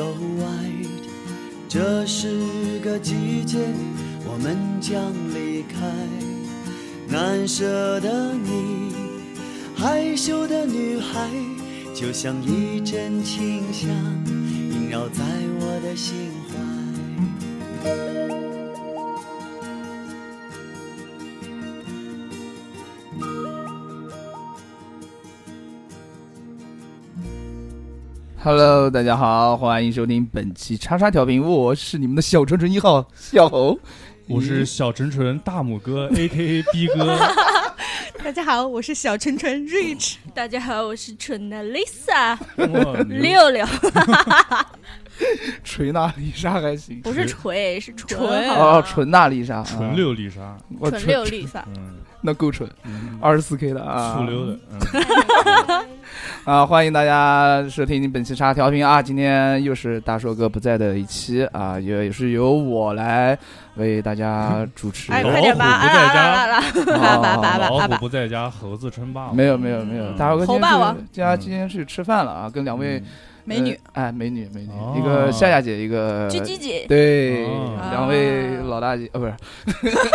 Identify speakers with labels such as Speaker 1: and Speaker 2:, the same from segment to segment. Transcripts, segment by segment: Speaker 1: night。这是个季节，我们将离开，难舍的你，害羞的女孩，就像一阵清香，萦绕在我的心怀。
Speaker 2: Hello，大家好，欢迎收听本期叉叉调频，我是你们的小纯纯一号小猴，
Speaker 3: 我是小纯纯大拇哥 A K A B 哥，
Speaker 4: 大家好，我是小纯纯 Rich，
Speaker 5: 大家好，我是蠢的 Lisa
Speaker 3: 哇
Speaker 5: 六六，
Speaker 2: 锤娜丽莎还行，
Speaker 5: 不是锤，是纯
Speaker 4: 纯
Speaker 5: 好吗
Speaker 2: 哦，纯娜丽莎，
Speaker 3: 纯
Speaker 2: 啊，
Speaker 3: 六丽莎，
Speaker 2: 我
Speaker 5: 纯六 Lisa，
Speaker 3: 嗯，
Speaker 2: 那够纯，
Speaker 3: 嗯
Speaker 2: 二十四 K 的啊，
Speaker 3: 醋溜的，嗯，
Speaker 2: 啊，欢迎大家收听本期叉调频啊！今天又是大硕哥不在的一期啊，也也是由我来为大家主持。
Speaker 4: 哎，
Speaker 3: 老
Speaker 4: 快点吧，
Speaker 3: 虎
Speaker 4: 啊
Speaker 3: 不在
Speaker 4: 啊
Speaker 3: 家
Speaker 4: 啊啊！
Speaker 2: 哦
Speaker 4: 爸爸爸爸
Speaker 3: 老
Speaker 4: 爸
Speaker 3: 虎
Speaker 4: 爸，
Speaker 3: 不在家，猴子称霸王，
Speaker 2: 没有没有没有，
Speaker 3: 嗯
Speaker 2: 大硕哥今
Speaker 5: 猴
Speaker 2: 天
Speaker 5: 霸王
Speaker 2: 去，今天今天去吃饭了啊，跟两位
Speaker 3: 嗯
Speaker 4: 美女，
Speaker 2: 呃哎美女美女
Speaker 3: 哦，
Speaker 2: 一个夏夏姐，一个
Speaker 5: 狙击姐
Speaker 2: 对
Speaker 3: 哦
Speaker 2: 两位老大姐呃不是，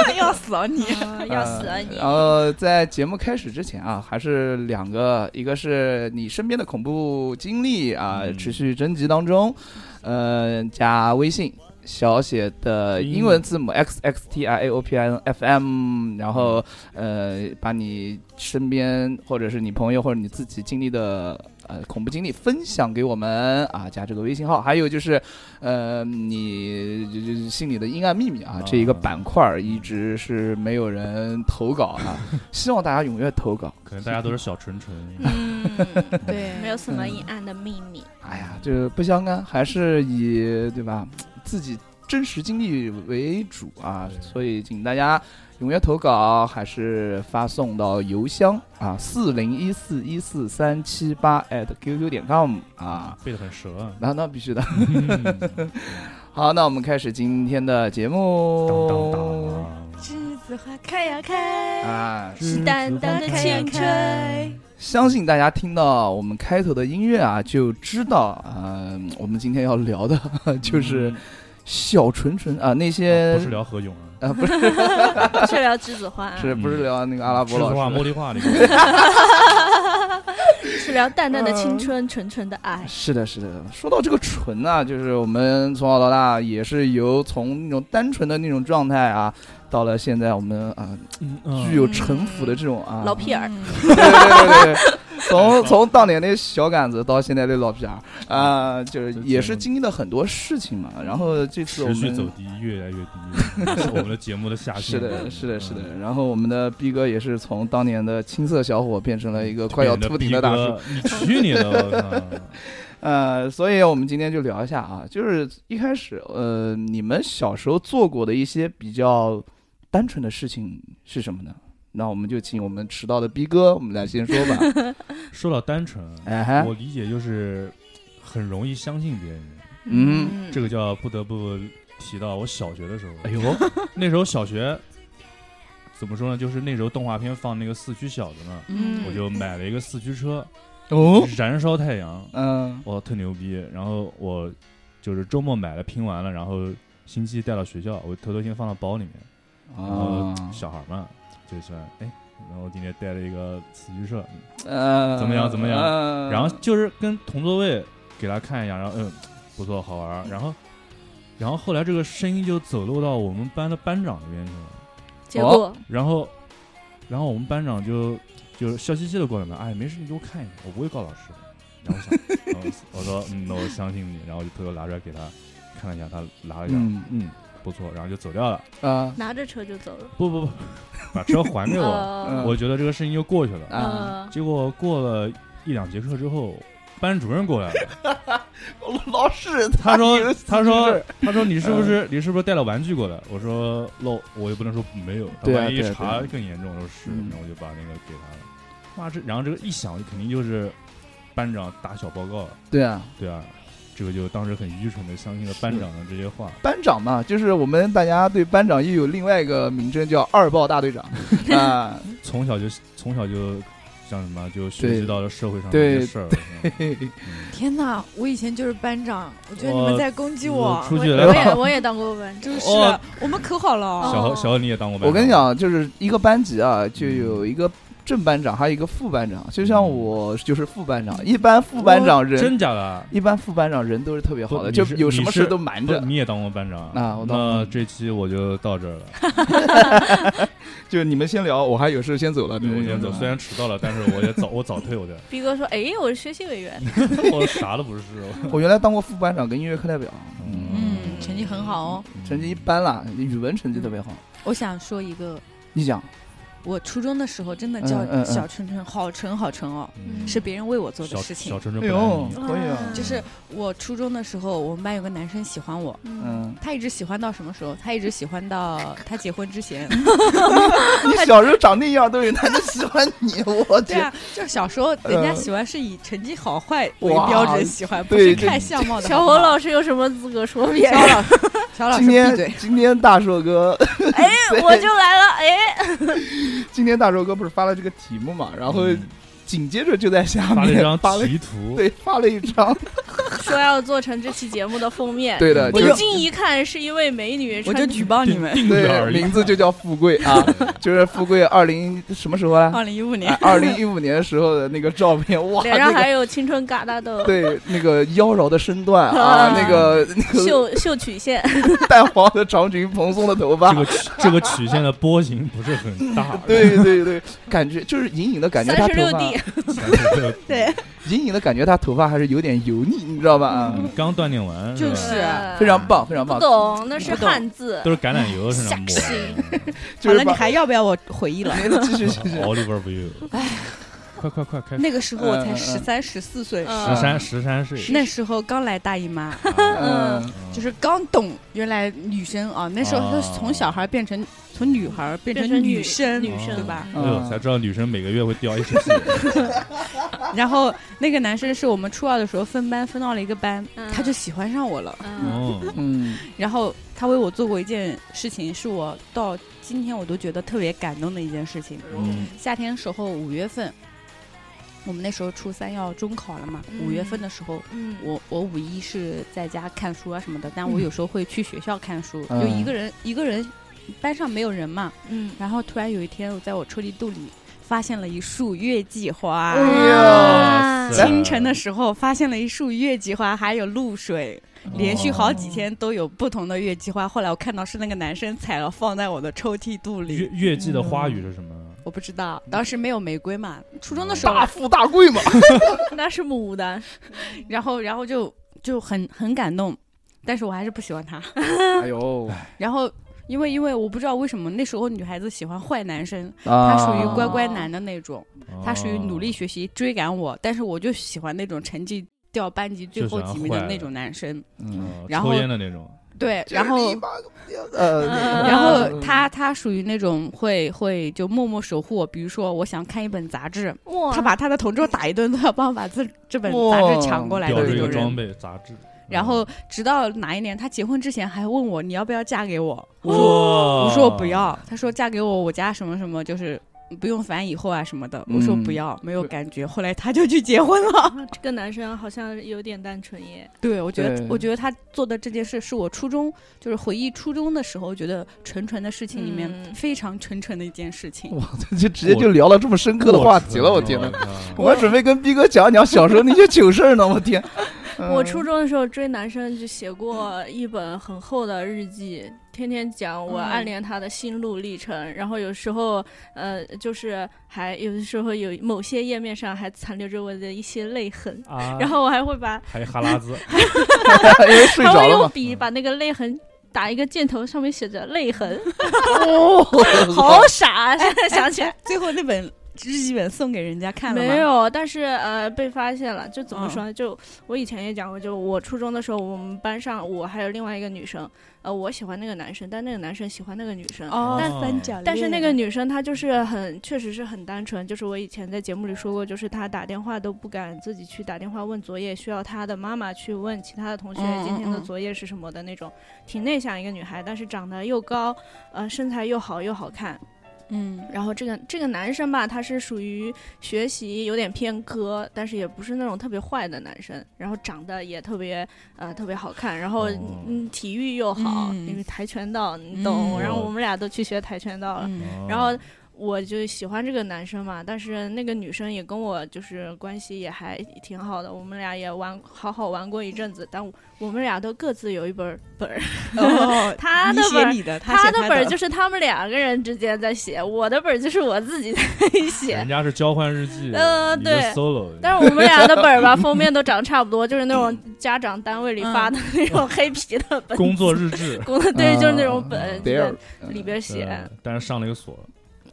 Speaker 2: 呃
Speaker 4: 要死了你！
Speaker 5: 啊要死了你
Speaker 2: 然！后在节目开始之前啊，还是两个，一个是你身边的恐怖经历啊，
Speaker 3: 嗯
Speaker 2: 持续征集当中，呃，加微信小写的英文字
Speaker 3: 嗯
Speaker 2: 母 x x t i a o p i n f m，然后
Speaker 3: 嗯
Speaker 2: 呃，把你身边或者是你朋友或者你自己经历的。呃，恐怖经历分享给我们啊，加这个微信号。还有就是，呃，你就就心里的阴暗秘密啊
Speaker 3: 啊，
Speaker 2: 这一个板块儿一直是没有人投稿啊，希望大家踊跃投稿。
Speaker 3: 可能大家都是小纯纯，
Speaker 5: 嗯，
Speaker 4: 对
Speaker 5: 没有什么阴暗的秘密。
Speaker 2: 哎呀，这不相干，还是以对吧自己真实经历为主啊，所以请大家踊跃投稿，还是发送到邮箱啊四零一四一四三七八 at qq 点 com 啊，
Speaker 3: 背的很蛇，
Speaker 2: 那那必须的。
Speaker 3: 嗯
Speaker 2: 好，那我们开始今天的节
Speaker 3: 当
Speaker 2: 目
Speaker 3: 当。当，啊
Speaker 4: 栀子花开呀开，
Speaker 2: 啊，
Speaker 5: 是淡淡的
Speaker 4: 开呀
Speaker 5: 青
Speaker 4: 开
Speaker 5: 春，，
Speaker 2: 相信大家听到我们开头的音乐啊，就知道，嗯、我们今天要聊的就是
Speaker 3: 嗯
Speaker 2: 小纯纯啊，那些、
Speaker 3: 不是聊何勇啊，
Speaker 2: 啊，不是
Speaker 5: 是聊栀子花，
Speaker 2: 是不是聊那个阿拉伯
Speaker 3: 嗯栀子
Speaker 2: 老
Speaker 3: 花茉
Speaker 2: 师？
Speaker 3: 莉花那个，
Speaker 5: 是聊淡淡的青春，纯纯的爱。
Speaker 2: 是的，是的。说到这个纯啊，就是我们从小到大也是由从那种单纯的那种状态啊，到了现在我们啊
Speaker 3: 嗯
Speaker 2: 具有城府的这种啊，
Speaker 5: 老屁眼儿，
Speaker 2: 对对对对，
Speaker 3: 嗯
Speaker 2: 从从当年的小杆子到现在的老皮儿啊，就是也是经历了很多事情嘛。然后这次我
Speaker 3: 持续走
Speaker 2: 们
Speaker 3: 低，越来 越低，是我们的节目的下限，
Speaker 2: 是的，是的，是的
Speaker 3: 嗯。。
Speaker 2: 然后我们的逼哥也是从当年的青涩小伙变成了一个快要秃顶的大叔。
Speaker 3: 你去你的，我靠！
Speaker 2: 呃，所以我们今天就聊一下啊，就是一开始呃，你们小时候做过的一些比较单纯的事情是什么呢？那我们就请我们迟到的逼哥，我们来先说 吧。
Speaker 3: 说到单纯，
Speaker 2: 哎哈
Speaker 3: 我，理解就是很容易相信别人，
Speaker 2: 嗯，
Speaker 3: 这个叫不得不提到我小学的时候。
Speaker 2: 哎呦，
Speaker 3: 那时候小学怎么说呢？就是那时候动画片放那个四驱小子嘛，
Speaker 4: 嗯
Speaker 3: 我就买了一个四驱车，
Speaker 2: 哦，
Speaker 3: 燃烧太阳，
Speaker 2: 嗯，
Speaker 3: 哇，特牛逼！然后我就是周末买了拼完了，然后星期一带到学校，我偷偷先放到包里面。然后
Speaker 2: 啊，
Speaker 3: 小孩嘛，就喜欢哎。然后我今天带了一个四驱车，
Speaker 2: 呃，
Speaker 3: 怎么样怎么样
Speaker 2: 呃
Speaker 3: 然后就是跟同座位给他看一下，然后嗯不错好玩儿，然后然后后来这个声音就走漏到我们班的班长那边去了，
Speaker 5: 结果
Speaker 3: 然后然后我们班长就就是笑嘻嘻的过来嘛，哎没事你给我看一下，我不会告老师的。然后我想，然后我说嗯那我相信你，然后我就偷偷拿出来给他看了一下，他拿了一下，
Speaker 2: 嗯
Speaker 3: 嗯不错，然后就走掉了，
Speaker 2: 啊
Speaker 5: 拿着车就走了。
Speaker 3: 不不不，把车还给 我，
Speaker 5: 呃
Speaker 3: 我觉得这个事情就过去了。
Speaker 2: 啊，
Speaker 5: 呃，
Speaker 3: 结果过了一两节课之后，班主任过来了。
Speaker 2: 老师，
Speaker 3: 他说
Speaker 2: 有，
Speaker 3: 他
Speaker 2: 自
Speaker 3: 说
Speaker 2: 制，
Speaker 3: 他说你是不
Speaker 2: 嗯
Speaker 3: 是你是不是带了玩具过来？我说漏，我也不能说没有，他
Speaker 2: 对啊
Speaker 3: 万一
Speaker 2: 对啊对
Speaker 3: 查
Speaker 2: 啊
Speaker 3: 更严重，我说是，
Speaker 2: 嗯
Speaker 3: 然后我就把那个给他了。妈这，然后这个一想，肯定就是班长打小报告了，
Speaker 2: 对啊，
Speaker 3: 对啊，这个就当时很愚蠢的相信了班长的这些话。
Speaker 2: 班长嘛，就是我们大家对班长又 有另外一个名称叫二豹大队长啊，
Speaker 3: 从小就从小就像什么就学习
Speaker 2: 对
Speaker 3: 到了社会上的
Speaker 2: 对
Speaker 3: 一些事儿。
Speaker 2: 嘿嘿
Speaker 3: 嗯
Speaker 6: 天哪，我以前就是班长，我觉得你
Speaker 3: 我
Speaker 6: 们在攻击我
Speaker 3: 我。出去
Speaker 5: 我
Speaker 3: 了，
Speaker 5: 也我也当过班长，
Speaker 6: 就是
Speaker 3: 哦
Speaker 6: 我们可好了，
Speaker 3: 小何小何你也当过班长，
Speaker 2: 我跟你讲，就是一个班级啊，就有一个正班长，还有一个副班长。就像我就是副班长，一般副班长人，
Speaker 3: 嗯真假的？
Speaker 2: 一般副班长人都是特别好的，
Speaker 3: 不
Speaker 2: 就
Speaker 3: 你是
Speaker 2: 有什么
Speaker 3: 你是
Speaker 2: 事都瞒
Speaker 3: 不
Speaker 2: 着，
Speaker 3: 你也当过班长
Speaker 2: 啊我当过
Speaker 3: 那这期我就到这儿了，
Speaker 2: 就是你们先聊，我还有事先走了。
Speaker 3: 对我先走。
Speaker 2: 嗯
Speaker 3: 虽然迟到了，但是我也早，我早退，我的，
Speaker 5: 逼哥说：“哎，我是学习委员，
Speaker 3: 我啥都不是。我
Speaker 2: 我原来当过副班长跟音乐课代表，嗯，
Speaker 6: 嗯，成绩很好哦。
Speaker 2: 成绩一般啦，语文成绩特别好。
Speaker 6: 我想说一个，
Speaker 2: 你讲，
Speaker 6: 我初中的时候真的
Speaker 2: 嗯嗯
Speaker 6: 叫
Speaker 2: 嗯
Speaker 6: 小纯纯，好纯好纯哦，
Speaker 3: 嗯
Speaker 6: 是别人为我做的
Speaker 3: 小
Speaker 6: 事
Speaker 3: 小
Speaker 6: 情。
Speaker 3: 纯纯
Speaker 2: 哎
Speaker 3: 不
Speaker 2: 呦
Speaker 3: 拦，你，
Speaker 2: 可以啊，
Speaker 6: 就是我初中的时候，我们班有个男生喜欢我，
Speaker 5: 嗯，
Speaker 2: 嗯，
Speaker 6: 他一直喜欢到什么时候？他一直喜欢到他结婚之 前。
Speaker 2: 你小时候长那样，都有男的喜欢你，我
Speaker 6: 对
Speaker 2: 天
Speaker 6: 啊，，就是小时候人家喜欢是以成绩好坏为
Speaker 2: 嗯哇
Speaker 6: 标准喜欢，不
Speaker 2: 对
Speaker 6: 是
Speaker 2: 这
Speaker 6: 看相貌的。
Speaker 5: 小侯老师有什么资格说别人？
Speaker 6: 小 老师
Speaker 2: 今
Speaker 6: 闭嘴
Speaker 2: 天。 今天大硕哥
Speaker 5: 哎， 我就来了，哎，
Speaker 2: 今天大周哥不是发了这个题目嘛，然后
Speaker 3: 嗯
Speaker 2: 紧接着就在下面
Speaker 3: 发了一张
Speaker 2: 发了
Speaker 3: 题图，
Speaker 2: 对发了一张，
Speaker 5: 说要做成这期节目的封面。
Speaker 2: 对的，
Speaker 6: 我
Speaker 2: 就
Speaker 5: 定
Speaker 6: 就
Speaker 5: 睛一看，是一位美女，
Speaker 6: 我
Speaker 5: 穿
Speaker 6: 就举报你
Speaker 3: 定
Speaker 6: 们。
Speaker 3: 定 制
Speaker 2: 对
Speaker 3: 而已。
Speaker 2: 名字就叫富贵 啊，就是富贵二零什么时候啊？
Speaker 6: 二零一五年，
Speaker 2: 二零一五年时候的那个照片，哇，
Speaker 5: 脸上
Speaker 2: 那
Speaker 5: 还
Speaker 2: 个
Speaker 5: 有青春疙瘩痘，
Speaker 2: 对那个妖娆的身段啊，那个 那个
Speaker 5: 秀秀曲线，
Speaker 2: 淡黄的长裙，蓬松的头发
Speaker 3: 这。个曲这个曲线的波形不是很大，
Speaker 2: 对对对，感觉就是隐隐的感觉
Speaker 5: 三
Speaker 2: 他
Speaker 5: 十六
Speaker 2: 头发，
Speaker 5: D，
Speaker 3: 但是
Speaker 5: 对，
Speaker 2: 隐隐的感觉他头发还是有点油腻，你知道吧？啊，
Speaker 3: 嗯刚锻炼完
Speaker 6: 就
Speaker 3: 吧
Speaker 6: 是
Speaker 2: 非常棒，非常
Speaker 5: 嗯不
Speaker 2: 棒，
Speaker 5: 懂，那是
Speaker 6: 不懂
Speaker 5: 汉字
Speaker 3: 都。是橄榄油身上抹
Speaker 6: 好
Speaker 2: 就是
Speaker 6: 了，你
Speaker 2: 把
Speaker 6: 还要不要我回忆了？
Speaker 2: 没继续继续
Speaker 3: 的。，Oliver View，快快快开
Speaker 6: 哎那个时候我才
Speaker 2: 嗯嗯嗯
Speaker 6: 十三十四岁，
Speaker 5: 嗯
Speaker 3: 十三十三岁，
Speaker 6: 那时候刚来大姨 妈，
Speaker 2: 嗯。
Speaker 3: 嗯
Speaker 6: 就是刚懂原来女生啊，那时候就是从小孩变成从女孩变
Speaker 5: 变
Speaker 6: 成
Speaker 5: 成
Speaker 6: 女
Speaker 5: 生，
Speaker 6: 生，
Speaker 5: 女生
Speaker 6: 对吧？
Speaker 3: 哎
Speaker 2: 嗯
Speaker 3: 呦，才知道女生每个月会掉一十 斤。
Speaker 6: 然后那个男生是我们初二的时候分班分到了一个班
Speaker 5: 嗯，
Speaker 6: 他就喜欢上我了。
Speaker 5: 嗯，
Speaker 3: 哦，
Speaker 2: 嗯，
Speaker 6: 然后他为我做过一件事情，是我到今天我都觉得特别感动的一件事情。
Speaker 3: 嗯
Speaker 6: 夏天时候五月份，我们那时候初三要中考了嘛，
Speaker 5: 嗯
Speaker 6: 五月份的时候。
Speaker 5: 嗯，
Speaker 6: 我我五一是在家看书啊什么的，但我有时候会去学校看书，
Speaker 2: 嗯
Speaker 6: 就一个人一个人，班上没有人嘛。
Speaker 5: 嗯，
Speaker 6: 然后突然有一天，我在我抽屉肚里发现了一束月季花。
Speaker 2: 哎
Speaker 5: 哇
Speaker 3: 呦
Speaker 5: 塞
Speaker 6: 清晨的时候发现了一束月季花，还有露水，连续好几天都有不同的月季花。后来我看到是那个男生采了放在我的抽屉肚
Speaker 3: 月
Speaker 6: 里，
Speaker 3: 月季的花语是什么？
Speaker 6: 我不知道，当时没有玫瑰嘛，初中的时候
Speaker 2: 大富大贵嘛，
Speaker 5: 那是牡丹，
Speaker 6: 然后然后就就很很感动，但是我还是不喜欢他。
Speaker 2: 哎呦，
Speaker 6: 然后因为因为我不知道为什么那时候女孩子喜欢坏男生，
Speaker 2: 他
Speaker 6: 他属于
Speaker 2: 啊
Speaker 6: 乖乖男的那种，
Speaker 3: 哦
Speaker 6: 他属于努力学习追赶我，但是我就喜欢那种成绩掉班级最后几名的那种男生。
Speaker 3: 哦，
Speaker 6: 然
Speaker 3: 抽
Speaker 6: 后
Speaker 3: 烟的那种。
Speaker 6: 对，嗯然后。嗯
Speaker 2: 呃，
Speaker 6: 然后他他属于那种会会就默默守护我，比如说我想看一本杂志，
Speaker 5: 哇，
Speaker 6: 他把他的同桌打一顿，都要帮我把这这本杂志抢过来
Speaker 3: 吊
Speaker 6: 的
Speaker 3: 着
Speaker 6: 那
Speaker 3: 一
Speaker 6: 种
Speaker 3: 个装
Speaker 6: 人。
Speaker 3: 备杂志。嗯
Speaker 6: 然后直到哪一年他结婚之前还问我你要不要嫁给我，
Speaker 3: 哇，我
Speaker 6: 我说我
Speaker 3: 哦
Speaker 6: 不，要，他说嫁给我，我家什么什么就是不用烦以后啊什么的。我说
Speaker 2: 嗯
Speaker 6: 不要，没有感觉。后来他就去结婚了。
Speaker 5: 啊这个男生好像有点单纯耶，
Speaker 6: 对，我觉得
Speaker 2: 对
Speaker 6: 我觉得他做的这件事是我初中就是回忆初中的时候觉得纯纯的事情里面
Speaker 5: 嗯
Speaker 6: 非常纯纯的一件事情。
Speaker 2: 哇， 就直接就聊了这么深刻的话题了，我天呐，
Speaker 3: 哪！
Speaker 2: 我还准备跟逼哥讲讲小时候那些糗事儿呢，我 天！嗯
Speaker 5: 我初中的时候追男生就写过一本很厚的日记，天天讲我
Speaker 6: 嗯
Speaker 5: 暗恋他的心路历程，然后有时候呃，就是还有的时候有某些页面上还残留着我的一些泪痕，
Speaker 3: 啊
Speaker 5: 然后我还会把
Speaker 3: 还有哈拉 兹，
Speaker 2: 因为哎睡
Speaker 5: 还
Speaker 2: 着
Speaker 5: 会
Speaker 2: 了
Speaker 5: 用
Speaker 2: 嘛，
Speaker 5: 笔把那个泪痕。打一个箭头，上面写着“泪痕
Speaker 6: 哎
Speaker 2: 哦，”，
Speaker 5: 好傻！啊现在想起来，
Speaker 6: 最后那本日记本送给人家看了吗
Speaker 5: 没有，但是呃，被发现了。就怎么
Speaker 6: 嗯
Speaker 5: 说呢？就我以前也讲过，就我初中的时候，我们班上我还有另外一个女生，呃，我喜欢那个男生，但那个男生喜欢那个女生。
Speaker 6: 哦
Speaker 3: 但三角
Speaker 5: 但是那个女生她就是很，确实是很单纯，就是我以前在节目里说过，就是她打电话都不敢自己去打电话问作业，需要她的妈妈去问其他的同学
Speaker 6: 嗯嗯
Speaker 5: 今天的
Speaker 6: 嗯
Speaker 5: 作业是什么的那种，挺内向一个女孩，但是长得又高，呃，身材又好又好看，
Speaker 6: 嗯
Speaker 5: 然后这个这个男生吧，他是属于学习有点偏科，但是也不是那种特别坏的男生。然后长得也特别呃特别好看，然后
Speaker 3: 哦
Speaker 5: 嗯体育又好，
Speaker 6: 嗯
Speaker 5: 因为跆拳道你懂。
Speaker 6: 嗯
Speaker 5: 然后我们俩都去学跆拳道了。
Speaker 6: 嗯
Speaker 3: 哦
Speaker 5: 然后我就喜欢这个男生嘛，但是那个女生也跟我就是关系也还挺好的，我们俩也玩好好玩过一阵子，但我我们俩都各自有一本儿本儿，
Speaker 6: 哦，
Speaker 5: 他
Speaker 6: 你
Speaker 5: 的本
Speaker 6: 写
Speaker 5: 儿。
Speaker 6: 你的，
Speaker 5: 他
Speaker 6: 写
Speaker 5: 的
Speaker 6: 他
Speaker 5: 本儿就是他们两个人之间在写，我的本儿就是我自己在 写
Speaker 3: 人。家是交换日记，
Speaker 5: 呃
Speaker 3: 你
Speaker 5: 对
Speaker 3: 是 solo，
Speaker 5: 但是我们俩的本儿吧，封面都长差不多，就是那种家长单位里发的那种黑皮的 本，
Speaker 3: 工作日志
Speaker 5: 工作对，就是那种
Speaker 3: 啊
Speaker 5: 本
Speaker 2: 得尔
Speaker 5: 里边写，
Speaker 3: 对但是上了一个锁，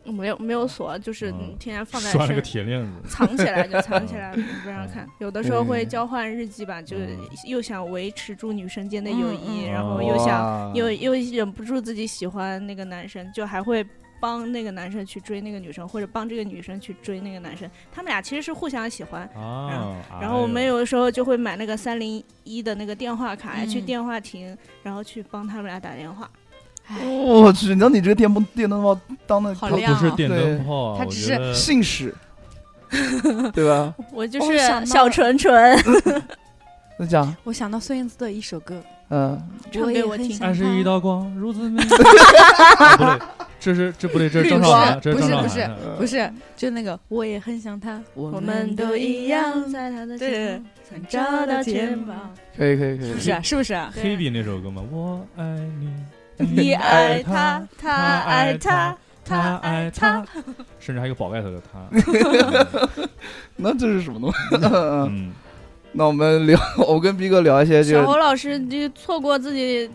Speaker 5: 没有没有锁，就是
Speaker 3: 嗯
Speaker 5: 天天放在
Speaker 3: 拴了
Speaker 5: 身
Speaker 3: 个铁链子。
Speaker 5: 藏起来就 藏起来，嗯不让看。有的时候会
Speaker 2: 嗯
Speaker 5: 交换日记吧，就
Speaker 3: 嗯
Speaker 5: 又想维持住女生间的友谊，
Speaker 6: 嗯嗯
Speaker 5: 然后
Speaker 3: 哦
Speaker 5: 又想
Speaker 2: 哇
Speaker 5: 又又忍不住自己喜欢那个男生，就还会。帮那个男生去追那个女生，或者帮这个女生去追那个男生，他们俩其实是互相喜欢。
Speaker 3: 啊，
Speaker 5: 然后我们
Speaker 3: 哎呦
Speaker 5: 有的时候就会买那个三零一的那个电话卡，
Speaker 6: 嗯
Speaker 5: 去电话亭，然后去帮他们俩打电话。
Speaker 2: 我去，那你这个电灯电灯泡当的
Speaker 6: 好
Speaker 3: 它
Speaker 6: 亮
Speaker 3: 不是
Speaker 6: 啊
Speaker 3: 电
Speaker 2: 对
Speaker 3: 灯泡啊，
Speaker 6: 它
Speaker 3: 我
Speaker 6: 只
Speaker 3: 觉
Speaker 6: 是
Speaker 3: 得
Speaker 2: 信使，对吧？
Speaker 5: 我就
Speaker 6: 哦
Speaker 5: 是
Speaker 6: 想到
Speaker 5: 小
Speaker 6: 了
Speaker 5: 纯纯，
Speaker 2: 那讲，
Speaker 6: 我想到孙燕姿的一首歌，
Speaker 2: 嗯，
Speaker 5: 唱给我听
Speaker 6: 想
Speaker 3: 爱是
Speaker 6: 他
Speaker 3: 一道光，如此明啊不对，这是这不对，这是
Speaker 6: 绿
Speaker 3: 张韶
Speaker 6: 光
Speaker 3: 涵，这是
Speaker 6: 不
Speaker 3: 张
Speaker 6: 是
Speaker 3: 韶
Speaker 6: 不
Speaker 3: 涵
Speaker 6: 是
Speaker 3: 的。
Speaker 6: 不是，就那个我也很想他，我
Speaker 5: 我们都一样，在他的
Speaker 6: 对
Speaker 5: 肩膀上找到肩膀。
Speaker 2: 可以可以可
Speaker 6: 是
Speaker 2: 以
Speaker 6: 不，是啊？是不是啊？
Speaker 5: 对
Speaker 3: 黑比那首歌嘛，我爱你，
Speaker 5: 你爱
Speaker 3: 他
Speaker 5: 他，，他爱他，
Speaker 3: 他
Speaker 5: 他
Speaker 3: 爱
Speaker 5: 爱
Speaker 3: 他
Speaker 5: 他，
Speaker 3: 甚至还有个宝盖头的 他。
Speaker 2: 那这是什么东西？嗯
Speaker 3: 嗯，
Speaker 2: 那我们聊， 我跟逼哥聊一些这
Speaker 5: 小
Speaker 2: 个
Speaker 5: 侯老师就错过自己，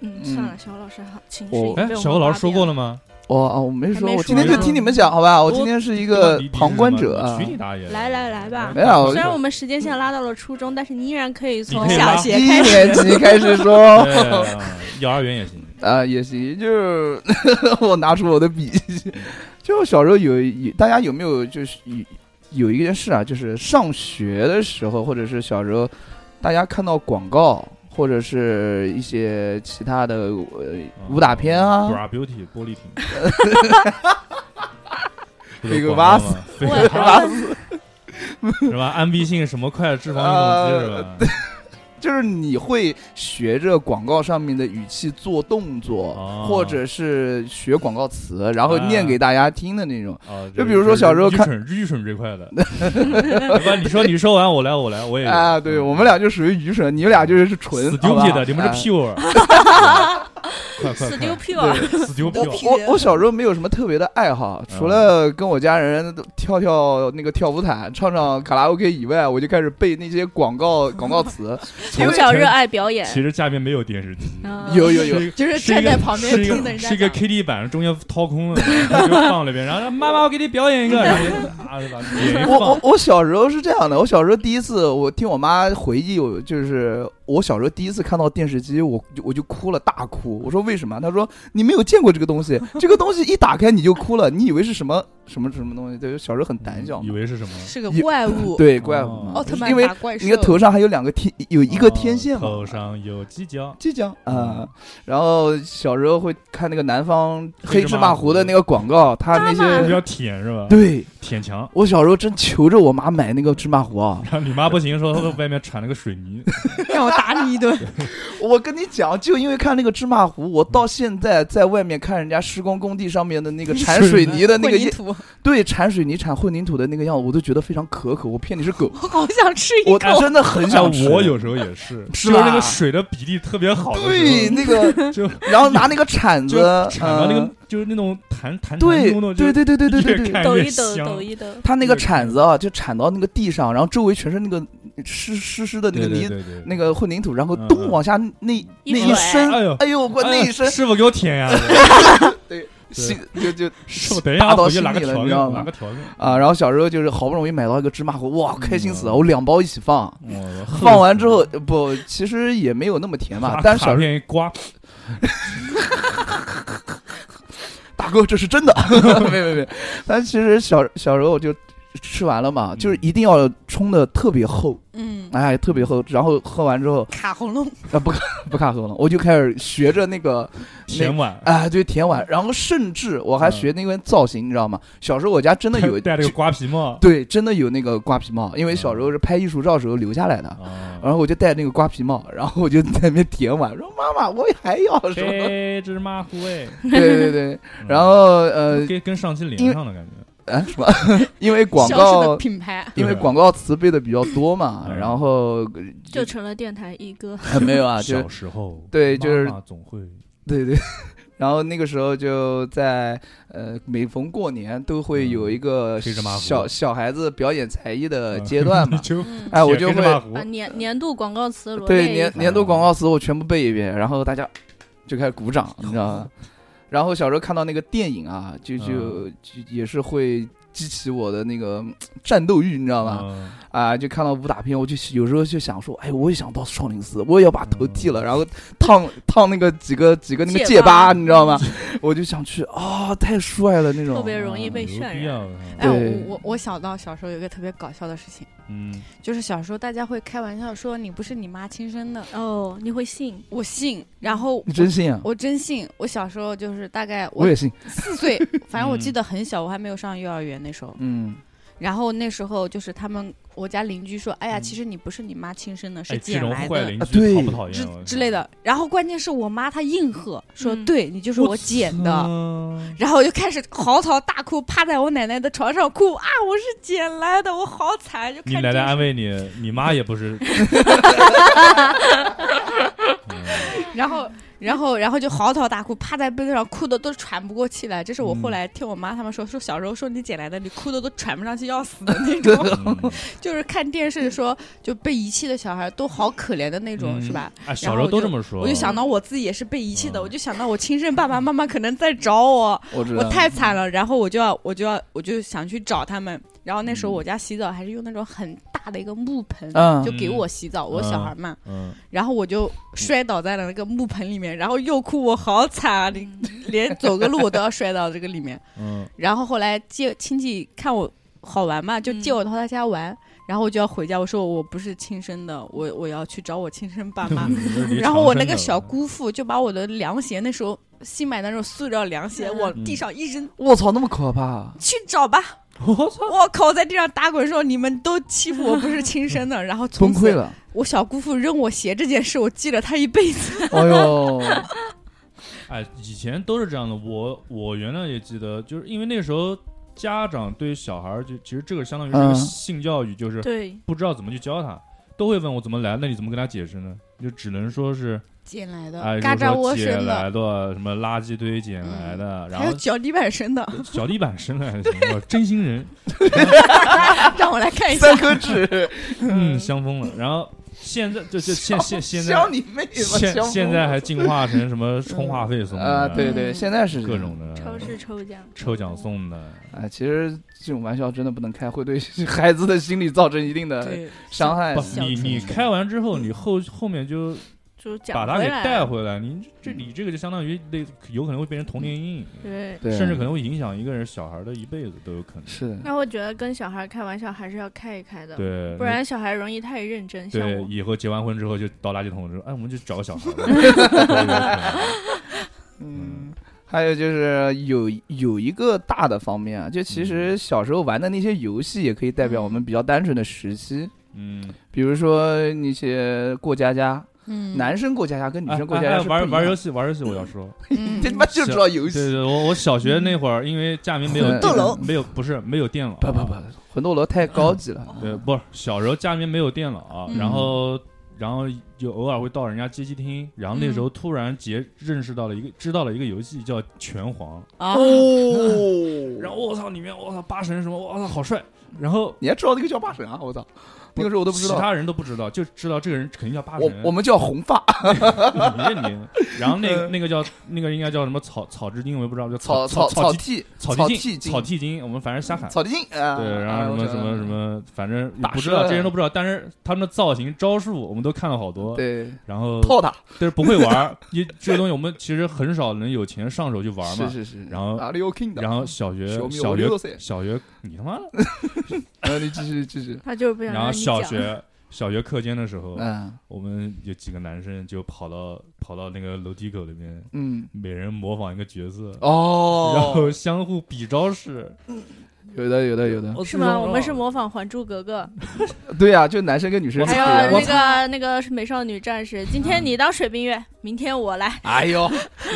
Speaker 5: 嗯，
Speaker 2: 嗯
Speaker 5: 算了，小侯老师好情绪
Speaker 2: 我
Speaker 5: 已经
Speaker 3: 哎，
Speaker 5: 被我
Speaker 3: 小欧老师说过
Speaker 5: 了，
Speaker 3: 了吗？
Speaker 2: 我啊，我没说，
Speaker 5: 还没
Speaker 2: 我
Speaker 5: 说
Speaker 2: 今天就
Speaker 5: 呢
Speaker 2: 听你们讲，好吧？我
Speaker 3: 多
Speaker 2: 今天是一
Speaker 3: 这
Speaker 2: 个旁观者啊
Speaker 3: 许。你大爷！
Speaker 5: 来来来吧
Speaker 2: 没
Speaker 3: 哎
Speaker 2: 有
Speaker 5: 虽然我们时间线拉到了初中，但是你依然可以从
Speaker 3: 你可以拉
Speaker 5: 小
Speaker 6: 学
Speaker 2: 一
Speaker 6: 开始
Speaker 2: 年级开始说
Speaker 3: 对 啊幼儿园也行。
Speaker 2: 啊，也行，就是 我拿出我的笔，就小时候有有大家有没有就是有有一件事啊，就是上学的时候，或者是小时候，大家看到广告或者是一些其他的呃 武打片啊，
Speaker 3: 嗯，Bra Beauty 玻 璃瓶，
Speaker 2: 这个
Speaker 3: 蛙
Speaker 2: 蛙
Speaker 3: 死
Speaker 2: 死，
Speaker 3: 这个
Speaker 5: 我
Speaker 3: 蛙死什么安必信什么快脂肪抑制
Speaker 2: 呃
Speaker 3: 剂是吧？
Speaker 2: 就是你会学着广告上面的语气做动作，
Speaker 3: 哦
Speaker 2: 或者是学广告词，然后念给大家听的那种。
Speaker 3: 啊，
Speaker 2: 就比如说小时候看
Speaker 3: 愚蠢愚蠢这 块的，来吧，你说你说完我来我来我也
Speaker 2: 啊，对我们俩就属于愚蠢，你们俩就是纯
Speaker 3: 嗯死丢屁
Speaker 2: 好吧
Speaker 3: 的，你们
Speaker 2: 啊
Speaker 3: 是 pure，快快
Speaker 5: 死丢
Speaker 3: 快，
Speaker 5: 屁了。
Speaker 3: 死丢 pure，
Speaker 2: 我我小时候没有什么特别的爱好，除了
Speaker 3: 嗯
Speaker 2: 跟我家人跳跳那个跳舞毯、唱唱卡拉 OK 以外，我就开始背那些广告广告 词。
Speaker 5: 从小热爱表演，
Speaker 3: 其实家里面没有电视机，
Speaker 5: 嗯
Speaker 2: 有有有，
Speaker 3: 是一个
Speaker 6: 就是
Speaker 3: 是一
Speaker 6: 站
Speaker 3: 个
Speaker 6: 在旁边
Speaker 3: 是一
Speaker 6: 听
Speaker 3: 个
Speaker 6: 的人家
Speaker 3: 是一个
Speaker 6: 讲
Speaker 3: KT 板，中间掏空了，然后就放那边，然后妈妈我给你表演一个，然后就啊就把脸一
Speaker 2: 我
Speaker 3: 放
Speaker 2: 我，我小时候是这样的，我小时候第一次，我听我妈回忆，我就是我小时候第一次看到电视机，我就我就哭了，大哭。我说为什么？她说你没有见过这个东 西，这个东西一打开你就哭了，你以为是什么什么什么东西？对，小时候很胆小
Speaker 3: 嗯以
Speaker 2: 嘛，
Speaker 3: 为是什么？
Speaker 6: 是个
Speaker 2: 也
Speaker 6: 怪物，
Speaker 2: 对怪
Speaker 3: 哦
Speaker 2: 物嘛
Speaker 6: 奥特曼
Speaker 2: 因为
Speaker 6: 打怪兽，
Speaker 2: 你的头上还有两个天，有一个天线嘛，
Speaker 3: 哦头啊上有犄角，
Speaker 2: 浙江啊
Speaker 3: 嗯，
Speaker 2: 然后小时候会看那个南方
Speaker 3: 黑
Speaker 2: 黑
Speaker 3: 芝
Speaker 2: 芝
Speaker 3: 麻
Speaker 2: 麻
Speaker 3: 糊
Speaker 2: 糊的那个广告，它那
Speaker 3: 比
Speaker 2: 些
Speaker 3: 较舔是吧？，
Speaker 2: 对
Speaker 3: 舔墙。
Speaker 2: 我小时候真求着我妈买那个芝麻糊啊！
Speaker 3: 然后你妈不行，说她外面铲了个水泥，
Speaker 6: 让我打你一顿。
Speaker 2: 我跟你讲，就因为看那个芝麻糊，我到现在在外面看人家施工工地上面的那个铲水泥的那个
Speaker 6: 混
Speaker 2: 样，
Speaker 6: 凝土，
Speaker 2: 对铲水泥、铲混凝土的那个样子，我都觉得非常可口。我骗你是 狗，
Speaker 6: 我好想吃一
Speaker 2: 我
Speaker 6: 口。
Speaker 2: 真的很想吃。
Speaker 3: 我有时候也是，
Speaker 2: 是
Speaker 3: 就是
Speaker 2: 吧
Speaker 3: 那个水的比例特别好的
Speaker 2: 对
Speaker 3: 时
Speaker 2: 那个，
Speaker 3: 候，就
Speaker 2: 然后拿那个铲子
Speaker 3: 就铲到那个
Speaker 2: 嗯
Speaker 3: 就是那种弹弹弹
Speaker 2: 对
Speaker 3: 弓的，就
Speaker 2: 对对对对对对
Speaker 3: 越
Speaker 2: 对
Speaker 3: 看
Speaker 5: 抖
Speaker 3: 越
Speaker 5: 一抖，
Speaker 3: 香
Speaker 5: 抖一抖。
Speaker 2: 他
Speaker 3: 嗯
Speaker 2: 那个铲子啊，就铲到那个地上，然后周围全是那个湿湿湿的那个
Speaker 3: 对
Speaker 2: 泥
Speaker 3: 对对对，
Speaker 2: 那个混凝土，然后
Speaker 3: 嗯
Speaker 2: 都
Speaker 3: 嗯
Speaker 2: 往下那
Speaker 5: 一
Speaker 2: 那
Speaker 5: 甩
Speaker 2: 一伸，
Speaker 3: 哎呦
Speaker 2: 哎呦我那
Speaker 3: 哎
Speaker 2: 一伸，
Speaker 3: 师傅给我舔呀！
Speaker 2: 对， 心就就
Speaker 3: 师傅，等一
Speaker 2: 打
Speaker 3: 下，
Speaker 2: 到
Speaker 3: 我去
Speaker 2: 心
Speaker 3: 拿个
Speaker 2: 里了
Speaker 3: 调
Speaker 2: 你知道
Speaker 3: 料，
Speaker 2: 吗
Speaker 3: 拿个调料
Speaker 2: 啊，！然后小时候就是好不容易买到一个芝麻糊，哇，开心死了！
Speaker 3: 嗯
Speaker 2: 我两包一起 放，
Speaker 3: 我
Speaker 2: 放完之后呃不，其实也没有那么甜嘛
Speaker 3: 把，
Speaker 2: 但是
Speaker 3: 啊卡
Speaker 2: 小
Speaker 3: 片一刮，
Speaker 2: 大哥这是真的，没没没，但其实小小时候就吃完了嘛，
Speaker 3: 嗯
Speaker 2: 就是一定要冲的特别厚，
Speaker 6: 嗯，
Speaker 2: 哎，特别厚。然后喝完之后，
Speaker 6: 卡喉咙，
Speaker 2: 啊，不卡 不卡喉咙，我就开始学着那个
Speaker 3: 前晚
Speaker 2: 啊，对，甜碗。然后甚至我还学那个造型，你知道吗？小时候我家 真的有
Speaker 3: 嗯戴了个瓜 皮帽，
Speaker 2: 对，真的有那个瓜皮帽，因为小时候是拍艺术照时候留下来的。
Speaker 3: 啊，
Speaker 2: 然后我就戴那个瓜皮帽，然后我就在那边舔碗，说妈妈，我还要什么？
Speaker 3: 这只马虎哎，
Speaker 2: 对对对，
Speaker 3: 嗯
Speaker 2: 然后呃，
Speaker 3: 跟跟上期
Speaker 2: 因
Speaker 3: 连
Speaker 2: 为
Speaker 3: 上了感觉，
Speaker 2: 啊什么？因为广
Speaker 6: 消失的
Speaker 2: 告，
Speaker 6: 品牌，
Speaker 2: 因为
Speaker 3: 对
Speaker 2: 广告词背的比较多嘛，
Speaker 3: 嗯
Speaker 2: 然后
Speaker 5: 就成了电台一哥。
Speaker 2: 没 有啊，就
Speaker 3: 小时候
Speaker 2: 对就是
Speaker 3: 妈妈总会
Speaker 2: 对 对。然后那个时候就在呃，每逢过年都会有一个
Speaker 3: 黑芝麻糊，
Speaker 2: 小小孩子表演才艺的呃阶段嘛
Speaker 3: 就
Speaker 6: 嗯
Speaker 2: 哎，我就
Speaker 3: 跟着
Speaker 2: 会
Speaker 3: 马虎
Speaker 5: 把年年度广告词罗
Speaker 2: 对
Speaker 5: 列一
Speaker 2: 年
Speaker 5: 下
Speaker 2: 年度广告词我全部背一遍，然后大家就开始鼓掌，你知道吗？
Speaker 3: 嗯
Speaker 2: 然后小时候看到那个电影啊，就就就也是会激起我的那个嗯战斗欲，你知道吗？
Speaker 3: 嗯
Speaker 2: 啊，就看到武打片，我就有时候就想说，哎，我也想到少林寺，我也要把头剃
Speaker 3: 嗯
Speaker 2: 了，然后烫烫那个几个几个那个
Speaker 5: 戒
Speaker 2: 戒疤，
Speaker 5: 疤
Speaker 2: 你知道吗？我就想去啊、太帅了那种，嗯
Speaker 5: 特别容易被
Speaker 3: 牛
Speaker 5: 渲
Speaker 3: 逼
Speaker 5: 染。
Speaker 3: 啊
Speaker 6: 哎，
Speaker 2: 对
Speaker 6: 我我我想到小时候有一个特别搞笑的事情，
Speaker 3: 嗯，
Speaker 6: 就是小时候大家会开玩笑说你不是你妈亲生的，
Speaker 5: 哦，你 会信？
Speaker 6: 我信，然后
Speaker 2: 你真信啊？
Speaker 6: 我真信。我小时候就是大概
Speaker 2: 我
Speaker 6: 我
Speaker 2: 也信，
Speaker 6: 四 岁，反正我记得很小，我还没有上幼儿园那时候。
Speaker 2: 嗯，
Speaker 6: 然后那时候就是他们我家邻居说，哎呀，
Speaker 2: 嗯
Speaker 6: 其实你不是你妈亲生的，
Speaker 3: 哎
Speaker 6: 是
Speaker 3: 这
Speaker 6: 捡
Speaker 3: 种
Speaker 6: 来
Speaker 3: 坏
Speaker 6: 的。
Speaker 3: 邻
Speaker 2: 啊
Speaker 3: 居
Speaker 2: 对
Speaker 3: 讨不讨
Speaker 6: 之
Speaker 3: 厌我
Speaker 6: 之类的，然后关键是我妈她硬喝说，
Speaker 5: 嗯
Speaker 6: 对你就是我捡的，
Speaker 3: 嗯
Speaker 6: 然后我就开始嚎啕大哭，趴在我奶奶的床上哭啊，我是捡来的，我好惨，就
Speaker 3: 你
Speaker 6: 看
Speaker 3: 奶奶
Speaker 6: 电视
Speaker 3: 安慰你，你妈也不 是，嗯
Speaker 6: 然后，然后，然后就嚎啕大哭，趴在被子上哭的都喘不过气来。这是我后
Speaker 3: 嗯
Speaker 6: 来听我妈他们说，说小时候说你捡来的，你哭的都喘不上气，要死的 那种。
Speaker 3: 嗯
Speaker 6: 就是看电视说就被遗弃的小孩都好可怜的那种，是吧？？
Speaker 3: 哎，小时候都这么说，
Speaker 6: 我就想到我自己也是被遗弃的，
Speaker 3: 嗯
Speaker 6: 我就想到我亲生爸爸妈妈可能在找我，
Speaker 2: 我
Speaker 3: 啊
Speaker 2: 知道，
Speaker 6: 我太惨了。然后我就要，我就要，我就想去找他们。然后那时候我家洗澡还是用那种很大的一个木盆，
Speaker 2: 嗯
Speaker 6: 就给我洗澡，我小孩嘛。
Speaker 3: 嗯，
Speaker 6: 然后我就摔倒在了那个木盆里面，然后又哭，我好惨啊！你
Speaker 5: 嗯
Speaker 6: 连走个路我都要摔到这个里面。
Speaker 3: 嗯
Speaker 6: 然后后来借亲戚看我好玩嘛，
Speaker 3: 嗯
Speaker 6: 就借我到他家玩，然后我就要回家，我说我不是亲生的，我我要去找我亲生爸妈。
Speaker 3: 嗯，
Speaker 6: 然后我那个小姑父就把我的凉鞋，那时候新买的那种塑料凉鞋，
Speaker 5: 嗯
Speaker 6: 往地上一扔，
Speaker 2: 我操，那么可怕啊！
Speaker 6: 去找吧！
Speaker 3: 我操，
Speaker 6: 我靠，我在地上打滚说你们都欺负我不是亲生的，然后从
Speaker 2: 崩溃。
Speaker 6: 此
Speaker 2: 了，
Speaker 6: 我小姑父扔我鞋这件事，我记了他一辈子。
Speaker 2: 哎呦，
Speaker 3: 哎，以前都是这样的。我我原来也记得，就是因为那时候家长对小孩儿就其实这个相当于是一个
Speaker 2: 嗯
Speaker 3: 性教育，就是
Speaker 5: 对，
Speaker 3: 不知道怎么去教他，都会问我怎么来，那你怎么跟他解释呢？就只能说是
Speaker 6: 捡来的，
Speaker 3: 哎，
Speaker 6: 嘎
Speaker 3: 就
Speaker 6: 吱
Speaker 3: 是说
Speaker 6: 窝生
Speaker 3: 捡
Speaker 6: 的，嗯
Speaker 3: 来的，什么垃圾堆捡来的，然
Speaker 6: 还有
Speaker 3: 后呃
Speaker 6: 脚底板 生的，
Speaker 3: 脚底板生来的，我真心人，
Speaker 6: 让我来看一下
Speaker 2: 三。 颗痣，
Speaker 3: 嗯，香疯了。然后现在就就现现现 在
Speaker 2: 香你妹吧！
Speaker 3: 现
Speaker 2: 香
Speaker 3: 现在还进化成什 么充话费送的
Speaker 2: 啊，对对，
Speaker 6: 嗯
Speaker 2: 现在是
Speaker 3: 各种的
Speaker 2: 嗯
Speaker 5: 超市抽奖，嗯
Speaker 3: 抽奖送的，
Speaker 2: 啊，其实这种玩笑真的不能开，会对 孩子的心理造成一定的
Speaker 6: 对，
Speaker 2: 伤害
Speaker 3: 不。，
Speaker 6: 小
Speaker 3: 你
Speaker 6: 成
Speaker 3: 你开完之后，你后后面就
Speaker 5: 就奖
Speaker 3: 把他
Speaker 5: 回
Speaker 3: 给
Speaker 5: 来
Speaker 3: 带回来，你这你这个就相当于那有可能会变成童年阴影，
Speaker 5: 对。
Speaker 2: 嗯对，
Speaker 3: 甚至可能会影响一个人小孩的一辈子都有可能。
Speaker 2: 是的，
Speaker 5: 那我觉得跟小孩开玩笑还是要开一开的，
Speaker 3: 对，
Speaker 5: 不然小孩容易太认真。像
Speaker 3: 对
Speaker 5: 我，
Speaker 3: 以后结完婚之后就倒垃圾桶之后，哎，我们就找个小孩吧。
Speaker 2: 嗯。还有就是有有一个大的方面啊，就其
Speaker 3: 嗯
Speaker 2: 实小时候玩的那些游戏也可以代
Speaker 5: 嗯
Speaker 2: 表我们比较单纯的时期，
Speaker 3: 嗯，
Speaker 2: 比如说那些过家家，
Speaker 6: 嗯
Speaker 2: 男生过家家 跟女
Speaker 3: 哎
Speaker 2: 生过
Speaker 3: 哎
Speaker 2: 家家
Speaker 3: 哎
Speaker 2: 是不
Speaker 3: 玩
Speaker 2: 一
Speaker 3: 玩
Speaker 2: 样
Speaker 3: 游戏玩游戏，我 要说，
Speaker 6: 嗯
Speaker 2: 的，这他妈就知道游
Speaker 3: 对
Speaker 2: 戏。
Speaker 3: 对，我我小学那会儿，因为家里面没有
Speaker 2: 魂嗯斗
Speaker 6: 罗
Speaker 3: 没有不是没有电脑，
Speaker 2: 不不不，魂斗罗太高级了，
Speaker 3: 对，呃不是小时候家里面没有电脑，啊
Speaker 6: 嗯
Speaker 3: 然后然后就偶尔会到人家街机厅，然后那时候
Speaker 2: 嗯
Speaker 3: 突然结认识到了一个知道了一个游戏叫拳皇，
Speaker 6: 啊，
Speaker 2: 哦
Speaker 3: 然后我操里面我操八神什么我操好帅，然后
Speaker 2: 你还知道那个叫八神啊？我操，那个 时候我都不知
Speaker 3: 其
Speaker 2: 道。
Speaker 3: 他人都不知道，就知道这个人肯定叫八
Speaker 2: 我
Speaker 3: 神，
Speaker 2: 我们叫红发，
Speaker 3: 你认你，然后 那个那个叫那个应该叫什么草草之精，我也不知道，叫
Speaker 2: 草
Speaker 3: 草
Speaker 2: 草
Speaker 3: 鸡
Speaker 2: 剃
Speaker 3: 草
Speaker 2: 草
Speaker 3: 鸡精
Speaker 2: 精
Speaker 3: 草剃精，我们反正瞎喊。
Speaker 2: 草剃精啊！
Speaker 3: 对，然
Speaker 2: 啊
Speaker 3: 后什么什么什，么，反正不知道
Speaker 2: 打蛇啊
Speaker 3: 这些人都不知道，但是他们的造型、招数我们都看了好多。多，
Speaker 2: 对，
Speaker 3: 然后
Speaker 2: 套他，
Speaker 3: 但是不会玩儿， 因为这个东西我们其实很少能有钱上手去玩儿嘛。
Speaker 2: 是是是，
Speaker 3: 然后
Speaker 2: 哪里有 king 的，
Speaker 3: 然后小学
Speaker 2: 小米
Speaker 3: 小
Speaker 2: 我
Speaker 3: 学
Speaker 2: 六岁，
Speaker 3: 小学你他妈，
Speaker 2: 然后你继续 继续，
Speaker 5: 他就是不想
Speaker 3: 然
Speaker 5: 让
Speaker 3: 后
Speaker 5: 啊你
Speaker 3: 小
Speaker 5: 讲。
Speaker 3: 学小学课间的时候，
Speaker 2: 嗯
Speaker 3: 我们有几个男生就跑到跑到那个楼梯口里面，
Speaker 2: 嗯，
Speaker 3: 每人模仿一个角色，然后
Speaker 2: 哦，
Speaker 3: 相互比招式，
Speaker 2: 有的有的有的，
Speaker 5: 是
Speaker 3: 嗯
Speaker 5: 吗？我们是模仿《还珠格格
Speaker 2: 对啊，就男生跟女生》，
Speaker 5: 还
Speaker 2: 是不一样
Speaker 5: 有
Speaker 2: 的
Speaker 5: 那个那个美少女战士。今
Speaker 3: 嗯
Speaker 5: 天你当水冰月，明天我来。
Speaker 2: 哎呦，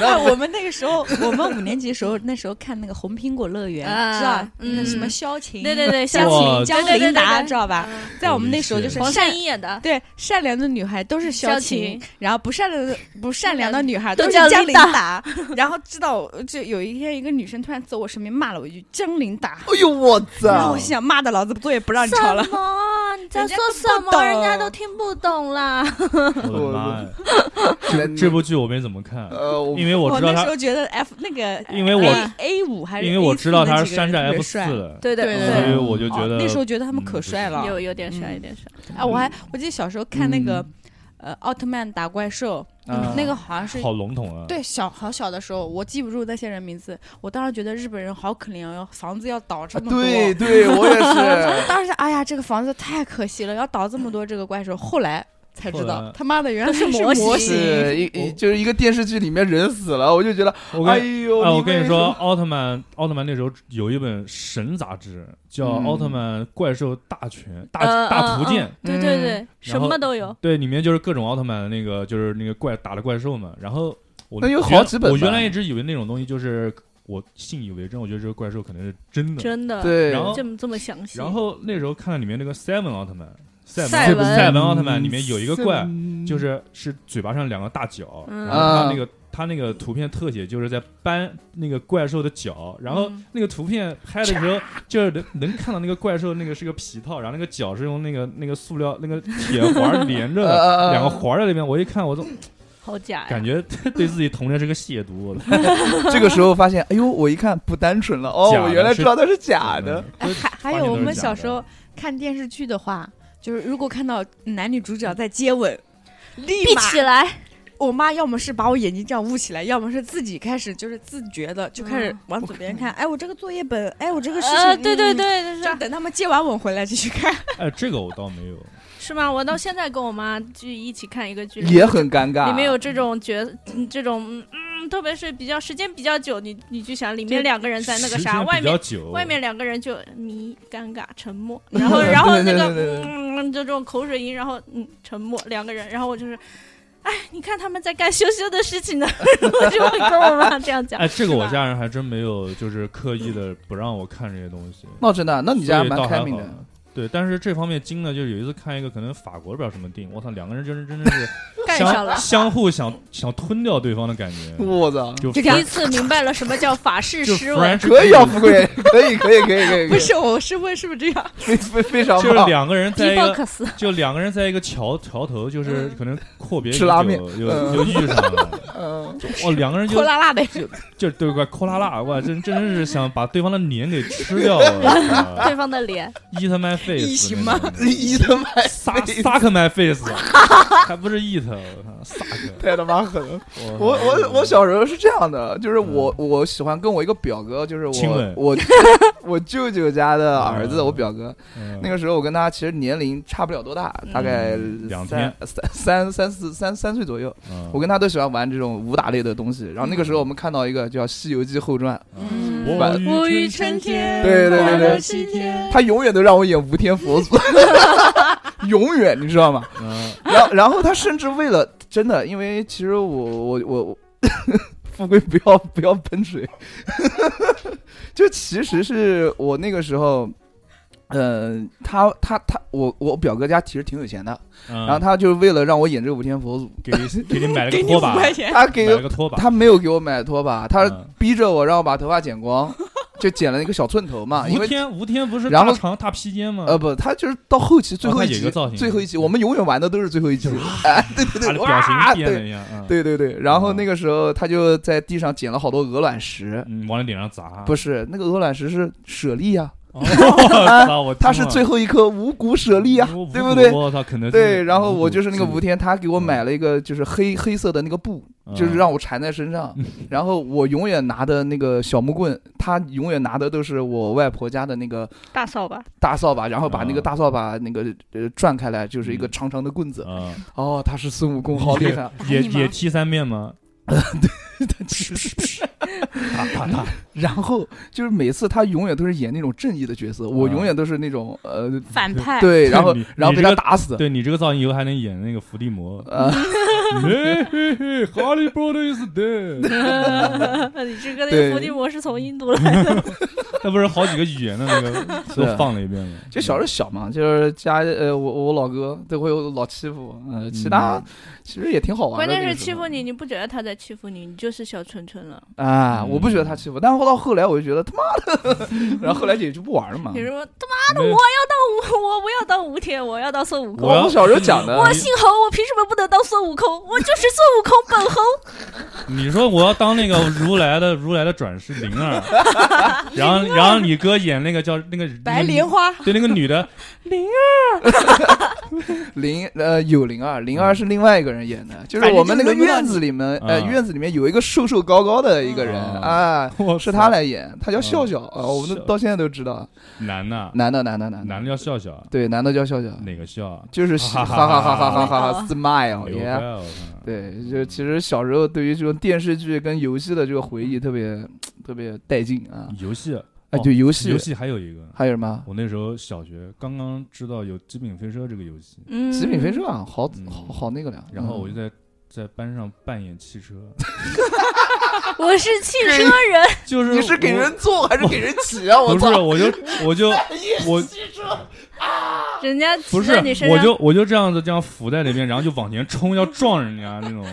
Speaker 6: 哎，我们那个时候，我们五年级的时候，那时候看那个《红苹果乐园》，
Speaker 5: 啊
Speaker 6: 知道
Speaker 5: 嗯
Speaker 6: 那什么萧晴，
Speaker 5: 对对对，
Speaker 6: 萧
Speaker 5: 相
Speaker 3: 哇
Speaker 5: 亲
Speaker 6: 晴、江
Speaker 5: 对对对
Speaker 6: 琳达，
Speaker 5: 对对
Speaker 6: 知道吧？在我们那时候
Speaker 3: 哦
Speaker 6: 就是
Speaker 5: 黄
Speaker 6: 善
Speaker 5: 圣依演的。
Speaker 6: 对善良的女孩都是
Speaker 5: 萧
Speaker 6: 萧
Speaker 5: 晴
Speaker 6: 晴，然后不善良的不善良的女孩
Speaker 5: 都
Speaker 6: 都是
Speaker 5: 叫
Speaker 6: 江
Speaker 5: 琳
Speaker 6: 琳
Speaker 5: 达
Speaker 6: 达。然后知道我就有一天，一个女生突然走我身边骂了我一句“江琳达
Speaker 3: 啊
Speaker 2: 哎呦我”，
Speaker 6: 然后
Speaker 2: 操
Speaker 6: 我，心想妈的，老子作业不让你抄了
Speaker 5: 什。么？你在
Speaker 6: 人家
Speaker 5: 说
Speaker 6: 都
Speaker 5: 什
Speaker 6: 不
Speaker 5: 么？人
Speaker 6: 懂
Speaker 5: 家都听不懂啦。
Speaker 3: 我的妈呀！
Speaker 2: 这
Speaker 3: 这部剧我没怎么看，
Speaker 2: 呃，我
Speaker 3: 因为 我
Speaker 6: 我
Speaker 3: 知道
Speaker 6: 那时
Speaker 3: 他，
Speaker 6: 候觉得 F 那个，
Speaker 3: 因为我
Speaker 6: A 五还是
Speaker 3: 因为我知道他是山
Speaker 6: 山
Speaker 3: 寨 F 四
Speaker 6: 帅。
Speaker 3: 了，
Speaker 5: 对
Speaker 6: 对
Speaker 3: 所以
Speaker 5: 对，
Speaker 3: 我就觉得
Speaker 6: 哦那时候觉得他们可
Speaker 3: 嗯
Speaker 6: 帅了，
Speaker 5: 有有点帅，
Speaker 6: 嗯
Speaker 5: 有点帅。
Speaker 6: 啊，我还我记得小时候看那
Speaker 3: 嗯
Speaker 6: 个，呃，奥特曼打怪兽，
Speaker 2: 啊
Speaker 6: 那个好像是
Speaker 3: 好笼统啊。
Speaker 6: 对小好小的时候，我记不住那些人名字。我当时觉得日本人好可怜哦，房子要倒
Speaker 3: 啊
Speaker 6: 这么多。
Speaker 2: 对对，我也 是，
Speaker 6: 当时哎呀，这个房子太可惜了，要倒这么多这个怪兽。后来才知
Speaker 3: 后来
Speaker 6: 道，他妈的原来
Speaker 5: 都是
Speaker 6: 是
Speaker 5: 模型
Speaker 6: 模型。
Speaker 2: 是一一就是一个电视剧里面人死了，我就觉得，
Speaker 3: 我
Speaker 2: 哎
Speaker 3: 跟
Speaker 2: 呦，
Speaker 3: 哎，我跟
Speaker 2: 为
Speaker 3: 你说，
Speaker 2: 什么，
Speaker 3: 奥特曼，奥特曼那时候有一本神杂志，叫
Speaker 2: 嗯
Speaker 3: 《奥特曼怪兽大全》大
Speaker 5: 呃
Speaker 3: 大图鉴。
Speaker 5: 嗯，嗯对对对，什
Speaker 3: 然后
Speaker 5: 么都有。
Speaker 3: 对，里面就是各种奥特曼的那个，就是那个怪打的怪兽嘛。然后我
Speaker 2: 那有好
Speaker 3: 原
Speaker 2: 几本吧
Speaker 3: 我原来一直以为那种东西就是我信以为真，我觉得这个怪兽可能是真的。
Speaker 5: 真的，
Speaker 2: 对，
Speaker 3: 嗯然后
Speaker 5: 这么这么详细。
Speaker 3: 然后那时候看了里面那个 Seven 奥特曼，赛
Speaker 5: 赛文
Speaker 3: 赛文奥特曼里面有一个怪，
Speaker 2: 嗯
Speaker 3: 就是是是嘴巴上两个大角，
Speaker 5: 嗯
Speaker 3: 然后他
Speaker 2: 啊
Speaker 3: 那个他那个图片特写就是在搬那个怪兽的脚，然后
Speaker 5: 嗯
Speaker 3: 那个图片拍的时 候就是能能看到那个怪兽那个是个皮套，然后那个脚是用那个那个塑料那个铁环连着 的，
Speaker 2: 呃
Speaker 3: 两个环在那边，我一看我都
Speaker 5: 好假呀，
Speaker 3: 感觉 对自己童年是个亵渎， 我操
Speaker 2: 这个时候发现，哎呦，我一看不单纯了，哦，
Speaker 3: 假的
Speaker 2: 我原来知道它是假
Speaker 3: 真的
Speaker 2: 的，
Speaker 6: 哎还还
Speaker 3: 发现
Speaker 6: 有
Speaker 3: 都
Speaker 6: 我
Speaker 3: 是
Speaker 6: 们
Speaker 3: 假
Speaker 6: 小
Speaker 3: 的
Speaker 6: 时候看电视剧的话，就是如果看到男女主角在接吻，立
Speaker 5: 闭
Speaker 6: 马
Speaker 5: 起来，
Speaker 6: 我妈要么是把我眼睛这样捂起来，要么是自己开始就是自觉的就开始往左边看，哎，我这个作业本，哎，我这个事情，
Speaker 5: 嗯呃，对对
Speaker 6: 嗯，
Speaker 5: 对，就是
Speaker 6: 就等他们接完吻回来继续看。
Speaker 3: 哎，这个我倒没有，
Speaker 5: 是吗？我到现在跟我妈去一起看一个剧，
Speaker 2: 也很尴尬。
Speaker 5: 里面有这种角，嗯这种嗯，特别是比较时间比较久，你你就想里面
Speaker 6: 就
Speaker 5: 两个人在哎那个
Speaker 3: 时
Speaker 5: 啥，
Speaker 3: 间
Speaker 5: 外
Speaker 3: 比较
Speaker 5: 面
Speaker 2: 哦
Speaker 3: 久，
Speaker 5: 外面两个人就迷尴尬沉 默，然后然后那
Speaker 2: 对对
Speaker 5: 个
Speaker 2: 对对对
Speaker 5: 嗯，就这种口水音，然后嗯沉默两个人，然后我就是。哎，你看他们在干羞羞的事 情呢，我就会跟我妈这样讲。
Speaker 3: 哎，这个
Speaker 5: 是
Speaker 3: 我
Speaker 5: 吧
Speaker 3: 家人还真没有，就是刻意的不让我看这些东西。
Speaker 2: 那真的，那你家
Speaker 3: 所以倒
Speaker 2: 蛮
Speaker 3: 还
Speaker 2: 开明
Speaker 3: 好
Speaker 2: 的。
Speaker 3: 对，但是这方面精呢，就是有一次看一个可能法国不知道什么电影，我操，两个人真是真的是
Speaker 5: 干上
Speaker 3: 相
Speaker 5: 了，
Speaker 3: 相互想想吞掉对方的感觉，
Speaker 2: 我操，
Speaker 3: 就
Speaker 5: 第一次明白了什么叫法式
Speaker 3: 就
Speaker 5: 诗文
Speaker 3: French
Speaker 2: 可以
Speaker 3: kiss
Speaker 2: 啊，富贵，可以，可以，可以，可以，可
Speaker 6: 不
Speaker 2: 以
Speaker 6: 是，我是问 是不是这 样？
Speaker 2: 非非非常
Speaker 3: 就是
Speaker 2: 棒。
Speaker 3: 两个人在一个
Speaker 5: ，T-box，
Speaker 3: 就两个人在一个桥桥头，就是
Speaker 5: 嗯
Speaker 3: 可能阔别已
Speaker 2: 吃
Speaker 3: 久
Speaker 2: 拉面
Speaker 3: 就
Speaker 2: 嗯
Speaker 3: 就遇上了，
Speaker 2: 嗯，
Speaker 3: 就 哦，两个人就
Speaker 6: 火辣辣的，
Speaker 3: 就对怪抠拉拉，哇，真真是想把对方的脸给吃掉 了
Speaker 5: 对方的脸，
Speaker 3: ，eat my face，
Speaker 6: 一起吗
Speaker 3: 那种
Speaker 2: 一他妈
Speaker 3: 撒撒克 my face，还 不是 eat，我靠，撒克。
Speaker 2: 太他妈狠了！ 我
Speaker 3: 我
Speaker 2: 我我小时候是这样的，就是我
Speaker 3: 嗯
Speaker 2: 我喜欢跟我一个表哥，就是
Speaker 3: 亲
Speaker 2: 我
Speaker 3: 吻
Speaker 2: 我 我舅舅家的儿子，
Speaker 3: 嗯
Speaker 2: 我表哥。那
Speaker 3: 那
Speaker 2: 个时候我跟他其实年龄差不了多大，大概
Speaker 3: 嗯两
Speaker 2: 三三三三四三三岁左右。
Speaker 3: 嗯
Speaker 2: 我跟他都喜欢玩这种武打类的东西。然后那个时候我们看到一个叫《西游记后传
Speaker 6: 嗯
Speaker 2: 我把
Speaker 5: 我欲乘天
Speaker 2: 对对对对
Speaker 5: 西天》，
Speaker 2: 他永远都让我演无天佛祖， 永远你知道吗？
Speaker 3: 嗯，
Speaker 2: 然后然后他甚至为了真的，因为其实我我我我 富贵不要不要喷水， 就其实是我那个时候。嗯，他他他，我我表哥家其实挺有钱的，
Speaker 3: 然
Speaker 2: 然后他就为了让我演这个无天佛祖，
Speaker 3: 嗯给 给你买了
Speaker 6: 给
Speaker 3: 个
Speaker 6: 你
Speaker 3: 拖
Speaker 6: 五
Speaker 3: 把，
Speaker 6: 块钱，
Speaker 2: 他
Speaker 3: 哎买了
Speaker 2: 给
Speaker 3: 个拖把，
Speaker 2: 他没有给我买拖把，他
Speaker 3: 嗯
Speaker 2: 逼着我让我把头发剪光，就剪了一个小寸头嘛， 因
Speaker 3: 吴
Speaker 2: 为
Speaker 3: 天吴天不是
Speaker 2: 然
Speaker 3: 大
Speaker 2: 后
Speaker 3: 长大披肩吗？
Speaker 2: 呃，不，他就是到后期最
Speaker 3: 哦
Speaker 2: 后
Speaker 3: 他
Speaker 2: 一
Speaker 3: 有一
Speaker 2: 集
Speaker 3: 个造型，
Speaker 2: 最后一集我们永远玩的都是最后一集，哎，对对
Speaker 3: 他
Speaker 2: 对，
Speaker 3: 的表情
Speaker 2: 哇，
Speaker 3: 变了
Speaker 2: 对
Speaker 3: 一下，嗯，
Speaker 2: 对对对，然后
Speaker 3: 嗯
Speaker 2: 那个时候他就在地上捡了好多鹅卵石，
Speaker 3: 嗯，往你脸上砸，
Speaker 2: 不
Speaker 3: 是
Speaker 2: 是那个鹅卵石是舍利啊，
Speaker 3: 哦我操！我
Speaker 2: 他
Speaker 3: 听
Speaker 2: 是
Speaker 3: 了
Speaker 2: 最后一颗五谷舍利啊
Speaker 3: 我五，
Speaker 2: 对不
Speaker 3: 谷
Speaker 2: 对？
Speaker 3: 我操，肯德基
Speaker 2: 对，然后我就是那个
Speaker 3: 五
Speaker 2: 吴
Speaker 3: 谷
Speaker 2: 天，他给我
Speaker 3: 嗯
Speaker 2: 买了一个就是黑黑色的那个布，
Speaker 3: 嗯
Speaker 2: 就是让我缠在身 上，然后我永远拿的那个小木棍，他永远拿的都是我外婆家的那个
Speaker 5: 大扫把，
Speaker 2: 大扫把，然后把那个
Speaker 3: 嗯
Speaker 2: 大扫把那个呃转开来，就是一个
Speaker 3: 嗯
Speaker 2: 长长的棍子。
Speaker 3: 啊，
Speaker 2: 哦，他是孙悟空，好厉害！啊
Speaker 3: 也
Speaker 6: 打你吗
Speaker 3: 也踢三遍吗？啪啪啪！
Speaker 2: 然后就是每次他永远都是演那种正义的角色，我永远都是那种呃
Speaker 6: 反
Speaker 5: 哎
Speaker 6: 派，
Speaker 2: 对，然后
Speaker 3: 啊你
Speaker 2: 然后
Speaker 3: 你
Speaker 2: 被
Speaker 3: 这
Speaker 2: 他
Speaker 3: 个
Speaker 2: 打死。，
Speaker 3: 对你这个造型以后还能演那个伏地魔
Speaker 2: 呃，
Speaker 3: 嘿嘿嘿，哈利波特 is dead，
Speaker 5: 你这个那个伏地魔是从印度来的，
Speaker 3: 那不是好几个语言的那个
Speaker 2: 是
Speaker 3: 都放了一遍吗？
Speaker 2: 就啊小时候小嘛，就是家呃，我我老哥都会老欺负我，
Speaker 3: 嗯
Speaker 2: 呃，其他其实也挺好玩
Speaker 5: 关
Speaker 2: 的。
Speaker 5: 键
Speaker 2: 那
Speaker 5: 是
Speaker 2: 个时
Speaker 5: 欺
Speaker 2: 候
Speaker 5: 负你，你不觉得他在欺负你，你就是小纯纯了。
Speaker 2: 啊，
Speaker 3: 嗯
Speaker 2: 我不觉得他欺负，但是到后来我就觉得他妈 的，然后后来也就不玩了嘛
Speaker 5: 你。说他
Speaker 3: 那
Speaker 5: 妈的，我要当吴，我不要当吴天，我要当孙悟空。
Speaker 3: 我要
Speaker 2: 我小时候讲的，
Speaker 3: 啊
Speaker 5: 我姓侯，我凭什么不能当孙悟空？我就是孙悟空本侯。
Speaker 3: 你说我要当那个如来的如来的转世灵儿，然后然后你哥演那个叫那个
Speaker 6: 白莲， 花，
Speaker 3: 那个女对那个 女的，
Speaker 2: 零呃有零二，
Speaker 3: 嗯
Speaker 2: 零二是另外一个人演的，就是我们那个院子里面，
Speaker 3: 反正就是轮不到
Speaker 2: 呃
Speaker 3: 你嗯
Speaker 2: 院子里面有一个瘦瘦高高的一个人
Speaker 3: 嗯
Speaker 2: 啊，
Speaker 3: 我
Speaker 2: 是
Speaker 3: 操
Speaker 2: 他来演，他叫笑笑啊，我们都
Speaker 3: 笑
Speaker 2: 到现在都知道，
Speaker 3: 男的
Speaker 2: 男的男的男
Speaker 3: 男
Speaker 2: 的，
Speaker 3: 的叫笑笑，
Speaker 2: 对男的叫笑笑，
Speaker 3: 哪个笑啊？
Speaker 2: 就是喜哈哈哈哈哈哈哈
Speaker 5: 哦
Speaker 2: smile
Speaker 3: 牛
Speaker 2: yeah。
Speaker 3: 掰！我操，
Speaker 2: 对，就其实小时候对于这种电视剧跟游戏的这个回忆特别特别带劲啊！
Speaker 3: 游戏
Speaker 2: 哎，
Speaker 3: 哦
Speaker 2: 对游戏
Speaker 3: 游，戏还有一个，
Speaker 2: 还有什么？
Speaker 3: 我那时候小学刚刚知道有《极品飞车》这个游戏，
Speaker 5: 嗯
Speaker 2: 极品飞 车啊，好
Speaker 3: 嗯
Speaker 2: 好好那个了。
Speaker 3: 然后我就
Speaker 2: 嗯
Speaker 3: 在在班上扮演 汽车，
Speaker 5: 我是汽车人，
Speaker 3: 就是
Speaker 2: 你是给
Speaker 3: 我
Speaker 2: 人坐还是给人骑啊？我
Speaker 3: 不是，
Speaker 2: 操！
Speaker 3: 我就 我就我
Speaker 5: 人家
Speaker 3: 不
Speaker 5: 骑
Speaker 3: 是
Speaker 5: 在你身
Speaker 3: 我
Speaker 5: 上，
Speaker 3: 就我就这样子这样扶在那边，然后就往前冲，要撞人家 那种。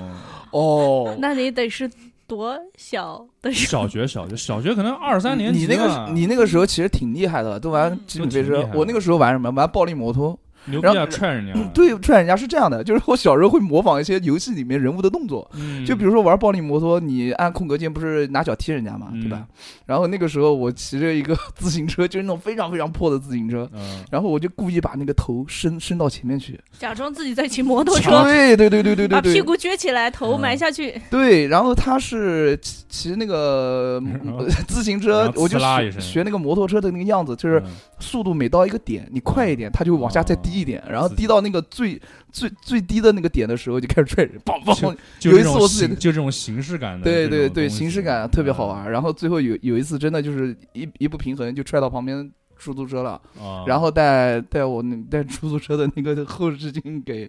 Speaker 2: 哦，
Speaker 5: 那你得是多小的时候？
Speaker 3: 小学小学小学可能二三年
Speaker 2: 你
Speaker 3: 级
Speaker 2: 那
Speaker 3: 吧
Speaker 2: 个你那个时候其实挺厉害的，都玩极品飞
Speaker 3: 都挺
Speaker 2: 车
Speaker 3: 厉害。的
Speaker 2: 我那个时候玩什么？玩暴力摩托。
Speaker 3: 牛逼
Speaker 2: 然
Speaker 3: 啊，
Speaker 2: 后
Speaker 3: 踹人家。
Speaker 2: 嗯对，突然人家是这样的，就是我小时候会模仿一些游戏里面人物的动作。
Speaker 3: 嗯，
Speaker 2: 就比如说玩暴力摩托，你按空格键不是拿脚踢人家嘛，
Speaker 3: 嗯
Speaker 2: 对吧？然后那个时候我骑着一个 自行车，就是那种非常非常破的自行车，
Speaker 3: 嗯，
Speaker 2: 然后我就故意把那个头伸伸到前面去。
Speaker 5: 假装自己在骑摩托车，
Speaker 2: 对对对对对
Speaker 5: 把
Speaker 2: 对
Speaker 5: 屁
Speaker 2: 对
Speaker 5: 股撅起来，头
Speaker 3: 嗯
Speaker 5: 埋下去，
Speaker 2: 对，然后他是骑骑那个
Speaker 3: 然后
Speaker 2: 呃自行
Speaker 3: 然
Speaker 2: 车
Speaker 3: 后，
Speaker 2: 我就
Speaker 3: 呲啦一
Speaker 2: 学
Speaker 3: 声
Speaker 2: 学那个摩托车的那个样子，就是
Speaker 3: 嗯
Speaker 2: 速度每到一个点，你快一点，它就往下再低一点，然后
Speaker 3: 啊自己
Speaker 2: 低到那个最最最低的那个点的时候，就开始踹人，梆梆。
Speaker 3: 就
Speaker 2: 有一
Speaker 3: 这种
Speaker 2: 次我自己
Speaker 3: 形就这种形式感的
Speaker 2: 对
Speaker 3: 这种东西，啊
Speaker 2: 对对，形式感特别好玩。然后最后有有一次真的就是一一不平衡就踹到旁边出租车了，
Speaker 3: 啊。
Speaker 2: 然后带带我那带出租车的那个后视镜给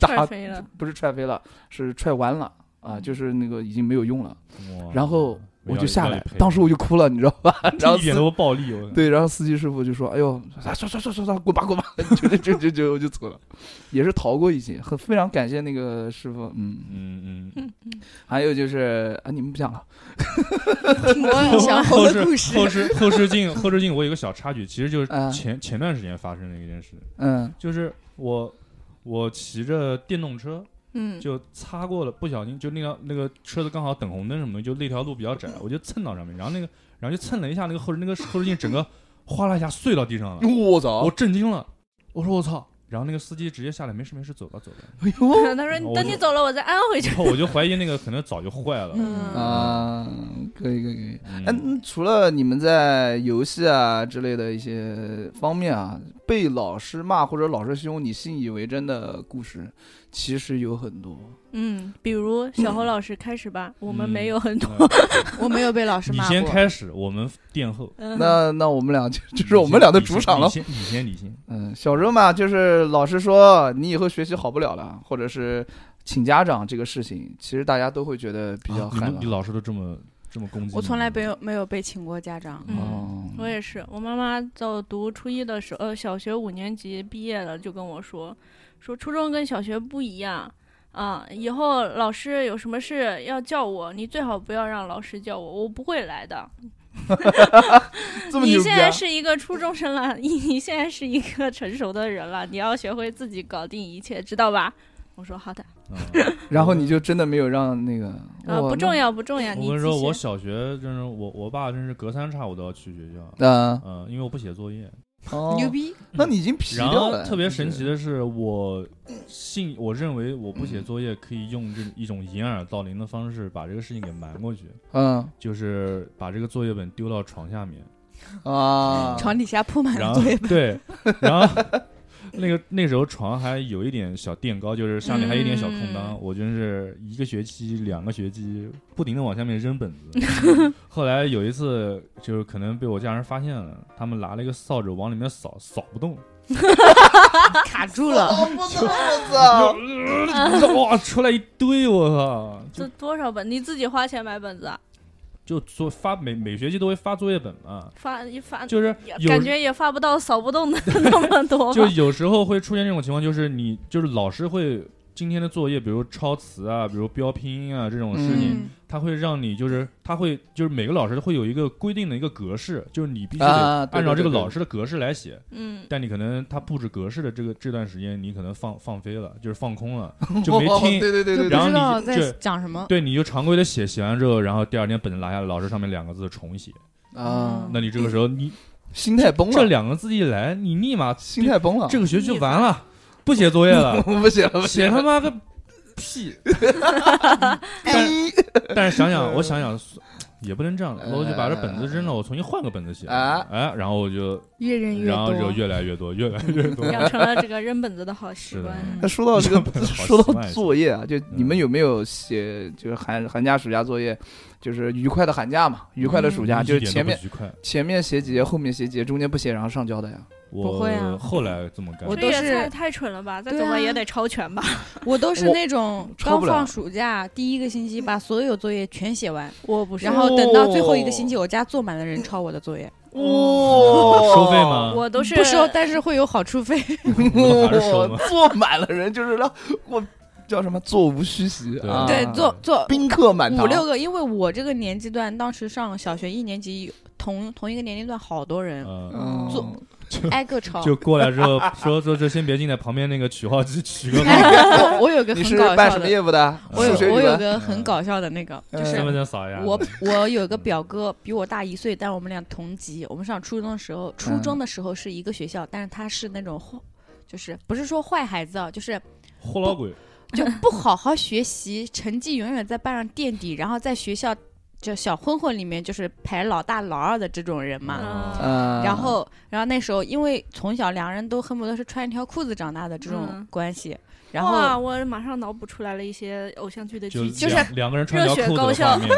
Speaker 5: 踹
Speaker 2: 打，
Speaker 5: 飞了。
Speaker 2: 不是踹飞了，是踹弯了啊，就是那个已经没有用了。
Speaker 3: 哇
Speaker 2: 然后我就下
Speaker 3: 要
Speaker 2: 来
Speaker 3: 得赔，
Speaker 2: 当时我就哭了，你知道吧？然后
Speaker 3: 一点
Speaker 2: 司
Speaker 3: 都不暴力，我
Speaker 2: 对，然后司机师傅就说：“哎呦，啊算算算算算，滚吧滚吧！” 就就就就就我就走了，也是逃过一劫，很非常感谢那个师傅。嗯，
Speaker 3: 嗯 嗯，
Speaker 2: 还有就是啊，你们不讲了，
Speaker 6: 听听小
Speaker 3: 后
Speaker 6: 猴的
Speaker 3: 视
Speaker 6: 故事，
Speaker 3: 后视后视镜后视镜，我有个小插曲，其实就是
Speaker 2: 嗯
Speaker 3: 前前段时间发生的一件事，
Speaker 2: 嗯
Speaker 3: 就是我我骑着电动车
Speaker 5: 嗯，
Speaker 3: 就擦过了，不小心就那条那个车子刚好等红灯什么的，就那条路比较窄，我就蹭到上面，然后那个然后就蹭了一下那个后视那个后视镜，整个哗啦一下碎到地上了，
Speaker 2: 我
Speaker 3: 我
Speaker 2: 操！
Speaker 3: 震惊了，我说我操，然后那个司机直接下来，没事没事，走吧走吧，
Speaker 2: 哎呦
Speaker 5: 他说你
Speaker 3: 哦我
Speaker 5: 等
Speaker 3: 就
Speaker 5: 你走了，我再安回去
Speaker 3: 然。后我就怀疑那个可能早就坏了，
Speaker 5: 嗯，
Speaker 2: 啊，可以可以可以。
Speaker 3: 嗯
Speaker 2: 嗯，除了你们在游戏啊之类的一些方面啊，被老师骂或者老师凶，你信以为真的故事，其实有很 多。
Speaker 5: 嗯，比如小侯老师开始吧，我们没有 很多。
Speaker 3: 嗯
Speaker 6: 我没有被老师
Speaker 3: 你
Speaker 6: 骂
Speaker 3: 先
Speaker 6: 过。
Speaker 3: 开始，我们垫后。
Speaker 5: 嗯
Speaker 2: 那那我们俩就就是我们俩的主场了
Speaker 3: 你。先，你先，你先。
Speaker 2: 嗯，小时候嘛，就是老师说你以后学习好不了了，或者是请家长这个事情，其实大家都会觉得比较
Speaker 3: 啊你
Speaker 2: 害
Speaker 3: 们比
Speaker 2: 怕。
Speaker 3: 老师都这么这么攻击你。
Speaker 6: 我从来没有没有被请过家长，
Speaker 5: 嗯
Speaker 2: 哦，
Speaker 5: 我也是，我妈妈在我读初一的时候，呃，小学五年级毕业了，就跟我说，说初中跟小学不一样啊，以后老师有什么事要叫我，你最好不要让老师叫我，我不会来的。
Speaker 2: 这么
Speaker 5: 你
Speaker 2: 牛逼
Speaker 5: 现在
Speaker 2: 啊！
Speaker 5: 是一个初中生 了，你你现在是一个成熟的人了，你要学会自己搞定一切，知道吧？我我说好的，
Speaker 3: 嗯
Speaker 2: 然后你就真的没有让那个
Speaker 5: 啊，不重。要不重要，
Speaker 3: 我跟
Speaker 5: 你
Speaker 3: 你说，
Speaker 5: 继续
Speaker 3: 我小学真是我我爸真是隔三差五都要去学校，
Speaker 2: 嗯，
Speaker 3: 嗯，因为我不写作业。
Speaker 2: 哦
Speaker 6: 牛！逼，
Speaker 2: 那你已经皮
Speaker 3: 然
Speaker 2: 掉
Speaker 3: 后
Speaker 2: 了。
Speaker 3: 特别神
Speaker 2: 就是
Speaker 3: 奇的是，我信我认为我不写作业可以用这一种掩耳盗铃的方式把这个事情给瞒过去，
Speaker 2: 嗯
Speaker 3: 就是把这个作业本丢到床下面，
Speaker 2: 啊，
Speaker 6: 床底下铺满
Speaker 3: 然
Speaker 6: 了
Speaker 3: 后
Speaker 6: 作业
Speaker 3: 对，然后那个那时候床还有一点小垫高，就是上面还有一点小空档，
Speaker 5: 嗯
Speaker 3: 我真是一个学期、两个学期不停的往下面扔本子。后来有一次就是可能被我家人发现了，他们拿了一个扫帚往里面扫，扫不动，
Speaker 6: 卡住了，
Speaker 2: 我不能，我操！
Speaker 3: 哇，出来一堆，我靠！就
Speaker 5: 这多少本？你自己花钱买本子啊？
Speaker 3: 就做发每每学期都会发作业本嘛，
Speaker 5: 发一发
Speaker 3: 就是
Speaker 5: 也
Speaker 3: 有
Speaker 5: 感觉也发不到扫不动的 那么多吧，
Speaker 3: 就有时候会出现这种情况，就是你就是老师会今天的作业，比如抄词啊，比如标拼音啊这种事情，
Speaker 6: 嗯
Speaker 3: 他会让你就是他会就是每个老师会有一个规定的一个格式，就是你必须
Speaker 2: 啊
Speaker 3: 得
Speaker 2: 对
Speaker 3: 按照
Speaker 2: 对
Speaker 3: 这个
Speaker 2: 对对
Speaker 3: 老师的格式来写。
Speaker 5: 嗯，
Speaker 3: 但你可能他布置格式的这个这段时间，你可能放放飞了，就是放 空了，嗯就没听。
Speaker 2: 哦对对对对
Speaker 6: 不
Speaker 2: 对，
Speaker 3: 然后
Speaker 6: 知
Speaker 3: 你
Speaker 6: 道
Speaker 3: 就
Speaker 6: 在讲什么。
Speaker 3: 对，你就常规的写，写完之后，然后第二天本子拿下来，老师上面两个字重写。
Speaker 2: 啊，
Speaker 5: 嗯
Speaker 3: 那你这个时候，你
Speaker 2: 心态崩
Speaker 3: 这
Speaker 2: 了，
Speaker 3: 两个字一来，你立马
Speaker 2: 心态崩了，
Speaker 3: 这个学期就完了，不写作业了。
Speaker 2: 啊我不写了，不
Speaker 3: 写
Speaker 2: 写了。
Speaker 3: 他妈个屁！
Speaker 2: 哎
Speaker 3: 但但是想想，我想想，也不能这样，我就把这本子扔了，我重新换个本子写。
Speaker 2: 啊
Speaker 3: 哎，然后我就，
Speaker 6: 越认越
Speaker 3: 然后就
Speaker 6: 多，
Speaker 3: 越来越多，越来越多。
Speaker 5: 养成了这个扔本子的好习
Speaker 3: 是的
Speaker 5: 惯。
Speaker 2: 那说到这个， 说到作业啊，就你们
Speaker 3: 嗯
Speaker 2: 有没有写，就是寒寒假、暑假作业，就是愉快的寒假嘛，愉快的暑假，
Speaker 3: 嗯一
Speaker 2: 就是
Speaker 3: 点都
Speaker 2: 前
Speaker 3: 不
Speaker 2: 面
Speaker 3: 愉快，
Speaker 2: 前面写几节，后面写几节，中间不写，然后上交的呀。
Speaker 3: 我
Speaker 6: 会啊
Speaker 3: 后来这么干
Speaker 6: 我，
Speaker 5: 这
Speaker 6: 都
Speaker 5: 也
Speaker 6: 是
Speaker 5: 太太蠢了吧？再
Speaker 6: 对
Speaker 5: 怎么
Speaker 6: 啊
Speaker 5: 也得超全 吧？
Speaker 6: 我都是
Speaker 2: 我
Speaker 6: 那种
Speaker 2: 超
Speaker 6: 刚
Speaker 2: 不了
Speaker 6: 放暑假第一个星期把所有作业全写
Speaker 3: 哦
Speaker 6: 完，
Speaker 5: 我不是，
Speaker 6: 然后等到最后一个星期，我家坐满了人抄我的作业，
Speaker 2: 哇
Speaker 3: 收费？ 吗？
Speaker 5: 我都是
Speaker 6: 不收，但是会有好处费。
Speaker 3: 我还是收吗
Speaker 2: 坐满了人，就是让我叫什么座无虚席
Speaker 3: 对
Speaker 2: 啊，
Speaker 6: 对，坐坐
Speaker 2: 宾客满堂，
Speaker 6: 五六个，因为我这个年纪段当时上小学一年级，同同一个年龄段好多人
Speaker 3: 嗯，
Speaker 2: 嗯
Speaker 6: 坐挨个抄。
Speaker 3: 就过来之后说说这先别进来，旁边那个取号机取个
Speaker 6: 哎
Speaker 3: 号，
Speaker 6: 我我有个
Speaker 2: 你
Speaker 6: 很
Speaker 2: 是
Speaker 6: 搞
Speaker 2: 办
Speaker 6: 笑
Speaker 2: 什么
Speaker 6: 的，
Speaker 2: 业务的？
Speaker 6: 我有
Speaker 2: 数学语
Speaker 6: 我有
Speaker 2: 文
Speaker 6: 个很搞笑的那个，就
Speaker 2: 嗯
Speaker 6: 是
Speaker 3: 身份证扫一下。
Speaker 6: 我我有个表哥比我大一岁，但我们俩同级。我们上初中的时候，初
Speaker 2: 嗯
Speaker 6: 中的时候是一个学校，但是他是那种坏，就是不是说坏孩子啊，就是
Speaker 3: 豁老鬼，
Speaker 6: 就不好好学习，成绩永远在班上垫底，然后在学校就小混混里面就是排老大老二的这种人嘛。
Speaker 5: 嗯
Speaker 2: 嗯，
Speaker 6: 然后，然后那时候因为从小两人都恨不得是穿一条裤子长大的这种
Speaker 5: 嗯
Speaker 6: 关系，然
Speaker 5: 哇，
Speaker 6: 后
Speaker 5: 我马上脑补出来了一些偶像剧的
Speaker 3: 就
Speaker 5: 剧情，
Speaker 6: 是
Speaker 3: 两两个人穿条
Speaker 5: 热血
Speaker 3: 裤
Speaker 5: 高
Speaker 3: 子的画
Speaker 5: 校
Speaker 3: 面，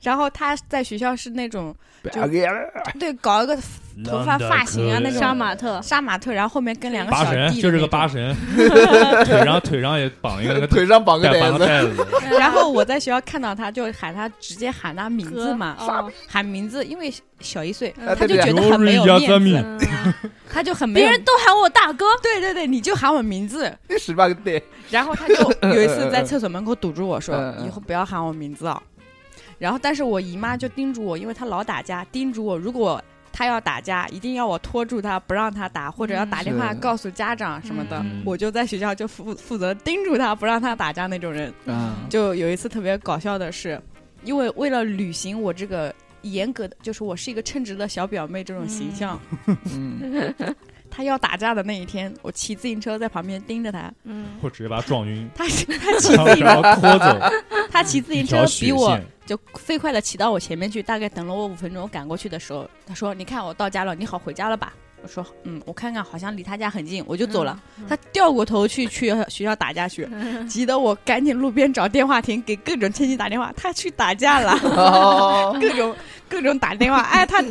Speaker 6: 然后他在学校是那种
Speaker 2: 表哥
Speaker 3: 哎
Speaker 6: 对搞一个头发发型啊那种
Speaker 5: 杀马特，
Speaker 6: 杀马特，然后后面跟两个
Speaker 3: 八
Speaker 6: 小弟
Speaker 3: 神
Speaker 6: 的
Speaker 3: 就是
Speaker 6: 那
Speaker 3: 个
Speaker 6: 种
Speaker 3: 啊八神， 腿上腿上也绑一个那个
Speaker 2: 腿上绑个
Speaker 3: 带 绑
Speaker 2: 带
Speaker 3: 个
Speaker 2: 子，
Speaker 3: 带子，
Speaker 6: 然后我在学校看到他，就喊他直接喊他名字
Speaker 5: 哥
Speaker 6: 嘛，
Speaker 5: 哦
Speaker 6: 喊名字，因为小一岁，
Speaker 5: 嗯
Speaker 2: 啊
Speaker 6: 他
Speaker 2: 对
Speaker 6: 就
Speaker 2: 对
Speaker 6: 觉得很没有面子，
Speaker 5: 嗯
Speaker 6: 他就很没
Speaker 5: 别
Speaker 6: 有。
Speaker 5: 人都喊我大哥，
Speaker 6: 对对对，你就喊我名字，
Speaker 2: 你十八个带，
Speaker 6: 然后他就有一次在厕所门口堵住我说
Speaker 2: 嗯：“嗯
Speaker 6: 以后不要喊我名字啊。”然后，但是我姨妈就叮嘱我，因为她老打架，叮嘱我如果她要打架，一定要我拖住她，不让她打，或者要
Speaker 5: 嗯
Speaker 6: 打电
Speaker 2: 是
Speaker 6: 话告诉家长什么的。
Speaker 3: 嗯
Speaker 6: 我就在学校就负负责叮嘱她，不让她打架那种人。
Speaker 2: 嗯
Speaker 6: 就有一次特别搞笑的是，因为为了履行我这个严格的，就是我是一个称职的小表妹这种形象，
Speaker 2: 嗯，
Speaker 6: 她要打架的那一天，我骑自行车在旁边盯着她，，
Speaker 5: 嗯，
Speaker 3: 我直接把他撞晕
Speaker 6: 她是她骑
Speaker 3: 然后然后拖走
Speaker 6: 她骑 自
Speaker 3: 一
Speaker 6: 行
Speaker 3: 条
Speaker 6: 车
Speaker 3: 血
Speaker 6: 比我
Speaker 3: 线。
Speaker 6: 就飞快的骑到我前面去，大概等了我五分钟，我赶过去的时候，她说：“你看我到家了，你好回家了吧？”我说：“嗯，我看看好像离她家很近，我就走了。
Speaker 5: 嗯
Speaker 6: 她掉过头去去学校打架去，急得我赶紧路边找电话亭给各种亲戚打电话，她去打架了。
Speaker 2: 哦，
Speaker 6: 各种各种打电话，哎，他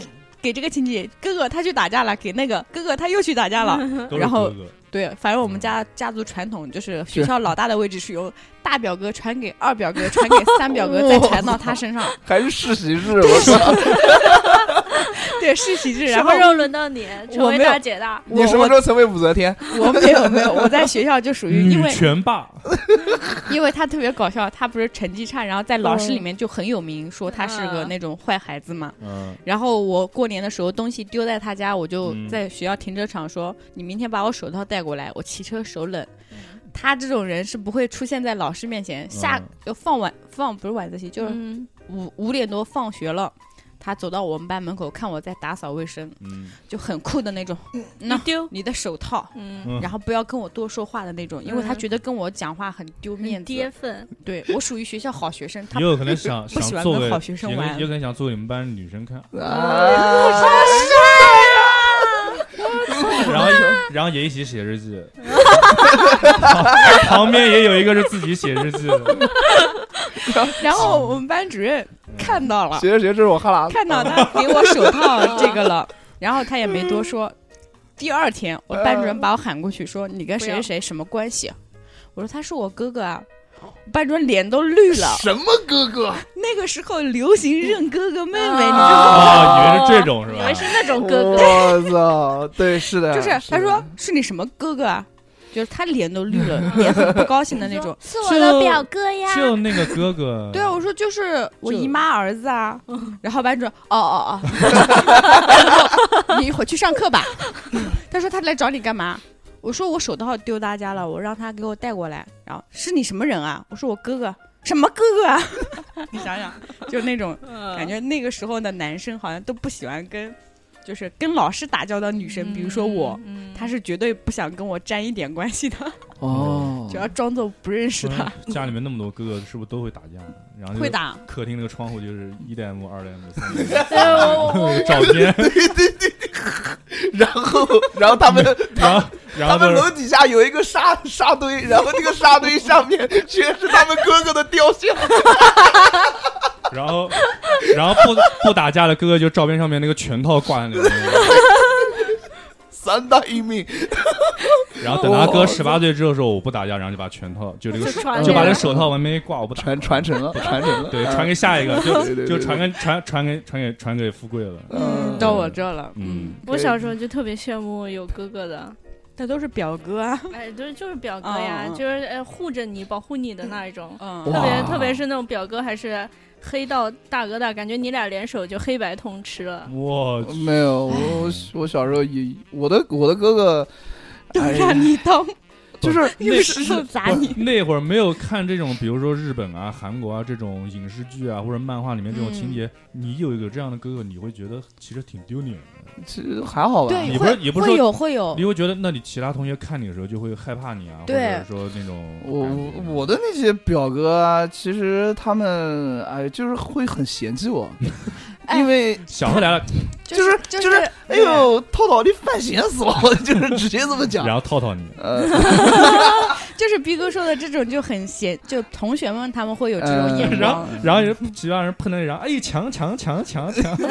Speaker 6: 给这个亲戚哥哥他去打架了，给那个哥哥他又去打架了。
Speaker 3: 都是
Speaker 6: 然后
Speaker 3: 哥哥
Speaker 6: 对，反正我们家家族传统就是学校老大的位置是由大表哥传给二表哥，传给三表哥，再传到他身上。
Speaker 2: 还是世袭制，我操！
Speaker 6: 对，世袭制。
Speaker 5: 什
Speaker 6: 然后
Speaker 5: 么时候轮到你成
Speaker 6: 我
Speaker 5: 为
Speaker 6: 没有
Speaker 5: 大姐大？
Speaker 2: 你什么时候成为武则天？
Speaker 6: 我没有没有，我在学校就属于因
Speaker 3: 女
Speaker 6: 为
Speaker 3: 权霸，
Speaker 6: 因为他特别搞笑，他不是成绩差，然后在老师里面就很有名，说他是个
Speaker 5: 嗯
Speaker 6: 那种坏孩子嘛。
Speaker 3: 嗯，
Speaker 6: 然后我过年的时候东西丢在他家，我就
Speaker 3: 嗯
Speaker 6: 在学校停车场说：“你明天把我手套带过来，我骑车手冷。他这种人是不会出现在老师面前。下
Speaker 3: 嗯
Speaker 6: 就放晚放不是晚自习，就是
Speaker 5: 嗯
Speaker 6: 五五点多放学了，他走到我们班门口看我在打扫卫生，
Speaker 3: 嗯
Speaker 6: 就很酷的那种。
Speaker 5: 你
Speaker 6: 那
Speaker 5: 丢，
Speaker 6: 你的手套，
Speaker 5: 嗯，
Speaker 3: 嗯
Speaker 6: 然后不要跟我多说话的那种，因为他
Speaker 5: 嗯
Speaker 6: 觉得跟我讲话很丢面
Speaker 5: 很
Speaker 6: 子。
Speaker 5: 跌份，
Speaker 6: 对我属于学校好学生，他
Speaker 3: 也有可能想
Speaker 6: 不
Speaker 3: 想
Speaker 6: 喜欢
Speaker 3: 做
Speaker 6: 跟
Speaker 3: 给
Speaker 6: 好学生
Speaker 3: 也可
Speaker 6: 玩
Speaker 3: 也可能想做给你们班女 生看，
Speaker 2: 啊，
Speaker 3: 然后然后也一起写日记， 旁边也有一个是自己写日记的，
Speaker 6: 然后我们班主任看到了，
Speaker 2: 学着学着这是我哈喇子，
Speaker 6: 看到嗯他给我手 套这个了，然后他也没多说。第二天，我班主任把我喊过去说：“你跟谁谁谁什么关系？”啊我说：“他是我哥哥啊。”班主任脸都绿 了。
Speaker 2: 什么哥哥？
Speaker 6: 那个时候流行认哥哥妹
Speaker 5: 哦
Speaker 6: 妹，你知道吗？
Speaker 3: 啊，以为是这种是
Speaker 5: 以
Speaker 3: 吧
Speaker 5: 为？是那种哥哥，
Speaker 2: 我操，对，是的，
Speaker 6: 就是他
Speaker 2: 的
Speaker 6: 说是你什么哥哥啊？就是他脸都绿了，脸很不高兴的 那种。
Speaker 5: 是
Speaker 3: 我的表
Speaker 5: 哥呀
Speaker 3: 就那个哥哥，
Speaker 6: 对啊，我说就是我姨妈儿子啊。 然后班主任，哦哦哦，你回去上课吧。嗯他说他来找你干嘛？我说我手套丢大家了，我让他给我带过来。然后是你什么人啊？我说我哥哥，什么哥哥啊？ 你想想，就那种感觉，那个时候的男生好像都不喜欢跟，就是跟老师打交道的女生，比如说我，
Speaker 5: 嗯，
Speaker 6: 他是绝对不想跟我沾一点关系的，
Speaker 2: 哦
Speaker 6: 就，要装作不认识
Speaker 3: 不
Speaker 6: 他。
Speaker 3: 然家里面那么多哥哥，是不是都会打架？然后就
Speaker 6: 会打，
Speaker 3: 客厅那个窗户就是一代目、二代目、三代
Speaker 5: 对 我
Speaker 3: 目
Speaker 5: 我
Speaker 3: 照片，
Speaker 2: 然后然后他们
Speaker 3: 然后 然
Speaker 2: 他
Speaker 3: 后
Speaker 2: 们
Speaker 3: 都
Speaker 2: 楼
Speaker 3: 是
Speaker 2: 底下有一个沙沙堆，然后那个沙堆上面全是他们哥哥的雕像。
Speaker 3: 然后然后不不打架的哥哥就照片上面那个拳套挂在那里，
Speaker 2: 三大一命，
Speaker 3: 然后等他哥十八岁之后说我不打架，然后就把拳套就这个
Speaker 5: 就传
Speaker 3: 就把
Speaker 5: 给
Speaker 3: 这
Speaker 5: 了
Speaker 3: 手套往那一挂，我不打架
Speaker 2: 传传承了，传承了，啊
Speaker 3: 对，传给下一个，
Speaker 2: 对对
Speaker 3: 就
Speaker 2: 对
Speaker 3: 就传给传传给传给传给富贵了。
Speaker 2: 嗯
Speaker 6: 到我这了，
Speaker 3: 嗯，
Speaker 5: 我小时候就特别羡慕有哥哥的，
Speaker 6: 那都是表哥啊。
Speaker 5: 哎，就是就是表哥呀，
Speaker 6: 嗯嗯嗯
Speaker 5: 就是呃护着你、保护你的那一种，
Speaker 6: 嗯，
Speaker 5: 特
Speaker 2: 哇
Speaker 5: 别特别是那种表哥还是黑道大哥大，感觉你俩联手就黑白通吃了。
Speaker 3: 我
Speaker 2: 没有我我小时候也我的我的哥哥，
Speaker 6: 都
Speaker 2: 哎呀
Speaker 6: 让你当，
Speaker 2: 就是
Speaker 6: 又是砸你。
Speaker 3: 那会儿没有看这种，比如说日本啊、韩国啊这种影视剧啊，或者漫画里面这种
Speaker 6: 嗯
Speaker 3: 情节，你有一个这样的哥哥，你会觉得其实挺丢脸的。
Speaker 2: 其实还好吧，
Speaker 6: 对，
Speaker 3: 你不
Speaker 6: 会
Speaker 3: 是你不是
Speaker 6: 会
Speaker 3: 说
Speaker 6: 有会有
Speaker 3: 你，会觉得，那你其他同学看你的时候就会害怕你啊，或
Speaker 6: 哦对
Speaker 3: 者说那种
Speaker 2: 我我
Speaker 3: 感觉
Speaker 2: 我的那些表哥啊，其实他们哎，就是会很嫌弃我，
Speaker 6: 哎
Speaker 2: 因为
Speaker 3: 想回来 了，
Speaker 6: 就是
Speaker 2: 就是是哎，呦，涛涛你犯闲死了，就是直接这么讲
Speaker 3: 然。后套套你。
Speaker 2: 呃，
Speaker 6: 就是逼哥说的这种就很显，就同学们他们会有这种
Speaker 2: 嗯
Speaker 6: 眼
Speaker 3: 然后
Speaker 6: 光，，
Speaker 3: 然后人其他人碰到你，然后哎，强强强强强，
Speaker 6: 怎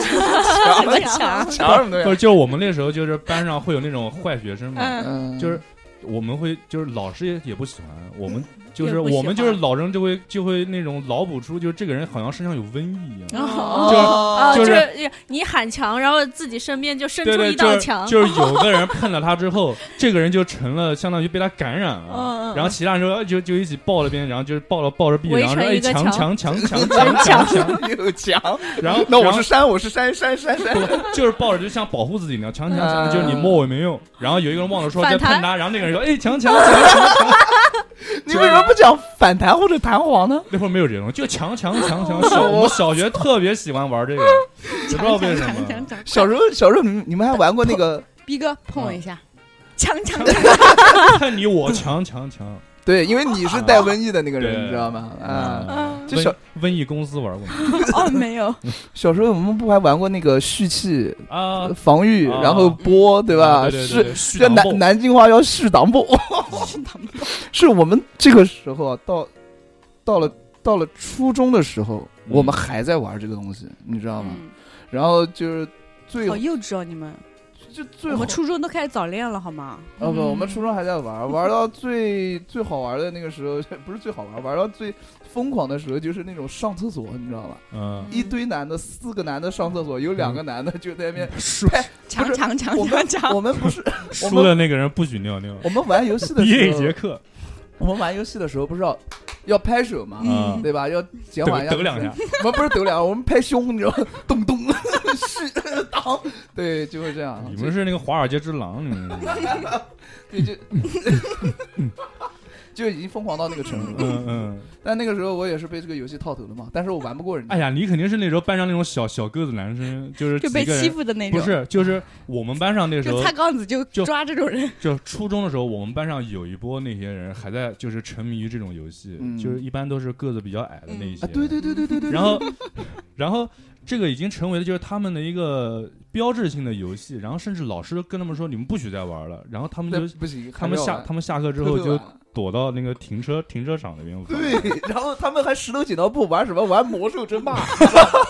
Speaker 6: 么
Speaker 5: 强
Speaker 6: 强？
Speaker 2: 抢什么东西
Speaker 3: 不是，就是我们那时候就是班上会有那种坏学 生嘛，
Speaker 2: 啊？
Speaker 6: 嗯，
Speaker 2: 嗯，
Speaker 3: 就是我们会就是老师也也不喜欢我 们，就
Speaker 5: 也
Speaker 3: 是
Speaker 5: 不喜
Speaker 3: 我们就是
Speaker 5: 欢
Speaker 3: 老人就会就会那种脑补出，就是这个人好像身上有瘟疫一 样。
Speaker 6: 哦
Speaker 3: 就是
Speaker 5: 啊，
Speaker 2: 哦
Speaker 3: 就是
Speaker 5: 是你喊墙，然后自己身边就伸
Speaker 3: 对
Speaker 5: 出
Speaker 3: 对，
Speaker 5: 一
Speaker 3: 就
Speaker 5: 道
Speaker 3: 是
Speaker 5: 墙，
Speaker 3: 就是有个人碰了他之后，这个人就成了相当于被他感染了，
Speaker 6: 嗯，
Speaker 3: 然后其他人就就就一起抱了边，然后就是抱了抱着臂，
Speaker 5: 围
Speaker 3: 然后说
Speaker 5: 成
Speaker 3: 哎
Speaker 5: 一个
Speaker 3: 强强
Speaker 5: 墙
Speaker 3: 强强
Speaker 2: 哦
Speaker 3: 强强强，
Speaker 2: 又强，
Speaker 3: 然后
Speaker 2: 那我
Speaker 3: 然后
Speaker 2: 是山，我是山，山山山。
Speaker 3: 不 就是抱着就像保护自己那样，强强强，
Speaker 2: 嗯
Speaker 3: 就是你摸我也没用。然后有一个人忘了说
Speaker 5: 反
Speaker 3: 再碰
Speaker 5: 弹
Speaker 3: 他，然后那个人说哎强强强强强，
Speaker 2: 你为什么不讲反弹或者弹簧呢？
Speaker 3: 那会儿没有这种，就强强 强强小，我们小学特别喜欢玩这个， 也不知道为什么。
Speaker 6: 强强强，
Speaker 2: 小时候，小时候你们你们还玩过那个？
Speaker 6: 逼哥碰我一下，强强
Speaker 3: 看你我强强强，
Speaker 2: 对，因为你是带瘟疫的那个
Speaker 3: 对
Speaker 2: 人，你知道吗？啊，
Speaker 5: 嗯
Speaker 6: 强，
Speaker 2: 就小
Speaker 3: 瘟瘟疫公司玩 过吗？
Speaker 6: 哦没有，
Speaker 2: 小时候我们不还玩过那个蓄气、
Speaker 3: 啊，
Speaker 2: 防御，
Speaker 3: 啊
Speaker 2: 然后波，对吧？
Speaker 3: 对
Speaker 2: 是
Speaker 3: 对，是
Speaker 2: 这南南京话要蓄挡 步，是我们这个时候啊，到到了到了初中的时候，
Speaker 3: 嗯
Speaker 2: 我们还在玩这个东西，你知道吗？
Speaker 6: 嗯
Speaker 2: 然后就是最
Speaker 6: 好幼稚哦你们，
Speaker 2: 就最
Speaker 6: 我
Speaker 2: 好
Speaker 6: 们初中都开始早恋了好吗？
Speaker 2: 哦不，
Speaker 5: 嗯
Speaker 2: 我们初中还在 玩儿，玩儿到最最好玩儿的那个时候， 不是最好玩儿，玩儿到最疯狂的时候，就是那种上厕所，你知道吧？
Speaker 3: 嗯，
Speaker 2: 一堆男的，四个男的上厕所，有两个男的就在那边。
Speaker 3: 输
Speaker 6: 强
Speaker 2: 是
Speaker 6: 强强
Speaker 2: 我
Speaker 6: 强
Speaker 2: 们
Speaker 6: 强，
Speaker 2: 我们 不是
Speaker 3: 输的那个人不许尿尿，
Speaker 2: 我们玩游戏的
Speaker 3: 毕
Speaker 2: 时
Speaker 3: 业一节
Speaker 2: 候，
Speaker 3: 课，
Speaker 2: 我们玩游戏的时候不是要要拍手嘛，
Speaker 3: 嗯
Speaker 2: 对吧？要减缓一
Speaker 3: 抖
Speaker 2: 下
Speaker 3: 抖两下，
Speaker 2: 我们不是抖两下，我们拍胸，你知道吗？ 咚咚是 当，对，就会这样。
Speaker 3: 你们是那个华尔街之狼，你们是
Speaker 2: 对就 就已经疯狂到那个程度。
Speaker 3: 嗯嗯，
Speaker 2: 但那个时候我也是被这个游戏套头了嘛，但是我玩不过人家。
Speaker 3: 哎呀，你肯定是那时候班上那种小小个子男生，就是
Speaker 6: 就被
Speaker 3: 几个人
Speaker 6: 欺，负的那种，
Speaker 3: 不是，就是我们班上那时
Speaker 6: 就
Speaker 3: 候
Speaker 6: 擦杠子就
Speaker 3: 就
Speaker 6: 抓这种人，
Speaker 3: 就初中的时候，我们班上有一波那些人还在就是沉迷于这种游戏，
Speaker 2: 嗯
Speaker 3: 就是一般都是个子比较矮的那一些，
Speaker 2: 啊，对对对对对对。
Speaker 3: 然后然后这个已经成为了就是他们的一个标志性的游戏，然后甚至老师都跟他们说你们不许再玩了，然后他们
Speaker 2: 那
Speaker 3: 就
Speaker 2: 不行，
Speaker 3: 他们下他们下课之后
Speaker 2: 就
Speaker 3: 就躲到那个停车停车场那边玩，
Speaker 2: 对，然后他们还石头剪刀布玩什么？玩魔兽争霸，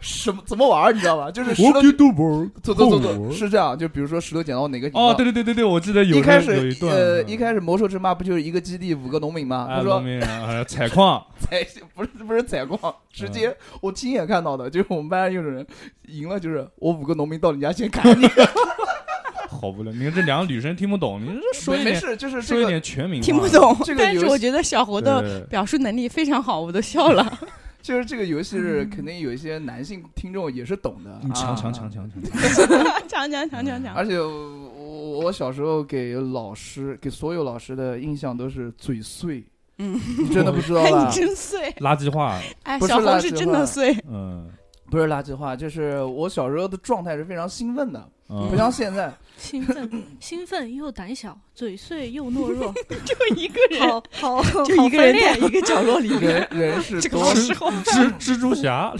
Speaker 2: 什么怎么玩？你知道吧？就是石头
Speaker 3: 都不
Speaker 2: 走走走走，是这样。就比如说石头剪刀哪个赢
Speaker 3: 哦，
Speaker 2: 了
Speaker 3: 对对对对对，我记得有
Speaker 2: 一开
Speaker 3: 有一
Speaker 2: 始
Speaker 3: 段，
Speaker 2: 呃，
Speaker 3: 嗯
Speaker 2: 一开始魔兽争霸不就是一个基地五个农民吗？
Speaker 3: 哎，
Speaker 2: 他
Speaker 3: 农
Speaker 2: 说
Speaker 3: 民嗯然后采矿，
Speaker 2: 采 不是不是采矿，直接我亲眼看到的，就是我们班上有人赢了，就是我五个农民到你家先砍你，
Speaker 3: 好不了，你看这两个女生听不懂，你这 说一
Speaker 2: 没
Speaker 3: 点
Speaker 2: 事，就是这
Speaker 3: 说一
Speaker 2: 个
Speaker 3: 点全名
Speaker 6: 听不懂
Speaker 2: 这。个游戏
Speaker 6: 但是我觉得小猴
Speaker 3: 我
Speaker 6: 的表述能力非常好，我都笑了。
Speaker 2: 就是这个游戏是肯定有一些男性听众也是懂的，
Speaker 3: 你嗯强
Speaker 2: 啊
Speaker 3: 强强强强，
Speaker 6: 强强强强强，
Speaker 2: 而且我我我小时候给老师给所有老师的印象都是嘴碎，
Speaker 6: 嗯
Speaker 2: 你真的不知道
Speaker 6: 哎，
Speaker 2: 吧
Speaker 6: 你？真碎，
Speaker 3: 垃圾话，
Speaker 6: 哎，
Speaker 2: 不是
Speaker 6: 小猴
Speaker 2: 垃
Speaker 6: 是
Speaker 2: 圾
Speaker 6: 真的
Speaker 2: 话
Speaker 6: 碎，
Speaker 3: 嗯，
Speaker 2: 不是垃圾话，就是我小时候的状态是非常兴奋的，
Speaker 3: 嗯
Speaker 2: 不像
Speaker 6: 哦
Speaker 2: 现在。
Speaker 5: 兴奋，兴奋又胆小，嘴碎又懦 弱，
Speaker 6: 就一个人，
Speaker 5: 好 好好
Speaker 6: 就一个
Speaker 5: 分
Speaker 6: 人
Speaker 5: 裂
Speaker 6: 在。一个角落里面嗯
Speaker 2: 人。人是
Speaker 6: 这个
Speaker 2: 多
Speaker 6: 老师好
Speaker 3: 蜘蜘蛛侠，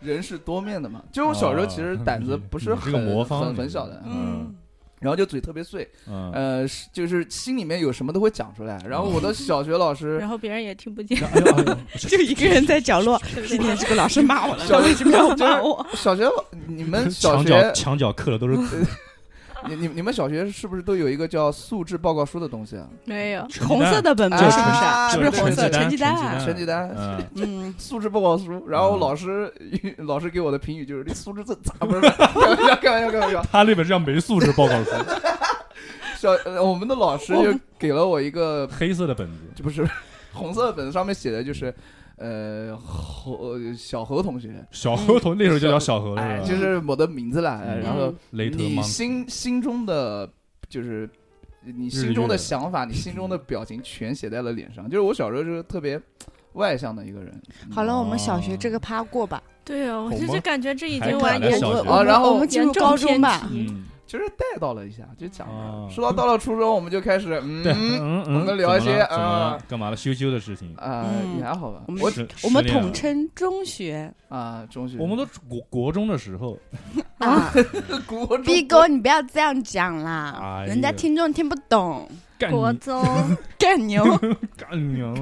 Speaker 2: 人是多面的嘛，就是我小时候其实胆子不是
Speaker 3: 哦
Speaker 2: 很
Speaker 3: 你你这个魔方
Speaker 2: 很
Speaker 3: 你
Speaker 2: 很小的，
Speaker 3: 嗯
Speaker 2: 然后就嘴特别碎，
Speaker 3: 嗯，
Speaker 2: 呃，是就是心里面有什么都会讲出来。然后我的小学老师
Speaker 5: 然后别人也听不 见，
Speaker 3: 哎呦哎呦
Speaker 6: 就一个人在角落。今天这个老师骂我了，他为什么要骂我？
Speaker 2: 小学老你 们小
Speaker 3: 墙
Speaker 2: 学
Speaker 3: 角墙角刻的都是
Speaker 2: 你你你们小学是不是都有一个叫素质报告书的东西啊？
Speaker 5: 没有，
Speaker 3: 成绩
Speaker 6: 红
Speaker 3: 单
Speaker 6: 色的本本
Speaker 2: 就是
Speaker 6: 不是啊？
Speaker 2: 成
Speaker 6: 是不是
Speaker 2: 就是
Speaker 6: 红色
Speaker 3: 成
Speaker 6: 绩
Speaker 3: 单？
Speaker 6: 单？
Speaker 2: 成绩单
Speaker 3: 嗯，
Speaker 6: 嗯，
Speaker 2: 素质报告书，然后
Speaker 3: 嗯
Speaker 2: 老师 老师给我的评语就是你素质真差，不是 不是开玩笑开玩笑开玩笑。
Speaker 3: 他那本叫没素质报告书，
Speaker 2: 小呃我们的老师就给了我一个
Speaker 3: 黑色的本子，
Speaker 2: 就不是红色的本子上面写的就是呃侯小何同学，
Speaker 3: 小何同那时候就叫小何
Speaker 2: 哎
Speaker 3: 了，
Speaker 2: 就是
Speaker 3: 吧？
Speaker 2: 是我的名字啦，哎
Speaker 3: 嗯
Speaker 2: 然后
Speaker 3: 雷特
Speaker 2: 你
Speaker 3: 芒
Speaker 2: 心心中的就是你心中的想法，你心中的表情全写在了脸上。就是我小时候就是特别外向的一个人。
Speaker 6: 好了，我们小学这个趴过吧，
Speaker 5: 对啊，我
Speaker 3: 我
Speaker 5: 就
Speaker 3: 们
Speaker 5: 就感觉这已
Speaker 3: 还
Speaker 5: 经
Speaker 3: 看
Speaker 5: 完
Speaker 3: 来
Speaker 5: 严
Speaker 3: 小
Speaker 5: 重
Speaker 3: 学
Speaker 2: 啊，然
Speaker 6: 我
Speaker 2: 后
Speaker 6: 们进入高中吧。
Speaker 3: 嗯，
Speaker 2: 就是带到了一下，就讲了。
Speaker 3: 哦
Speaker 2: 嗯说到到了初中，我们就开始
Speaker 3: 对，
Speaker 2: 嗯
Speaker 3: 嗯嗯，
Speaker 2: 我们聊一些
Speaker 3: 怎么了怎么
Speaker 2: 啊
Speaker 3: 了干嘛了？羞羞的事情，
Speaker 2: 啊
Speaker 6: 嗯
Speaker 2: 也还好吧
Speaker 6: 我。们
Speaker 2: 我
Speaker 3: 失
Speaker 6: 我们
Speaker 3: 失恋了
Speaker 6: 统称中学
Speaker 2: 啊，中学
Speaker 3: 我们都国国中的时候，
Speaker 6: 啊。
Speaker 2: 国 中
Speaker 6: B 哥，你不要这样讲啦
Speaker 3: 哎，呀
Speaker 6: 人家听众听不懂。
Speaker 3: 干
Speaker 5: 国
Speaker 3: 你
Speaker 5: 中
Speaker 6: 干 牛，
Speaker 3: 干娘，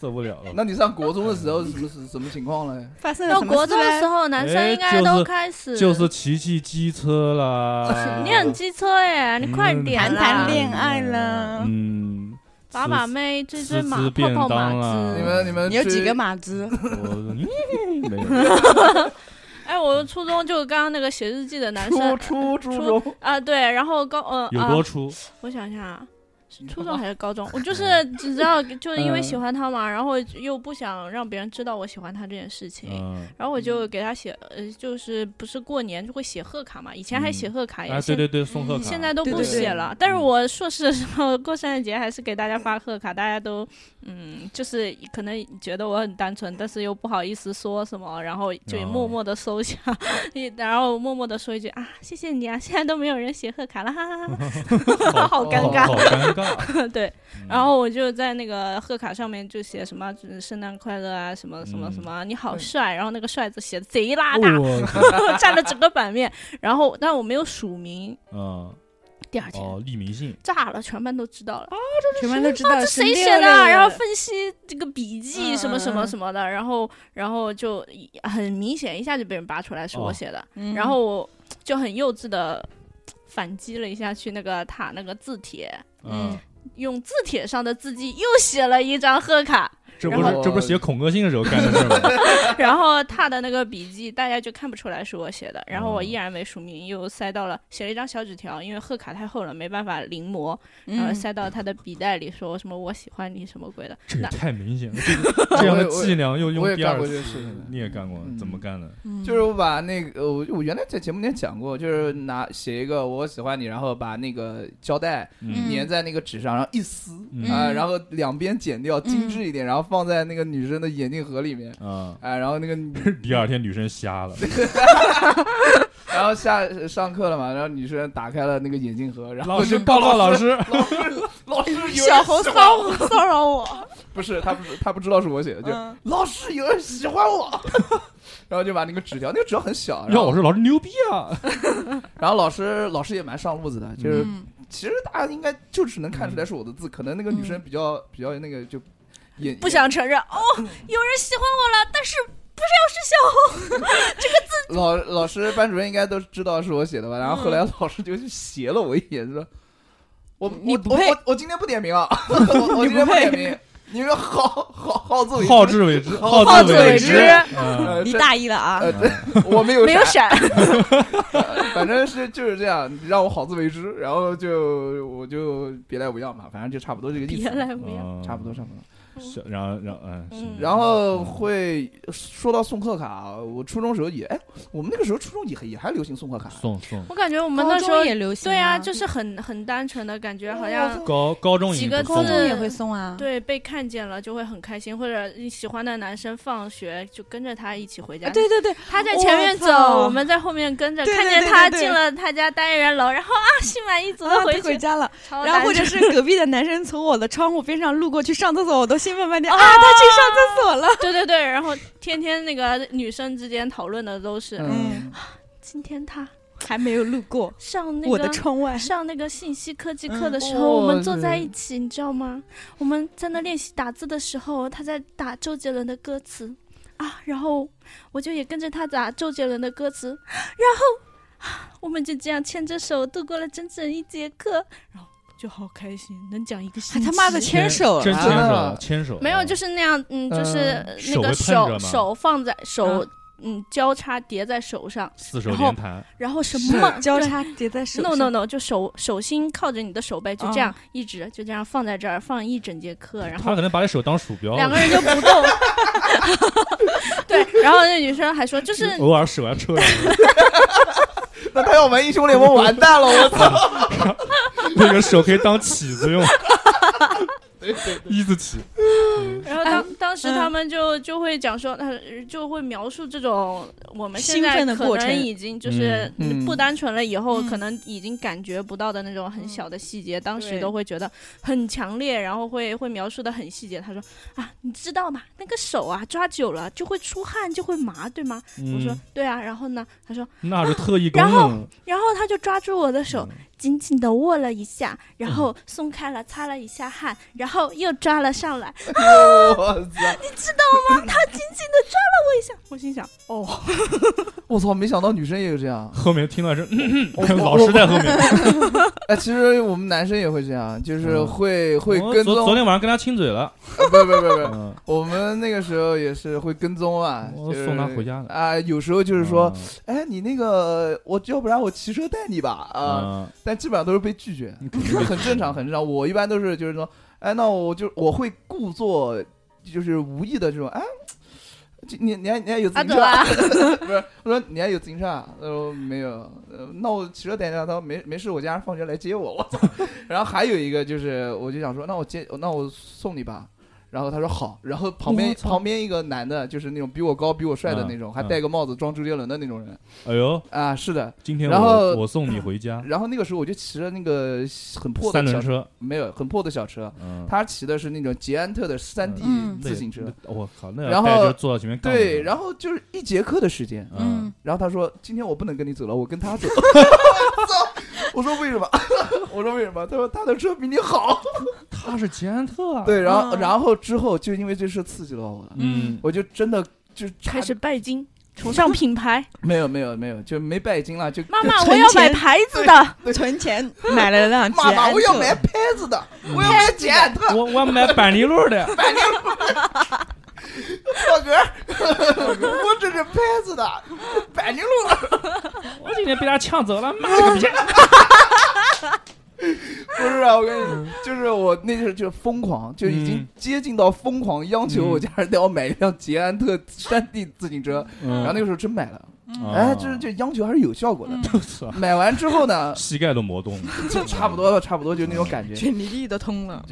Speaker 3: 受不了了。
Speaker 2: 那你上国中的时候是什么是什么情况嘞？
Speaker 6: 发 生了
Speaker 5: 到
Speaker 6: 什么
Speaker 5: 国
Speaker 6: 事
Speaker 5: 中
Speaker 6: 啊
Speaker 5: 的时
Speaker 6: 嘞？
Speaker 5: 候，男生
Speaker 3: 哎
Speaker 5: 应该
Speaker 3: 就
Speaker 5: 都
Speaker 3: 是
Speaker 5: 开始
Speaker 3: 就是骑骑机车啦，
Speaker 5: 你很机车哎，你快
Speaker 3: 嗯
Speaker 5: 点
Speaker 6: 谈
Speaker 5: 啦
Speaker 6: 谈恋爱了
Speaker 3: 嗯，
Speaker 5: 把把妹追追马
Speaker 3: 吃吃
Speaker 5: 泡
Speaker 3: 便
Speaker 5: 泡
Speaker 3: 当啊
Speaker 5: 马
Speaker 3: 啦
Speaker 5: 子
Speaker 2: 你。们你们
Speaker 6: 你有
Speaker 2: 追
Speaker 6: 几个马 子？
Speaker 3: 我嗯没有，
Speaker 5: 哎，我初中就刚刚那个写日记的男
Speaker 2: 初
Speaker 6: 啊
Speaker 5: 生
Speaker 2: 初初中
Speaker 5: 啊，对，然后高嗯
Speaker 3: 有
Speaker 5: 啊
Speaker 3: 多， 嗯出？
Speaker 5: 我想想啊，初中还是高中，我就是只知道就是
Speaker 3: 嗯
Speaker 5: 因为喜欢他嘛，然后又不想让别人知道我喜欢他这件事情。
Speaker 3: 嗯，
Speaker 5: 然后我就给他写，呃，就是不是过年就会写贺卡嘛？以前还写贺卡哎呀，
Speaker 3: 啊，对
Speaker 5: 现
Speaker 3: 对对，送贺卡。
Speaker 5: 现在都
Speaker 6: 对
Speaker 5: 不
Speaker 6: 对对嗯
Speaker 5: 写了。但是我硕士的时候过圣诞节还是给大家发贺卡，大家都嗯，就是可能觉得我很单纯，但是又不好意思说什么，然后就
Speaker 3: 哦
Speaker 5: 默默的收下， 然后默默的说一句啊，谢谢你啊，现在都没有人写贺卡了，哈哈哈哈。 好尴尬
Speaker 3: 好尴 尬。
Speaker 5: 对，然后我就在那个贺卡上面就写什么就是圣诞快乐啊，什么什么什
Speaker 3: 嗯
Speaker 5: 么，你好帅，然后那个帅字写的贼拉大，
Speaker 3: 我
Speaker 5: 占了整个版面。然后但我没有署名，
Speaker 3: 嗯，
Speaker 5: 第二天。
Speaker 3: 哦，匿名信，
Speaker 5: 炸了，全班都知道了。
Speaker 6: 全班都知道
Speaker 5: 这
Speaker 6: 是
Speaker 5: 谁
Speaker 6: 六
Speaker 5: 写的
Speaker 6: 六
Speaker 5: 啊？
Speaker 6: 呃的
Speaker 5: 然后分析这个笔
Speaker 6: 嗯
Speaker 5: 记什么什么什么的，然后然后就很明显一下就被人扒出来是我写的，
Speaker 6: 嗯
Speaker 5: 然后我就很幼稚的反击了一下去那个他那个字帖，
Speaker 3: 嗯，
Speaker 5: 用字帖上的字迹又写了一张贺卡，
Speaker 3: 这不是
Speaker 2: 然后
Speaker 3: 这不是写恐吓信的时候干的事儿吗？
Speaker 5: 然后他的那个笔记大家就看不出来是我写的，然后我依然没署名，又塞到了写了一张小纸条，因为贺卡太厚了没办法临摹，
Speaker 6: 嗯
Speaker 5: 然后
Speaker 6: 呃
Speaker 5: 塞到他的笔袋里，说什么我喜欢你什么鬼的，
Speaker 3: 这也
Speaker 5: 那
Speaker 3: 太明显了，这个这样的伎俩又
Speaker 2: 我
Speaker 3: 用
Speaker 2: 也
Speaker 3: 第
Speaker 2: 干
Speaker 3: 二
Speaker 2: 过这
Speaker 3: 次
Speaker 2: 个事情，
Speaker 3: 你也干过
Speaker 2: 嗯，
Speaker 3: 怎么干的？
Speaker 2: 就是我把那个呃我我原来在节目里面讲过，就是拿写一个我喜欢你，然后把那个胶带
Speaker 3: 嗯
Speaker 2: 粘在那个纸上，然后一撕
Speaker 3: 嗯
Speaker 2: 啊，然后两边剪掉，精
Speaker 6: 嗯
Speaker 2: 致一点，然后放在那个女生的眼镜盒里面。
Speaker 3: 啊，
Speaker 2: 哎，然后那个女，
Speaker 3: 第二天女生瞎了，
Speaker 2: 然后下呃上课了嘛，然后女生打开了那个眼镜盒，然后
Speaker 3: 老师
Speaker 2: 就
Speaker 3: 报告老
Speaker 2: 老
Speaker 3: 师，
Speaker 2: 老师有人
Speaker 6: 小红
Speaker 2: 喜欢我，
Speaker 6: 骚骚扰我，
Speaker 2: 不是他不是他不知道是我写的，就
Speaker 6: 嗯
Speaker 2: 老师有人喜欢我， 然后就把那个纸条，那个纸条很小，然
Speaker 3: 要
Speaker 2: 后
Speaker 3: 我说老师牛逼啊，
Speaker 2: 然后老师老师也蛮上路子的，就是
Speaker 6: 嗯
Speaker 2: 其实大家应该就只能看出来是我的字，可能那个女生比较比较那个就也
Speaker 5: 不想承认哦，有
Speaker 6: 嗯
Speaker 5: 人喜欢我了，但是不是要是小红
Speaker 2: 老老师班主任应该都知道是我写的吧？然后后来老师就去斜了我一眼，说：“我
Speaker 6: 你
Speaker 2: 我
Speaker 6: 不
Speaker 2: 我
Speaker 6: 配
Speaker 2: 我我今天不点名啊，我我今天不点名，你们好好好自为之
Speaker 3: 好自为之，
Speaker 2: 好
Speaker 3: 好
Speaker 2: 好
Speaker 3: 自
Speaker 2: 自为
Speaker 3: 为
Speaker 2: 之
Speaker 3: 之，嗯
Speaker 2: 呃
Speaker 6: 你
Speaker 2: 这
Speaker 6: 大意了啊！
Speaker 2: 呃这我没有
Speaker 5: 没有
Speaker 2: 闪
Speaker 5: 闪，
Speaker 2: 反正是就是这样，让我好自为之，然后就我就别来无恙嘛，反正就差不多这个意
Speaker 5: 别
Speaker 2: 思，
Speaker 5: 来无恙。
Speaker 2: 嗯差不多差不多。
Speaker 3: 是然后然后嗯
Speaker 5: 嗯
Speaker 3: 是，
Speaker 2: 然后会说到送贺卡，我初中时候也，哎，我们那个时候初中也也还流行送贺卡，
Speaker 3: 送送
Speaker 5: 我感觉我
Speaker 6: 我
Speaker 5: 们那时候
Speaker 6: 也流嗯行，
Speaker 5: 对啊，就是很很单纯的感觉，好像
Speaker 3: 高高中已
Speaker 5: 几
Speaker 3: 经
Speaker 5: 个
Speaker 3: 不
Speaker 5: 字
Speaker 3: 送
Speaker 6: 高
Speaker 3: 了
Speaker 6: 中也会送啊。
Speaker 5: 对被看见了就会很开心，或者你喜欢的男生放学就跟着他一起回家。
Speaker 6: 啊，对对 对，
Speaker 5: 他在前面
Speaker 6: 我操
Speaker 5: 走，我们在后面跟着，
Speaker 6: 对对
Speaker 5: 看见
Speaker 6: 对
Speaker 5: 他
Speaker 6: 对对
Speaker 5: 进了他家单元楼，然后啊，心满意足的
Speaker 6: 啊，
Speaker 5: 回
Speaker 6: 回
Speaker 5: 去。
Speaker 6: 家了。
Speaker 5: 超
Speaker 6: 然后或
Speaker 5: 单
Speaker 6: 者
Speaker 5: 纯
Speaker 6: 是隔壁的男生从我的窗户边上路过去上厕所，我都兴奋半天啊，他去上厕所了。
Speaker 5: 对对对，然后天天那个女生之间讨论的都是，
Speaker 2: 嗯，
Speaker 5: 今天他
Speaker 6: 还没有路过
Speaker 5: 上那
Speaker 6: 我的
Speaker 5: 个
Speaker 6: 窗外，
Speaker 5: 上那个信息科技课
Speaker 6: 嗯
Speaker 5: 的时候，我
Speaker 2: 哦
Speaker 5: 们坐在
Speaker 2: 对
Speaker 5: 一起，你知道吗？我们在那练习打字的时候，他在打周杰伦的歌词啊，然后我就也跟着他打周杰伦的歌词，然后啊我们就这样牵着手度过了整整一节课，然后就好开心，能讲一啊个星期。
Speaker 6: 他妈的牵手
Speaker 3: 真
Speaker 6: 了。
Speaker 3: 牵手
Speaker 2: 啊
Speaker 3: 了牵手
Speaker 5: 没有，就是是那样，嗯，就是
Speaker 2: 呃
Speaker 5: 那
Speaker 3: 手会碰着
Speaker 5: 个手
Speaker 3: 吗
Speaker 5: 手放在手，嗯，交叉叠在手上，
Speaker 3: 四手
Speaker 5: 然后
Speaker 3: 联弹，
Speaker 5: 然后什么
Speaker 6: 交
Speaker 5: 对
Speaker 6: 叉叠在手
Speaker 5: No
Speaker 6: 哦上
Speaker 5: no no，就手手心靠着你的手背，就这样、一直就这样放在这儿放一整节课，然
Speaker 3: 他
Speaker 5: 后
Speaker 3: 可能把这手当鼠标，
Speaker 5: 两个人就不动。 对，然后那女生还说，就是
Speaker 3: 偶尔手要抽两下，
Speaker 2: 那他要玩英雄联盟完蛋了，我操！
Speaker 3: 那个手可以当起子用，一字起，
Speaker 5: 然后当
Speaker 6: 嗯
Speaker 5: 当时他们就就会讲说，他就会描述这种我们现
Speaker 6: 兴
Speaker 5: 在
Speaker 6: 奋的
Speaker 5: 可
Speaker 6: 过
Speaker 5: 能
Speaker 6: 程
Speaker 5: 已经就是
Speaker 2: 嗯嗯
Speaker 5: 不单纯了，以后
Speaker 6: 嗯
Speaker 5: 可能已经感觉不到的那种很小的细节，当时
Speaker 6: 对
Speaker 5: 都会觉得很强烈，然后会会描述的很细节。他说啊，你知道吗？那个手啊，抓久了就会出汗，就会麻，对吗？我说
Speaker 3: 嗯
Speaker 5: 对啊，然后呢？他说，
Speaker 3: 那是特异功
Speaker 5: 然后
Speaker 3: 能，
Speaker 5: 然后他就抓住我的手，紧紧的握了一下，然后松开了，擦了一下汗，然后又抓了上来，
Speaker 2: 我操！
Speaker 5: 我心想，
Speaker 2: 我操！没想到女生也有这 样。
Speaker 3: 后面听到是嗯
Speaker 2: 我我
Speaker 3: 老师在后面，
Speaker 2: 哎，其实我们男生也会这样，就是
Speaker 3: 嗯
Speaker 2: 会会
Speaker 3: 我
Speaker 2: 跟
Speaker 3: 昨
Speaker 2: 踪
Speaker 3: 昨，天晚上跟他亲嘴了，
Speaker 2: 呃不不不 不，
Speaker 3: 嗯，
Speaker 2: 我们那个时候也是会跟踪啊，
Speaker 3: 我
Speaker 2: 就是
Speaker 3: 送他回家了，
Speaker 2: 啊。有时候就是说，
Speaker 3: 嗯，
Speaker 2: 哎，你那个，我要不然我骑车带你吧啊，
Speaker 3: 嗯
Speaker 2: 但基本上都是被拒绝，
Speaker 3: 你肯定
Speaker 2: 这
Speaker 3: 得
Speaker 2: 很正常，很正常。我一般都是就是说，哎，那我就我会故作就是无意的这种，哎，这你你还你还有自行车啊？ 不是，我说你还有自行车啊？他说没有，呃，那我骑车等一下。他说没没事，我家人放学来接我。我操！ 然后还有一个就是，我就想说，那我接，那我送你吧。然后他说好，然后旁边
Speaker 3: 我操
Speaker 2: 旁边一个男的，就是那种比我高、比我帅的那种，
Speaker 3: 嗯
Speaker 2: 还戴个帽子装周杰伦的那种人
Speaker 3: 哎呦，
Speaker 2: 啊，是的。
Speaker 3: 今天
Speaker 2: 然后
Speaker 3: 我我送你回家，
Speaker 2: 然后那个时候我就骑着那个很破
Speaker 3: 三
Speaker 2: 的小
Speaker 3: 轮，车，
Speaker 2: 没有很破的小车，
Speaker 3: 嗯，
Speaker 2: 他骑的是那种捷安特的三 D
Speaker 6: 嗯
Speaker 2: 自行车，
Speaker 3: 那我靠，那
Speaker 2: 然
Speaker 3: 要
Speaker 2: 后
Speaker 3: 带着坐到前面杠着呢，
Speaker 2: 对，然后就是一节课的时间，
Speaker 3: 嗯，
Speaker 2: 然后他说今天我不能跟你走了，我跟他走。我说为什么？ 我说为什么？他说他的车比你好。
Speaker 3: 他是捷安特啊，
Speaker 2: 对，然后
Speaker 6: 啊
Speaker 2: 然后之后就因为这事刺激到我了，
Speaker 3: 嗯，
Speaker 2: 我就真的就
Speaker 5: 开始拜金，崇尚品牌。
Speaker 2: 没有没有没有就没拜金了，就
Speaker 5: 妈妈，我
Speaker 6: 存
Speaker 5: 要买
Speaker 6: 钱
Speaker 5: 牌子的。
Speaker 6: 存钱买了辆捷
Speaker 2: 妈
Speaker 6: 安
Speaker 2: 妈
Speaker 6: 特
Speaker 2: 我要买牌子的，我要买捷安
Speaker 3: 嗯
Speaker 2: 特，
Speaker 3: 我我要买板栗路 的，
Speaker 2: 老哥儿，子的，百灵路
Speaker 3: 我今天被他抢走了，妈了个逼！
Speaker 2: 不是啊，我跟你说，就是我那时候就疯狂，就已经
Speaker 3: 嗯
Speaker 2: 接近到疯狂，央求我家人带我买一辆捷安特山地自行车，然后那个时候真买了，
Speaker 3: 嗯
Speaker 2: 哎，就是这央求还是有效果的。
Speaker 3: 我操，
Speaker 2: 买完之后呢
Speaker 3: 膝盖都磨动了，
Speaker 2: 就差不多了，差不多就那种感觉。
Speaker 6: 全离地都通了，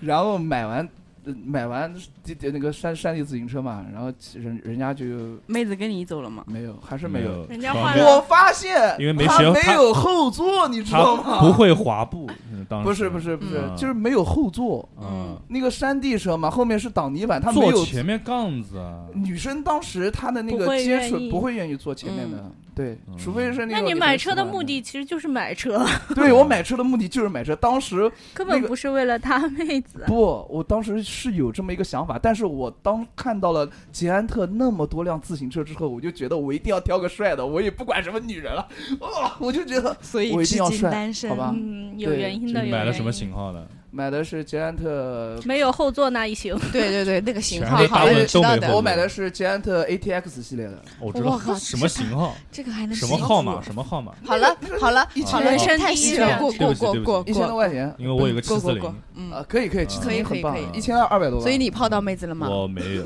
Speaker 2: 然后买完，呃买完这这那个山山地自行车嘛，然后人人家就
Speaker 6: 妹子跟你走了吗？
Speaker 2: 没有，还 是没有。
Speaker 5: 人家
Speaker 3: 旁
Speaker 5: 换
Speaker 3: 边
Speaker 5: 了
Speaker 2: 我发现，
Speaker 3: 因为没
Speaker 2: 他
Speaker 3: 学
Speaker 2: 没
Speaker 3: 他
Speaker 2: 有后座，你知道
Speaker 3: 他
Speaker 2: 吗？
Speaker 3: 不会滑步，嗯当时
Speaker 2: 不是不是不是，
Speaker 3: 嗯
Speaker 2: 就是没有后座。
Speaker 3: 嗯，
Speaker 2: 那个山地车嘛，后面是挡泥板，他没
Speaker 3: 坐
Speaker 2: 有。
Speaker 3: 前面杠子啊，
Speaker 2: 女生当时她的那
Speaker 5: 不
Speaker 2: 个
Speaker 5: 会
Speaker 2: 接触
Speaker 5: 愿意
Speaker 2: 不会愿意坐前面的，对，
Speaker 3: 嗯
Speaker 2: 除非是那
Speaker 5: 那
Speaker 2: 种。
Speaker 5: 你买车的目？的其实就是买 车，
Speaker 2: 对我买车的目的就是买车。当时
Speaker 5: 根
Speaker 2: 那
Speaker 5: 本
Speaker 2: 个
Speaker 5: 不是为了他妹子。
Speaker 2: 不，我当时是有这么一个想法，但是我当看到了捷安特那么多辆自行车之后，我就觉得我一定要挑个帅的，我也不管什么女人了， 哦，我就觉得
Speaker 6: 所以
Speaker 2: 我一
Speaker 6: 至
Speaker 2: 定要
Speaker 6: 今
Speaker 2: 帅
Speaker 6: 单身。
Speaker 2: 好吧
Speaker 5: 嗯，有
Speaker 2: 对
Speaker 5: 原因
Speaker 3: 你
Speaker 5: 的。有
Speaker 3: 买了
Speaker 5: 原
Speaker 3: 什么
Speaker 5: 因
Speaker 3: 型号的？
Speaker 2: 买的是捷安特，哎
Speaker 5: 没有后座那一型，
Speaker 6: 对对对，那个型
Speaker 3: 全
Speaker 6: 号
Speaker 3: 被
Speaker 6: 好，
Speaker 3: 大
Speaker 6: 我
Speaker 3: 陆
Speaker 6: 也知
Speaker 3: 都
Speaker 6: 道
Speaker 3: 没
Speaker 6: 的
Speaker 3: 货。
Speaker 2: 我买的是捷安特 ATX 系列的，
Speaker 3: 我知道
Speaker 6: 我靠
Speaker 3: 什么型号，
Speaker 6: 这个还能
Speaker 3: 什么
Speaker 6: 记
Speaker 3: 号
Speaker 6: 住
Speaker 3: 码，？什么号码，
Speaker 6: 好了好了
Speaker 2: 一
Speaker 6: 好
Speaker 2: 千
Speaker 6: 了，
Speaker 5: 人生
Speaker 6: 太
Speaker 5: 第一
Speaker 6: 细了，
Speaker 5: 辆
Speaker 6: 过
Speaker 3: 对不
Speaker 6: 过
Speaker 3: 起
Speaker 6: 过
Speaker 3: 对不
Speaker 6: 过
Speaker 2: 一千
Speaker 6: 过
Speaker 2: 多块钱
Speaker 3: 因为我有个七
Speaker 6: 过
Speaker 3: 四
Speaker 6: 过
Speaker 3: 零
Speaker 6: 过，，嗯，
Speaker 2: 啊，可以可以，其实
Speaker 3: 可以
Speaker 2: 很棒啊
Speaker 6: 可以可，
Speaker 3: 以
Speaker 2: 一千二百多吧。
Speaker 6: 所以你泡到妹子了吗？
Speaker 3: 我没有。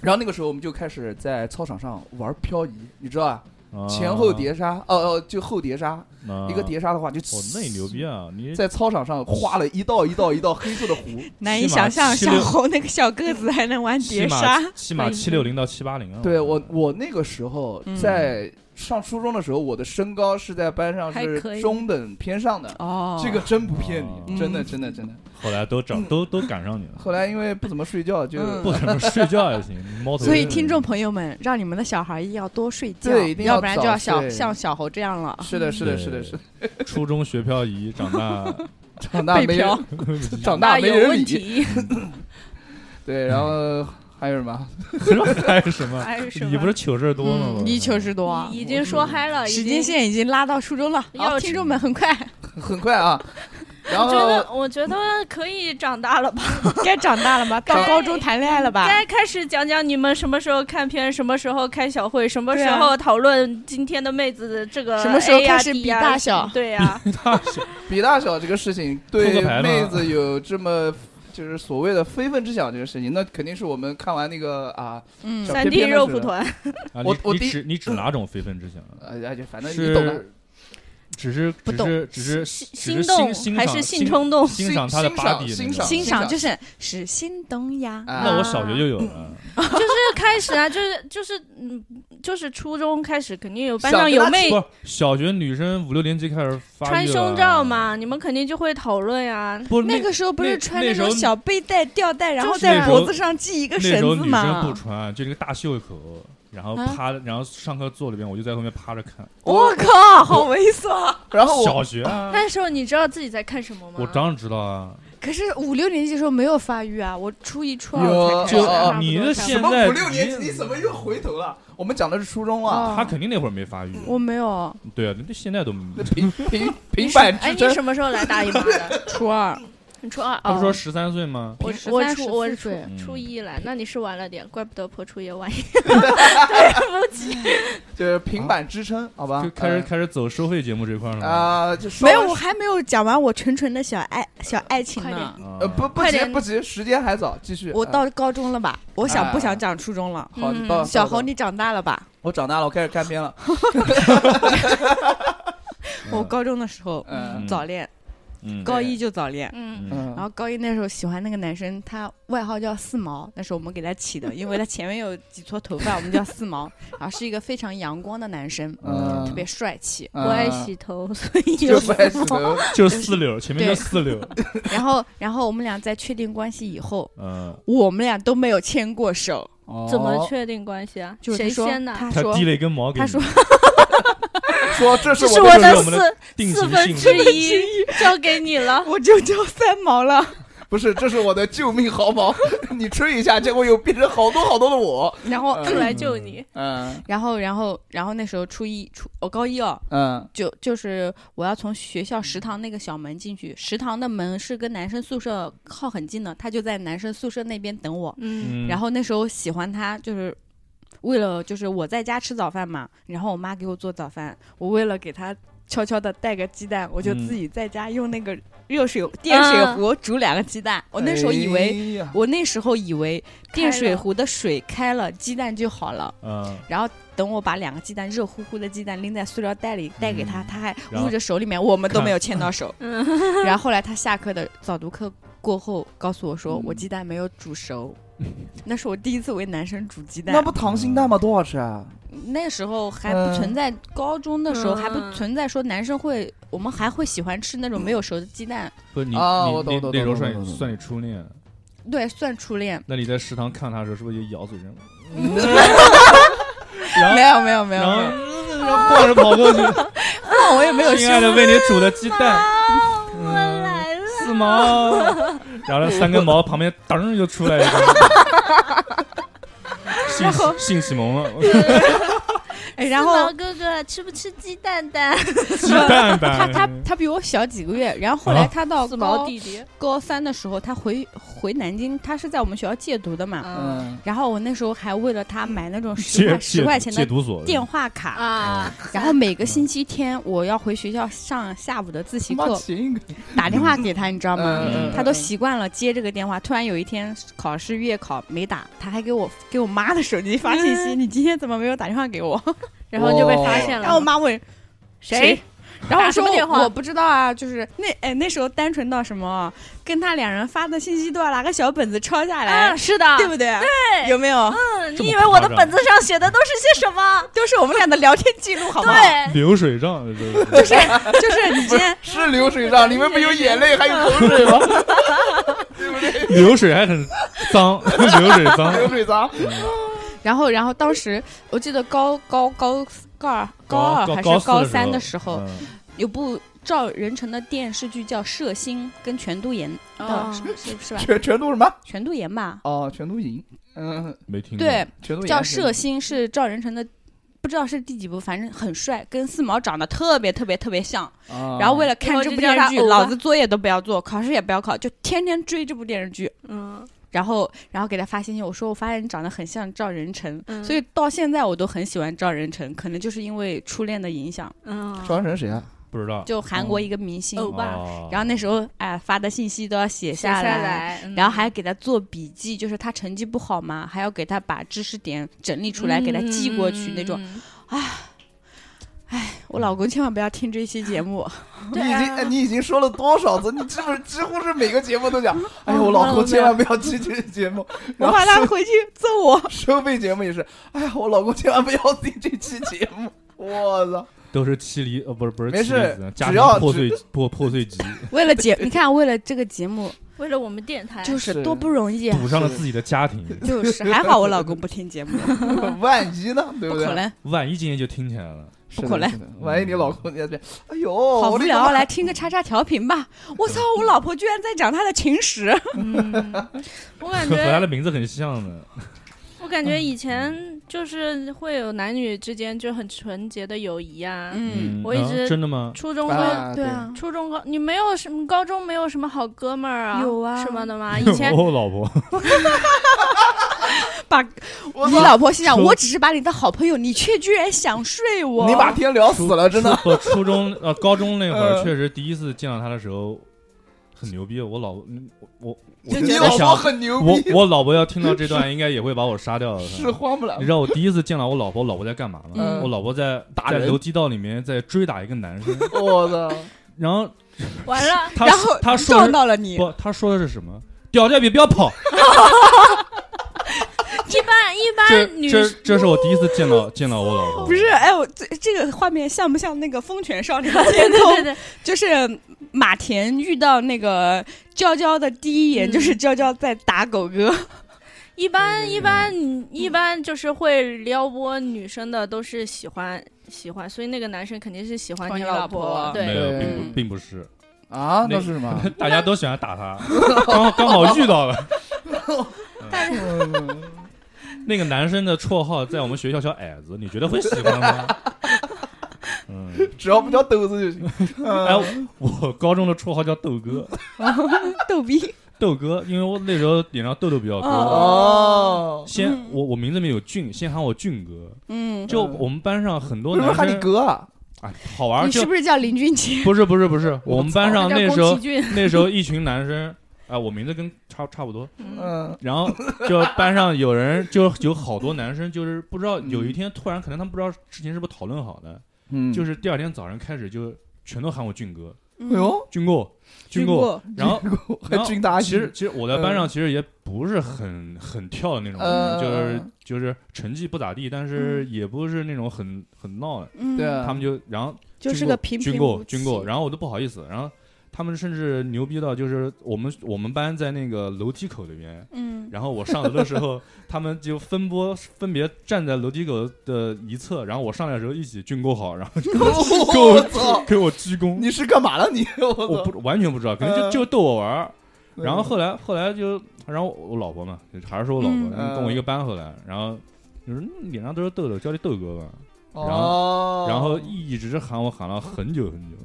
Speaker 2: 然后那个时候我们就开始在操场上玩漂移，你知道吧？
Speaker 3: 啊
Speaker 2: 前后碟刹，哦哦，就后碟刹，
Speaker 3: 啊
Speaker 2: 一个碟刹的话就
Speaker 3: 哦，那你牛逼啊！你
Speaker 2: 在操场上画了一道一道一道黑色的
Speaker 5: 嗯
Speaker 2: 弧。
Speaker 6: 难以想象，
Speaker 3: 起码
Speaker 6: 小猴那个小个子还能玩
Speaker 3: 起
Speaker 6: 碟
Speaker 3: 码
Speaker 6: 刹，
Speaker 3: 起码七六零到七八零啊！
Speaker 2: 对我，我那个时候
Speaker 6: 嗯
Speaker 2: 在上初中的时候，我的身高是在班上
Speaker 5: 还
Speaker 2: 是
Speaker 5: 可以哦
Speaker 2: 中等偏上的，
Speaker 6: 哦，
Speaker 2: 这个真不骗你，
Speaker 6: 嗯
Speaker 2: 真的真的真的。
Speaker 3: 后来都找都都赶上你了，
Speaker 2: 嗯后来因为不怎么睡觉，就
Speaker 6: 嗯
Speaker 3: 不怎么睡 觉也行，猫头鹰
Speaker 6: 所以听众朋友们，让你们的小孩一定要多睡觉，
Speaker 2: 对一定要
Speaker 6: 要不然就要
Speaker 2: 早
Speaker 6: 小
Speaker 2: 睡
Speaker 6: 像小猴这样了。
Speaker 2: 是的是的是的
Speaker 3: 对
Speaker 2: 是的，
Speaker 3: 初中学漂移，长 大
Speaker 2: 长大没人
Speaker 6: 飘
Speaker 2: 长大
Speaker 5: 那
Speaker 2: 没
Speaker 5: 有
Speaker 2: 人
Speaker 5: 问
Speaker 2: 理。
Speaker 5: 题。
Speaker 2: 对，然后还有什么？
Speaker 3: 还有什么？
Speaker 5: 还是什么
Speaker 3: 你不是糗事儿多吗？我
Speaker 6: 嗯，你糗事多啊，
Speaker 5: 已经说嗨了，已
Speaker 6: 时
Speaker 5: 经
Speaker 6: 间线已经拉到初中了。
Speaker 5: 要
Speaker 6: 好，听众们很快
Speaker 2: 很快 啊，然
Speaker 5: 我觉
Speaker 2: 后
Speaker 5: 得，我觉得可以长大了吧？
Speaker 6: 该长大了吧？到高中谈恋爱了吧？
Speaker 5: 该开始讲讲你们什么时候看片，什么时候开小会，什么
Speaker 6: 对
Speaker 5: 时
Speaker 6: 啊
Speaker 5: 候讨论今天的妹子的这个
Speaker 6: 什么时候
Speaker 5: A 呀
Speaker 6: 开始
Speaker 5: D
Speaker 6: 比
Speaker 5: 呀
Speaker 6: 大小
Speaker 5: 对呀，
Speaker 3: 大小
Speaker 2: 比大小这个事情
Speaker 3: 扑
Speaker 2: 对
Speaker 3: 克牌吗
Speaker 2: 妹子有这么。就是所谓的非分之想这个事情，那肯定是我们看完那个啊，
Speaker 6: 嗯
Speaker 2: 小，
Speaker 5: 三
Speaker 2: 偏
Speaker 5: D
Speaker 2: 偏的
Speaker 5: 肉
Speaker 2: 是
Speaker 5: 蒲团，
Speaker 3: 啊
Speaker 2: 我
Speaker 3: 你
Speaker 2: 我
Speaker 3: 你
Speaker 2: 第一
Speaker 3: 指你指哪种非分之想啊？
Speaker 2: 呃，就反正你懂的
Speaker 3: 是，只是
Speaker 6: 不
Speaker 3: 只
Speaker 6: 懂
Speaker 3: 是只是
Speaker 5: 心
Speaker 3: 只是
Speaker 5: 动
Speaker 3: 欣
Speaker 5: 还
Speaker 3: 赏
Speaker 5: 是性
Speaker 3: 欣
Speaker 5: 冲动？
Speaker 3: 欣赏他的
Speaker 2: 欣赏
Speaker 3: body
Speaker 2: 欣
Speaker 3: 那种
Speaker 2: 赏
Speaker 6: 欣
Speaker 2: 欣赏
Speaker 6: 赏就是是心动呀。
Speaker 2: 啊
Speaker 3: 那我小学就有了，
Speaker 5: 就是开始啊，就是就是嗯，就是初中开始肯定有班
Speaker 2: 想
Speaker 5: 上
Speaker 2: 跟
Speaker 5: 有
Speaker 2: 他
Speaker 6: 哎
Speaker 5: 妹
Speaker 3: 不是小学女生五六年级开始发育
Speaker 5: 穿
Speaker 3: 了
Speaker 5: 胸罩？嘛，你们肯定就会讨论呀。
Speaker 3: 不，
Speaker 6: 那个时候不是
Speaker 3: 那
Speaker 6: 穿
Speaker 3: 那
Speaker 6: 那
Speaker 3: 时候
Speaker 6: 种小背带、吊带，然后
Speaker 5: 就是
Speaker 6: 在
Speaker 3: 那时候
Speaker 6: 脖子上系 一个
Speaker 3: 那时候
Speaker 6: 绳子
Speaker 3: 女生不
Speaker 6: 嘛？
Speaker 3: 穿，就那个大袖口，然后
Speaker 6: 啊
Speaker 3: 趴，然后上课坐里边，我就在后面趴着看。
Speaker 6: 我靠，好猥琐！
Speaker 2: 然后
Speaker 3: 小
Speaker 2: 哦我
Speaker 3: 学啊，
Speaker 5: 那时候你知道自己在看什么吗？
Speaker 3: 我当然知道啊，
Speaker 6: 可是五六年级的时候没有发育啊，我初一、初
Speaker 2: 有
Speaker 6: 二才
Speaker 2: 就哦
Speaker 6: 开始。
Speaker 2: 哦
Speaker 5: 差不多
Speaker 3: 你的
Speaker 5: 差
Speaker 2: 什
Speaker 5: 不
Speaker 3: 现
Speaker 5: 多
Speaker 2: 么
Speaker 3: 在
Speaker 2: 五六年级，你怎么又回头了？我们讲的是初中
Speaker 6: 哦
Speaker 2: 啊，
Speaker 3: 他肯定那会儿没发育。
Speaker 6: 我没有
Speaker 3: 对啊，那现在都没
Speaker 2: 那 平 平
Speaker 5: 你
Speaker 2: 平
Speaker 5: 什
Speaker 2: 板
Speaker 5: 哎，
Speaker 2: 之
Speaker 5: 你
Speaker 2: 争，
Speaker 5: 什么时候来大姨妈的？
Speaker 6: 初二，
Speaker 5: 你初二
Speaker 3: 他不
Speaker 5: 哦
Speaker 3: 说。十三岁吗？
Speaker 5: 我
Speaker 6: 平
Speaker 5: 我
Speaker 6: 13
Speaker 5: 初我初
Speaker 6: 14岁
Speaker 3: 嗯
Speaker 5: 初一来，那你是晚了点，怪不得破处也晚。
Speaker 2: 就是平板支撑，好吧
Speaker 3: 就？开始
Speaker 2: 呃
Speaker 3: 开始走收费节目这块了吗？
Speaker 2: 啊，就稍
Speaker 6: 没
Speaker 2: 微
Speaker 6: 有，我还没有讲完我纯纯的小爱小爱情
Speaker 5: 快
Speaker 6: 呢
Speaker 5: 点。
Speaker 3: 啊
Speaker 2: 呃不不
Speaker 5: 快
Speaker 2: 急
Speaker 5: 点
Speaker 2: 不急，时间还早，继续。
Speaker 6: 我
Speaker 2: 啊
Speaker 6: 到高中了吧？我想不
Speaker 2: 啊
Speaker 6: 想讲初中了？
Speaker 2: 好，
Speaker 5: 嗯
Speaker 2: 你
Speaker 3: 啊
Speaker 2: 到
Speaker 6: 小
Speaker 2: 猴
Speaker 6: 猴，，你长大了吧？
Speaker 2: 我长大了，我开始干编了。
Speaker 6: 我高中的时候
Speaker 2: 嗯
Speaker 6: 早恋，
Speaker 3: 嗯
Speaker 6: 高一就早恋。
Speaker 5: 嗯，
Speaker 3: 嗯
Speaker 6: 然
Speaker 2: 嗯
Speaker 6: 后高一那时候喜欢那个男生，他外号叫四毛，那是我们给他起的，因为他前面有几撮头发，我们叫四毛。 然后是一个非常阳光的男生，
Speaker 2: 嗯，
Speaker 6: 特别帅气。
Speaker 5: 不
Speaker 2: 嗯
Speaker 5: 爱洗头， 所以
Speaker 2: 就
Speaker 5: 有
Speaker 2: 不爱洗头，
Speaker 3: 就是四六，前面
Speaker 6: 对
Speaker 3: 就四六，
Speaker 6: 然后，然后我们俩在确定关系以后，
Speaker 3: 嗯，
Speaker 6: 我们俩都没有牵过手。
Speaker 2: 哦
Speaker 5: 怎么确定关系啊？
Speaker 6: 就是
Speaker 5: 谁
Speaker 6: 他说
Speaker 5: 先的？
Speaker 6: 他
Speaker 3: 他
Speaker 6: 说
Speaker 3: 递了一根毛给
Speaker 6: 他
Speaker 3: 你，
Speaker 6: 说。
Speaker 2: 说这是
Speaker 5: 这是
Speaker 2: 我
Speaker 5: 我
Speaker 3: 这是
Speaker 5: 的
Speaker 3: 我们的定
Speaker 5: 四四
Speaker 3: 情
Speaker 5: 分
Speaker 3: 信
Speaker 5: 之
Speaker 3: 物
Speaker 5: 一 交给你了
Speaker 6: 我就叫三毛了。
Speaker 2: 不是，这是我的救命毫毛， 你吹一下，结果又变成好多好多的我。
Speaker 6: 然后，
Speaker 5: 出来救你，
Speaker 2: 嗯
Speaker 6: 然后，然后，然后那时候初一初我、高一哦，
Speaker 2: 嗯
Speaker 6: 就就是我要从学校食堂那个小门进去，食堂的门是跟男生宿舍靠很近的，他就在男生宿舍那边等我。
Speaker 5: 嗯，
Speaker 3: 嗯，
Speaker 6: 然后那时候喜欢他，就是为了就是我在家吃早饭嘛，然后我妈给我做早饭，我为了给她悄悄的带个鸡蛋，我就
Speaker 3: 嗯
Speaker 6: 自己在家用那个热水电水
Speaker 5: 啊
Speaker 6: 壶煮两个鸡蛋。我那时候以为，
Speaker 2: 为
Speaker 6: 我那时候以为电
Speaker 5: 嗯开
Speaker 6: 水
Speaker 5: 了
Speaker 6: 壶的水开了，鸡蛋就好了。
Speaker 3: 嗯，
Speaker 6: 然后等我把两个鸡蛋热乎乎的鸡蛋拎在塑料袋里带给他，他还
Speaker 3: 然后
Speaker 6: 捂着手里面，我们都没有牵到手。
Speaker 5: 嗯，
Speaker 6: 然后后来他下课的早读课过后告诉我说，
Speaker 2: 嗯
Speaker 6: 我鸡蛋没有煮熟。那是我第一次为男生煮鸡蛋
Speaker 2: 那，不溏心蛋吗？多好吃啊！
Speaker 6: 那时候还不存在，高中的时候还不
Speaker 5: 嗯
Speaker 6: 存在说男生会，我们还会喜欢吃那种没有熟的鸡蛋。
Speaker 3: 不是你
Speaker 2: 啊
Speaker 3: 你
Speaker 2: 我懂
Speaker 3: 你
Speaker 2: 懂
Speaker 3: 那时候
Speaker 2: 懂
Speaker 3: 算
Speaker 2: 懂
Speaker 3: 你
Speaker 2: 懂
Speaker 3: 算你初恋，
Speaker 6: 对，算初恋。
Speaker 3: 那你在食堂看他的时候，是不是就咬嘴 上？
Speaker 2: 啊
Speaker 6: 没有没有没有，
Speaker 3: 然后
Speaker 6: 没有
Speaker 3: 然后晃着跑 过去，
Speaker 6: 嗯我也没有啊
Speaker 3: 亲爱的，为你煮的鸡蛋，
Speaker 5: 我来了，
Speaker 3: 四毛，然后那三根毛旁边噔就出来一个，性启性启蒙了，
Speaker 6: 哎然后
Speaker 5: 哥哥吃不吃鸡蛋蛋？
Speaker 3: 鸡蛋
Speaker 6: 他
Speaker 3: 版，
Speaker 6: 他他比我小几个月，然后后来
Speaker 3: 啊
Speaker 6: 他到
Speaker 5: 四
Speaker 6: 高
Speaker 5: 毛弟弟，
Speaker 6: 高三的时候，他回回南京，他是在我们学校借读的嘛。
Speaker 5: 嗯
Speaker 2: 嗯，
Speaker 6: 然后我那时候还为了他买 那种十
Speaker 3: 戒
Speaker 6: 块十块钱
Speaker 3: 戒
Speaker 6: 的
Speaker 3: 毒所
Speaker 6: 电话卡，
Speaker 5: 啊，
Speaker 6: 然后每个星期天我要回学校上下午的自习
Speaker 2: 妈
Speaker 6: 课，
Speaker 2: 行，
Speaker 6: 打电话给他，你知道吗？
Speaker 2: 嗯
Speaker 6: 他都习惯了接这个电话。突然有一天考试月考没打，他还给我给我妈的手机发信 息：“你今天怎么没有打电话给我
Speaker 5: 然后就被发现？”
Speaker 6: 然后
Speaker 5: 了。
Speaker 6: 我妈问：“
Speaker 5: 嗯谁？
Speaker 6: 然后我
Speaker 5: 打什
Speaker 6: 说
Speaker 5: 么电话
Speaker 6: 我我不知道啊，就是那哎那时候单纯到什么，跟他两人发的信息都要拿个小本子抄下来，
Speaker 5: 啊，是的，
Speaker 6: 对不对？对有没有？
Speaker 5: 嗯，
Speaker 3: 这么
Speaker 5: 你以为我
Speaker 3: 夸
Speaker 5: 的
Speaker 3: 张
Speaker 5: 本子上写的都是些什么？
Speaker 6: 都是我们俩的聊天记录，好不好？
Speaker 5: 对，
Speaker 3: 流水账，这
Speaker 6: 就
Speaker 3: 个
Speaker 6: 是就是你今天
Speaker 2: 是流水账，里面不有眼泪，还有口水吗？
Speaker 3: 流水还很脏， 流水脏，
Speaker 2: 流水账，
Speaker 6: 然后然后当时我记得高高高高二二还是高三的时候，，嗯
Speaker 3: 嗯
Speaker 6: 有部赵仁成的电视剧叫《射星》，跟全度妍的
Speaker 5: 哦
Speaker 6: 是是是吧？
Speaker 2: 全全都什么？
Speaker 6: 全度妍吧？
Speaker 2: 哦，全都赢，嗯，
Speaker 3: 没听过，
Speaker 6: 对，
Speaker 2: 全都
Speaker 6: 叫《射星》是赵仁成的。不知道是第几部，反正很帅，跟四毛长得特别特别特别像。然
Speaker 2: 然
Speaker 6: 后为了看这部电视
Speaker 5: 以
Speaker 6: 剧，
Speaker 5: 后就叫他欧巴
Speaker 6: 老子作业都不要做，考试也不要考，就天天追这部电视剧。
Speaker 5: 嗯，
Speaker 6: 然后，然后给他发信息，我说我发现你长得很像赵仁成，
Speaker 5: 嗯
Speaker 6: 所以到现在我都很喜欢赵仁成，可能就是因为初恋的影响，
Speaker 5: 嗯，
Speaker 2: 双成谁啊？
Speaker 3: 不知道，
Speaker 6: 就韩国一个明星。
Speaker 5: 哦欧巴
Speaker 3: 哦
Speaker 6: 然后那时候，哎，发的信息都要写
Speaker 5: 下
Speaker 6: 来，
Speaker 5: 来，嗯
Speaker 6: 然后还给他做笔记，就是他成绩不好嘛，还要给他把知识点整理出来，给他寄过去那种。。
Speaker 5: 嗯嗯嗯
Speaker 6: 我老公千万不要听这一期节目，
Speaker 2: 你
Speaker 5: 对
Speaker 2: 已经
Speaker 5: 啊
Speaker 2: 哎你已经说了多少次？你是不是几乎是每个节目都讲？
Speaker 6: 哦
Speaker 2: 哎呀，我老公千万不要听这个节目，
Speaker 6: 我
Speaker 2: 然后
Speaker 6: 怕他
Speaker 2: 收
Speaker 6: 回去揍我。
Speaker 2: 收费节目也是。哎呀，我老公千万不要听这期节目。我操！
Speaker 3: 都是妻离，呃，不是不是妻
Speaker 2: 没
Speaker 3: 离
Speaker 2: 事
Speaker 3: 子散，家
Speaker 2: 只
Speaker 3: 庭
Speaker 2: 要
Speaker 3: 破
Speaker 2: 只
Speaker 3: 碎破破碎 集，
Speaker 6: 为了节，你看，为了这个节目，
Speaker 5: 为了我们电台，
Speaker 6: 就是是多不容易 啊。
Speaker 3: 赌上了
Speaker 2: 是
Speaker 3: 自己的家庭。
Speaker 6: 就是还好我老公不听节目，
Speaker 2: 万一呢？对
Speaker 6: 不
Speaker 2: 对？
Speaker 6: 可能。
Speaker 3: 万一今天就听起来了，
Speaker 2: 是的
Speaker 6: 不可能
Speaker 2: 是
Speaker 3: 嗯
Speaker 2: 的万一你老公在这，哎呦，好
Speaker 6: 好无聊，来哦听个叉叉调频 吧。我操，我老婆居然在讲她的情史。
Speaker 5: 嗯，我感
Speaker 3: 和和他
Speaker 5: 觉，
Speaker 3: 的名字很像的，
Speaker 5: 我感觉以前就是会有男女之间就很纯洁的友谊啊。
Speaker 6: 嗯，
Speaker 5: 我一
Speaker 3: 啊
Speaker 5: 直
Speaker 3: 真的吗？
Speaker 5: 初中高
Speaker 2: 啊，
Speaker 6: 对啊，
Speaker 5: 初中高，你没有什么高中没有什么好哥们儿啊，
Speaker 6: 有啊
Speaker 5: 什么 的吗？以前
Speaker 3: 哦，老婆，
Speaker 6: 把
Speaker 2: 对，我
Speaker 6: 你
Speaker 2: 操
Speaker 6: 老婆心想，
Speaker 3: 说
Speaker 6: 我只是把你当好朋友，你却居然想睡我。
Speaker 2: 你把天聊死了， 真的。
Speaker 3: 初。我 初中呃高中那会
Speaker 2: 嗯
Speaker 3: 儿，确实第一次见到他的时候很牛逼。我老嗯我我我
Speaker 2: 你
Speaker 3: 我
Speaker 2: 老
Speaker 3: 想
Speaker 2: 婆很牛
Speaker 3: 我
Speaker 2: 逼，
Speaker 3: 我老婆要听到 这段，应该也会把我杀掉的。
Speaker 2: 是慌不了
Speaker 3: 你。知道我第一次见到我老婆，我老婆在干嘛吗？
Speaker 6: 嗯
Speaker 3: 我老婆在
Speaker 2: 打
Speaker 3: 在
Speaker 2: 人
Speaker 3: 楼梯道里面在追打一个男生，
Speaker 2: 我操！
Speaker 3: 然后
Speaker 5: 完了，
Speaker 3: 他
Speaker 6: 然后
Speaker 3: 他说
Speaker 6: 撞
Speaker 3: 的
Speaker 6: 到了你，
Speaker 3: 不，他说的是什么？屌屌别不要跑！
Speaker 5: 一般一
Speaker 3: 这
Speaker 5: 般女
Speaker 3: 这这是我第一次见到见到我老婆，
Speaker 6: 不是？哎，我这这个画面像不像那个《风犬少年 天
Speaker 5: 对
Speaker 6: 空
Speaker 5: 对》？对，
Speaker 6: 就是马田遇到那个娇娇的第一眼，
Speaker 5: 嗯
Speaker 6: 就是娇娇在打狗哥。
Speaker 5: 一
Speaker 3: 嗯
Speaker 5: 般一般一般就是会撩拨女生的，都是喜欢喜欢，所以那个男生肯定是喜欢
Speaker 6: 哦
Speaker 5: 你
Speaker 6: 你老
Speaker 5: 婆
Speaker 6: 婆，
Speaker 3: 没
Speaker 5: 对，
Speaker 3: 有，
Speaker 2: 对
Speaker 3: 并不并不是，
Speaker 2: 啊，
Speaker 3: 那
Speaker 2: 那是什 么？
Speaker 3: 大家都喜欢打 他，刚好刚好遇到了。
Speaker 5: 但是
Speaker 3: 那个男生的绰号在我们学校叫矮子，你觉得会喜欢 吗？嗯，
Speaker 2: 只要不叫豆子就行。
Speaker 3: 哎
Speaker 2: 哎，，
Speaker 3: 我高中的绰号叫豆哥，
Speaker 6: 逗逼，
Speaker 3: 豆哥，因为我那时候脸上痘痘比较多，
Speaker 2: 哦，
Speaker 3: 先
Speaker 6: 哦嗯
Speaker 3: 我我名字里面有俊，先喊我俊哥。
Speaker 6: 嗯，
Speaker 3: 就我们班上很多
Speaker 2: 为什么
Speaker 3: 男
Speaker 2: 喊你
Speaker 3: 生，
Speaker 2: 哥啊？
Speaker 3: 哎，好玩儿
Speaker 6: 你
Speaker 3: 就是
Speaker 6: 不是叫林俊 杰？
Speaker 3: 不是不是不是，我们班上
Speaker 5: 叫
Speaker 3: 那时
Speaker 5: 宫
Speaker 3: 候
Speaker 5: 崎骏，
Speaker 3: 那时候一群男生，啊，我名字跟差差不多，
Speaker 5: 嗯
Speaker 2: 嗯，
Speaker 3: 然后就班上有人就有好多男生，就是不知道有一天突然可能他们不知道之前是不是讨论好的，
Speaker 2: 嗯
Speaker 3: 就是第二天早上开始就全都喊我俊哥、
Speaker 6: 嗯
Speaker 2: 哎呦，
Speaker 3: 俊哥、俊哥，呃
Speaker 6: 过，
Speaker 3: 然 后
Speaker 2: 还军大
Speaker 3: 其实其实我在班上其实也不是很很跳的那种
Speaker 2: 呃，
Speaker 3: 嗯就是就是成绩不咋地，但是也不是那种很很闹的，
Speaker 6: 嗯，
Speaker 2: 对啊
Speaker 3: 他们就然后
Speaker 6: 就是
Speaker 3: 军
Speaker 6: 个
Speaker 3: 购
Speaker 6: 平
Speaker 3: 军
Speaker 6: 平
Speaker 3: 购
Speaker 6: 无
Speaker 3: 军购，
Speaker 6: 奇
Speaker 3: 然后我都不好意思，然后他们甚至牛逼到就是我们我们班在那个楼梯口里面，
Speaker 6: 嗯，
Speaker 3: 然后我上楼的时候， 他们就分波分别站在楼梯口的一侧，然后我上来的时候一起军购好，然后
Speaker 2: 我操！
Speaker 3: 给我鞠躬，
Speaker 2: 你是干嘛了你？ 我
Speaker 3: 我
Speaker 2: 操！
Speaker 3: 不完全不知道，可能就
Speaker 2: 呃
Speaker 3: 就逗我玩儿。然后后来后来就，然后我老婆嘛，还是说我老婆，
Speaker 6: 嗯
Speaker 3: 因为跟
Speaker 2: 呃
Speaker 3: 我一个班后来，然后就是嗯脸上都是痘痘，叫你豆哥吧。
Speaker 2: 哦，
Speaker 3: 然后一直喊我喊了很久很久，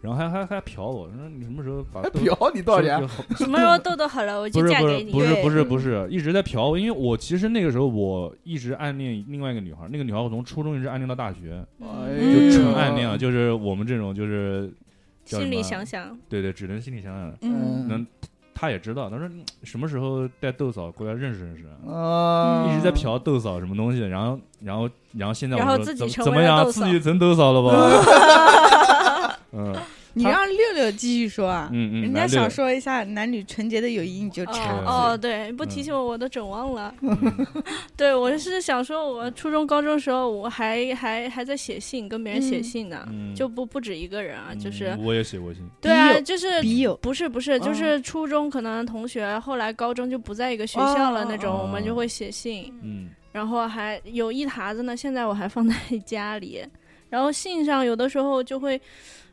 Speaker 3: 然后还还还瞟我说你什么时候把
Speaker 2: 还
Speaker 3: 豆
Speaker 2: 嫖你多少钱？啊
Speaker 3: 就
Speaker 5: 什么时候豆豆好了，我
Speaker 3: 不
Speaker 5: 就是嫁
Speaker 3: 不
Speaker 5: 给
Speaker 3: 是
Speaker 5: 你。
Speaker 3: 不是不是
Speaker 6: 对
Speaker 3: 不是，一直在瞟我，因为我其实那个时候我一直暗恋另外一个女孩，那个女孩我从初中一直暗恋到大学，
Speaker 2: 哎
Speaker 5: 嗯
Speaker 2: 呦
Speaker 3: 就纯暗恋了，就是我们这种就是叫
Speaker 5: 心
Speaker 3: 什
Speaker 5: 里
Speaker 3: 么
Speaker 5: 想想，
Speaker 3: 对对，只能心里想想。
Speaker 6: 嗯，
Speaker 3: 能，她也知道，她说嗯什么时候带豆嫂过来认识认识。
Speaker 2: 啊，
Speaker 3: 一直在瞟豆嫂什么东西，然后，然后，然后现在我
Speaker 5: 然后
Speaker 3: 说
Speaker 5: 自己
Speaker 3: 怎么
Speaker 5: 成
Speaker 3: 怎
Speaker 5: 为
Speaker 3: 么
Speaker 5: 了
Speaker 3: 样，
Speaker 5: 豆
Speaker 3: 自
Speaker 5: 嫂
Speaker 3: 己成豆嫂了吧？嗯
Speaker 6: 你让六六继续说啊，
Speaker 3: 嗯嗯，
Speaker 6: 人
Speaker 3: 来
Speaker 6: 家
Speaker 3: 六
Speaker 6: 想
Speaker 3: 六
Speaker 6: 说一下男女纯洁的友谊，你就
Speaker 3: 嗯
Speaker 6: 插嘴
Speaker 5: 哦哦，对，不提醒我，我都整忘了。对，我是想说，我初中、高中时候，我还还还在写信，跟别人写
Speaker 6: 嗯
Speaker 5: 信呢，
Speaker 3: 嗯
Speaker 5: 就不不止一个人啊，
Speaker 3: 嗯
Speaker 5: 就是
Speaker 3: 我也写过信，
Speaker 5: 对啊，
Speaker 6: 友
Speaker 5: 就是
Speaker 6: 笔友
Speaker 5: 不是不是，就
Speaker 6: 哦
Speaker 5: 是初中可能同学，后来高中就不在一个学校了那种，
Speaker 3: 哦
Speaker 5: 我们就会写信，
Speaker 3: 嗯
Speaker 5: 然后还有一沓子呢，现在我还放在家里。然后信上有的时候就会，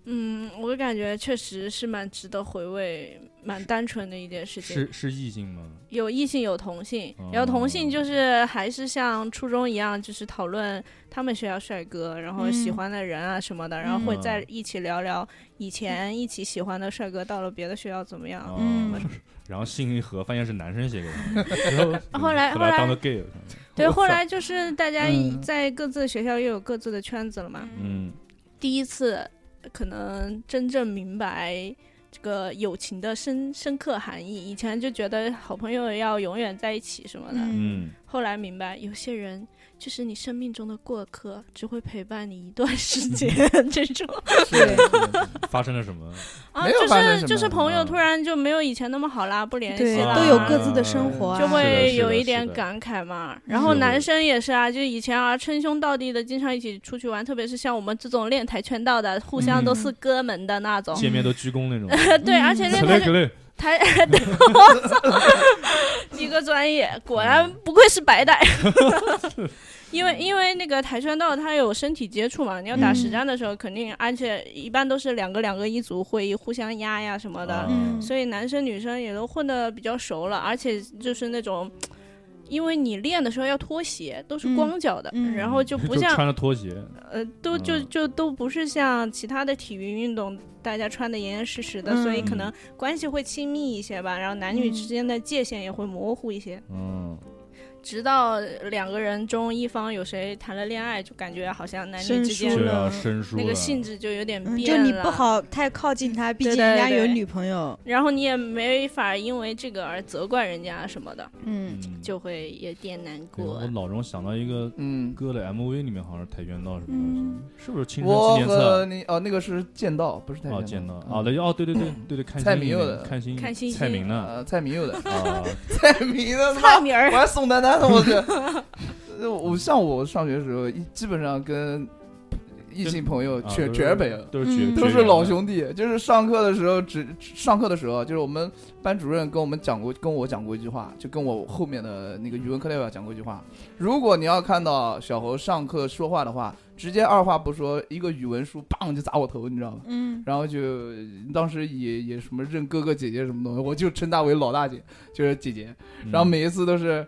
Speaker 5: 嗯，我感觉确实是蛮值得回味、蛮单纯的一件事情。
Speaker 3: 是是异性吗？
Speaker 5: 有异性有同性
Speaker 3: 哦，
Speaker 5: 然后同性就是还是像初中一样，就是讨论他们学校帅哥，然后
Speaker 6: 嗯
Speaker 5: 喜欢的人啊什么的，然后会
Speaker 3: 嗯
Speaker 5: 在一起聊聊以前一起喜欢的帅哥到了别的学校怎么
Speaker 2: 哦
Speaker 5: 样。
Speaker 3: 嗯
Speaker 6: 嗯，
Speaker 3: 然后信一核发现是男生写给他， 然后
Speaker 5: 后来
Speaker 3: 后
Speaker 5: 后来
Speaker 3: 当个 gay 了，
Speaker 5: 对，
Speaker 2: 我操
Speaker 5: 后来就是大家
Speaker 2: 嗯
Speaker 5: 在各自的学校又有各自的圈子了嘛。
Speaker 3: 嗯
Speaker 5: 第一次可能真正明白这个友情的深深刻含义，以前就觉得好朋友要永远在一起什么的，
Speaker 3: 嗯，
Speaker 5: 后来明白，有些人就是你生命中的过客，只会陪伴你一段时间。 这种
Speaker 6: 对，
Speaker 3: 发生了什么？
Speaker 5: 嗯啊，
Speaker 2: 没有
Speaker 5: 就
Speaker 2: 发生
Speaker 5: 是
Speaker 2: 什
Speaker 5: 就是
Speaker 2: 么
Speaker 5: 朋友
Speaker 3: 嗯
Speaker 5: 突然就没有以前那么好啦，不联系
Speaker 6: 对
Speaker 5: 啦，
Speaker 6: 都有各自的生活啊
Speaker 5: 啊就会
Speaker 3: 啊是的
Speaker 5: 有一
Speaker 3: 是
Speaker 5: 点
Speaker 3: 的
Speaker 5: 感慨嘛。
Speaker 6: 的
Speaker 5: 然后男生也是啊，就以前啊称兄道弟的，经常一起出去玩， 特别是像我们这种练跆拳道的，互相都是哥们的那种。
Speaker 3: 见面都鞠躬那种。
Speaker 5: 对，而且练
Speaker 3: 可
Speaker 5: 跆
Speaker 3: 累
Speaker 5: 拳
Speaker 3: 可累，
Speaker 5: 跆， 对我操，一个专业，果然
Speaker 6: 嗯
Speaker 5: 不愧是白 带。因为因为那个跆拳道它有身体接触嘛，你要打
Speaker 6: 嗯
Speaker 5: 实战的时候肯定，而且一般都是两个两个一组会互相压呀什么
Speaker 3: 啊
Speaker 5: 的，
Speaker 6: 嗯
Speaker 5: 所以男生女生也都混的比较熟了，而且就是那种。因为你练的时候要脱鞋，都是光脚的，
Speaker 6: 嗯嗯
Speaker 5: 然后就不
Speaker 3: 就
Speaker 5: 像
Speaker 3: 穿着拖鞋，
Speaker 5: 呃，都就
Speaker 3: 嗯
Speaker 5: 就都不是像其他的体育运动，大家穿的严严实实的，所以可
Speaker 6: 嗯
Speaker 5: 能关系会亲密一些吧，然后男女之间的界限也会模糊一些。
Speaker 3: 嗯，
Speaker 5: 直到两个人中一方有谁谈了恋爱，就感觉好像男女
Speaker 6: 生
Speaker 5: 之间
Speaker 6: 疏
Speaker 3: 就
Speaker 6: 了
Speaker 3: 要生疏了。
Speaker 5: 那个性质就有点
Speaker 6: 嗯
Speaker 5: 变
Speaker 6: 就
Speaker 5: 了。
Speaker 6: 你不好太靠近他，毕
Speaker 5: 对
Speaker 6: 竟
Speaker 5: 对
Speaker 6: 人家有
Speaker 5: 对
Speaker 6: 女朋友，
Speaker 5: 然后你也没法因为这个而责怪人家什么的，
Speaker 6: 嗯，
Speaker 3: 嗯
Speaker 5: 就会有点难
Speaker 3: 对
Speaker 5: 过
Speaker 3: 我。脑中想到一个
Speaker 2: 嗯，
Speaker 3: 歌的 MV 里面好像是跆拳道什么
Speaker 6: 嗯
Speaker 5: 嗯
Speaker 3: 东西，是不是青春纪
Speaker 2: 我
Speaker 3: 念册
Speaker 2: 和？你哦，那个是剑道，不是太
Speaker 3: 哦，见到哦，对哦，对对对对对，看
Speaker 2: 蔡
Speaker 3: 星
Speaker 2: 明
Speaker 3: 里
Speaker 2: 佑
Speaker 3: 面
Speaker 2: 的
Speaker 3: 看星
Speaker 5: 看星
Speaker 3: 蔡
Speaker 5: 星
Speaker 3: 明呢？
Speaker 2: 呃，蔡明佑的，
Speaker 3: 啊，
Speaker 2: 蔡明的，
Speaker 5: 蔡明儿
Speaker 2: 我，还宋丹丹的，我去。 呃我像我上学的时候，一基本上跟异性朋友
Speaker 3: 啊
Speaker 2: 呃全
Speaker 3: 都是
Speaker 2: 全是朋友，
Speaker 3: 都是绝
Speaker 6: 嗯
Speaker 2: 都
Speaker 3: 绝
Speaker 2: 是
Speaker 3: 缘
Speaker 2: 老
Speaker 3: 的
Speaker 2: 兄弟。就是上课的时候，只上课的时候，就是我们班主任跟我们讲过，跟我讲过一句话，就跟我后面的那个语文课代表讲过一句话：如果你要看到小侯上课说话的话，直接二话不说，一个语文书砰就砸我头，你知道吗？
Speaker 6: 嗯，
Speaker 2: 然后就当时也也什么认哥哥姐姐什么东西，我就称她为老大姐，就是姐姐。
Speaker 3: 嗯
Speaker 2: 然后每一次都是，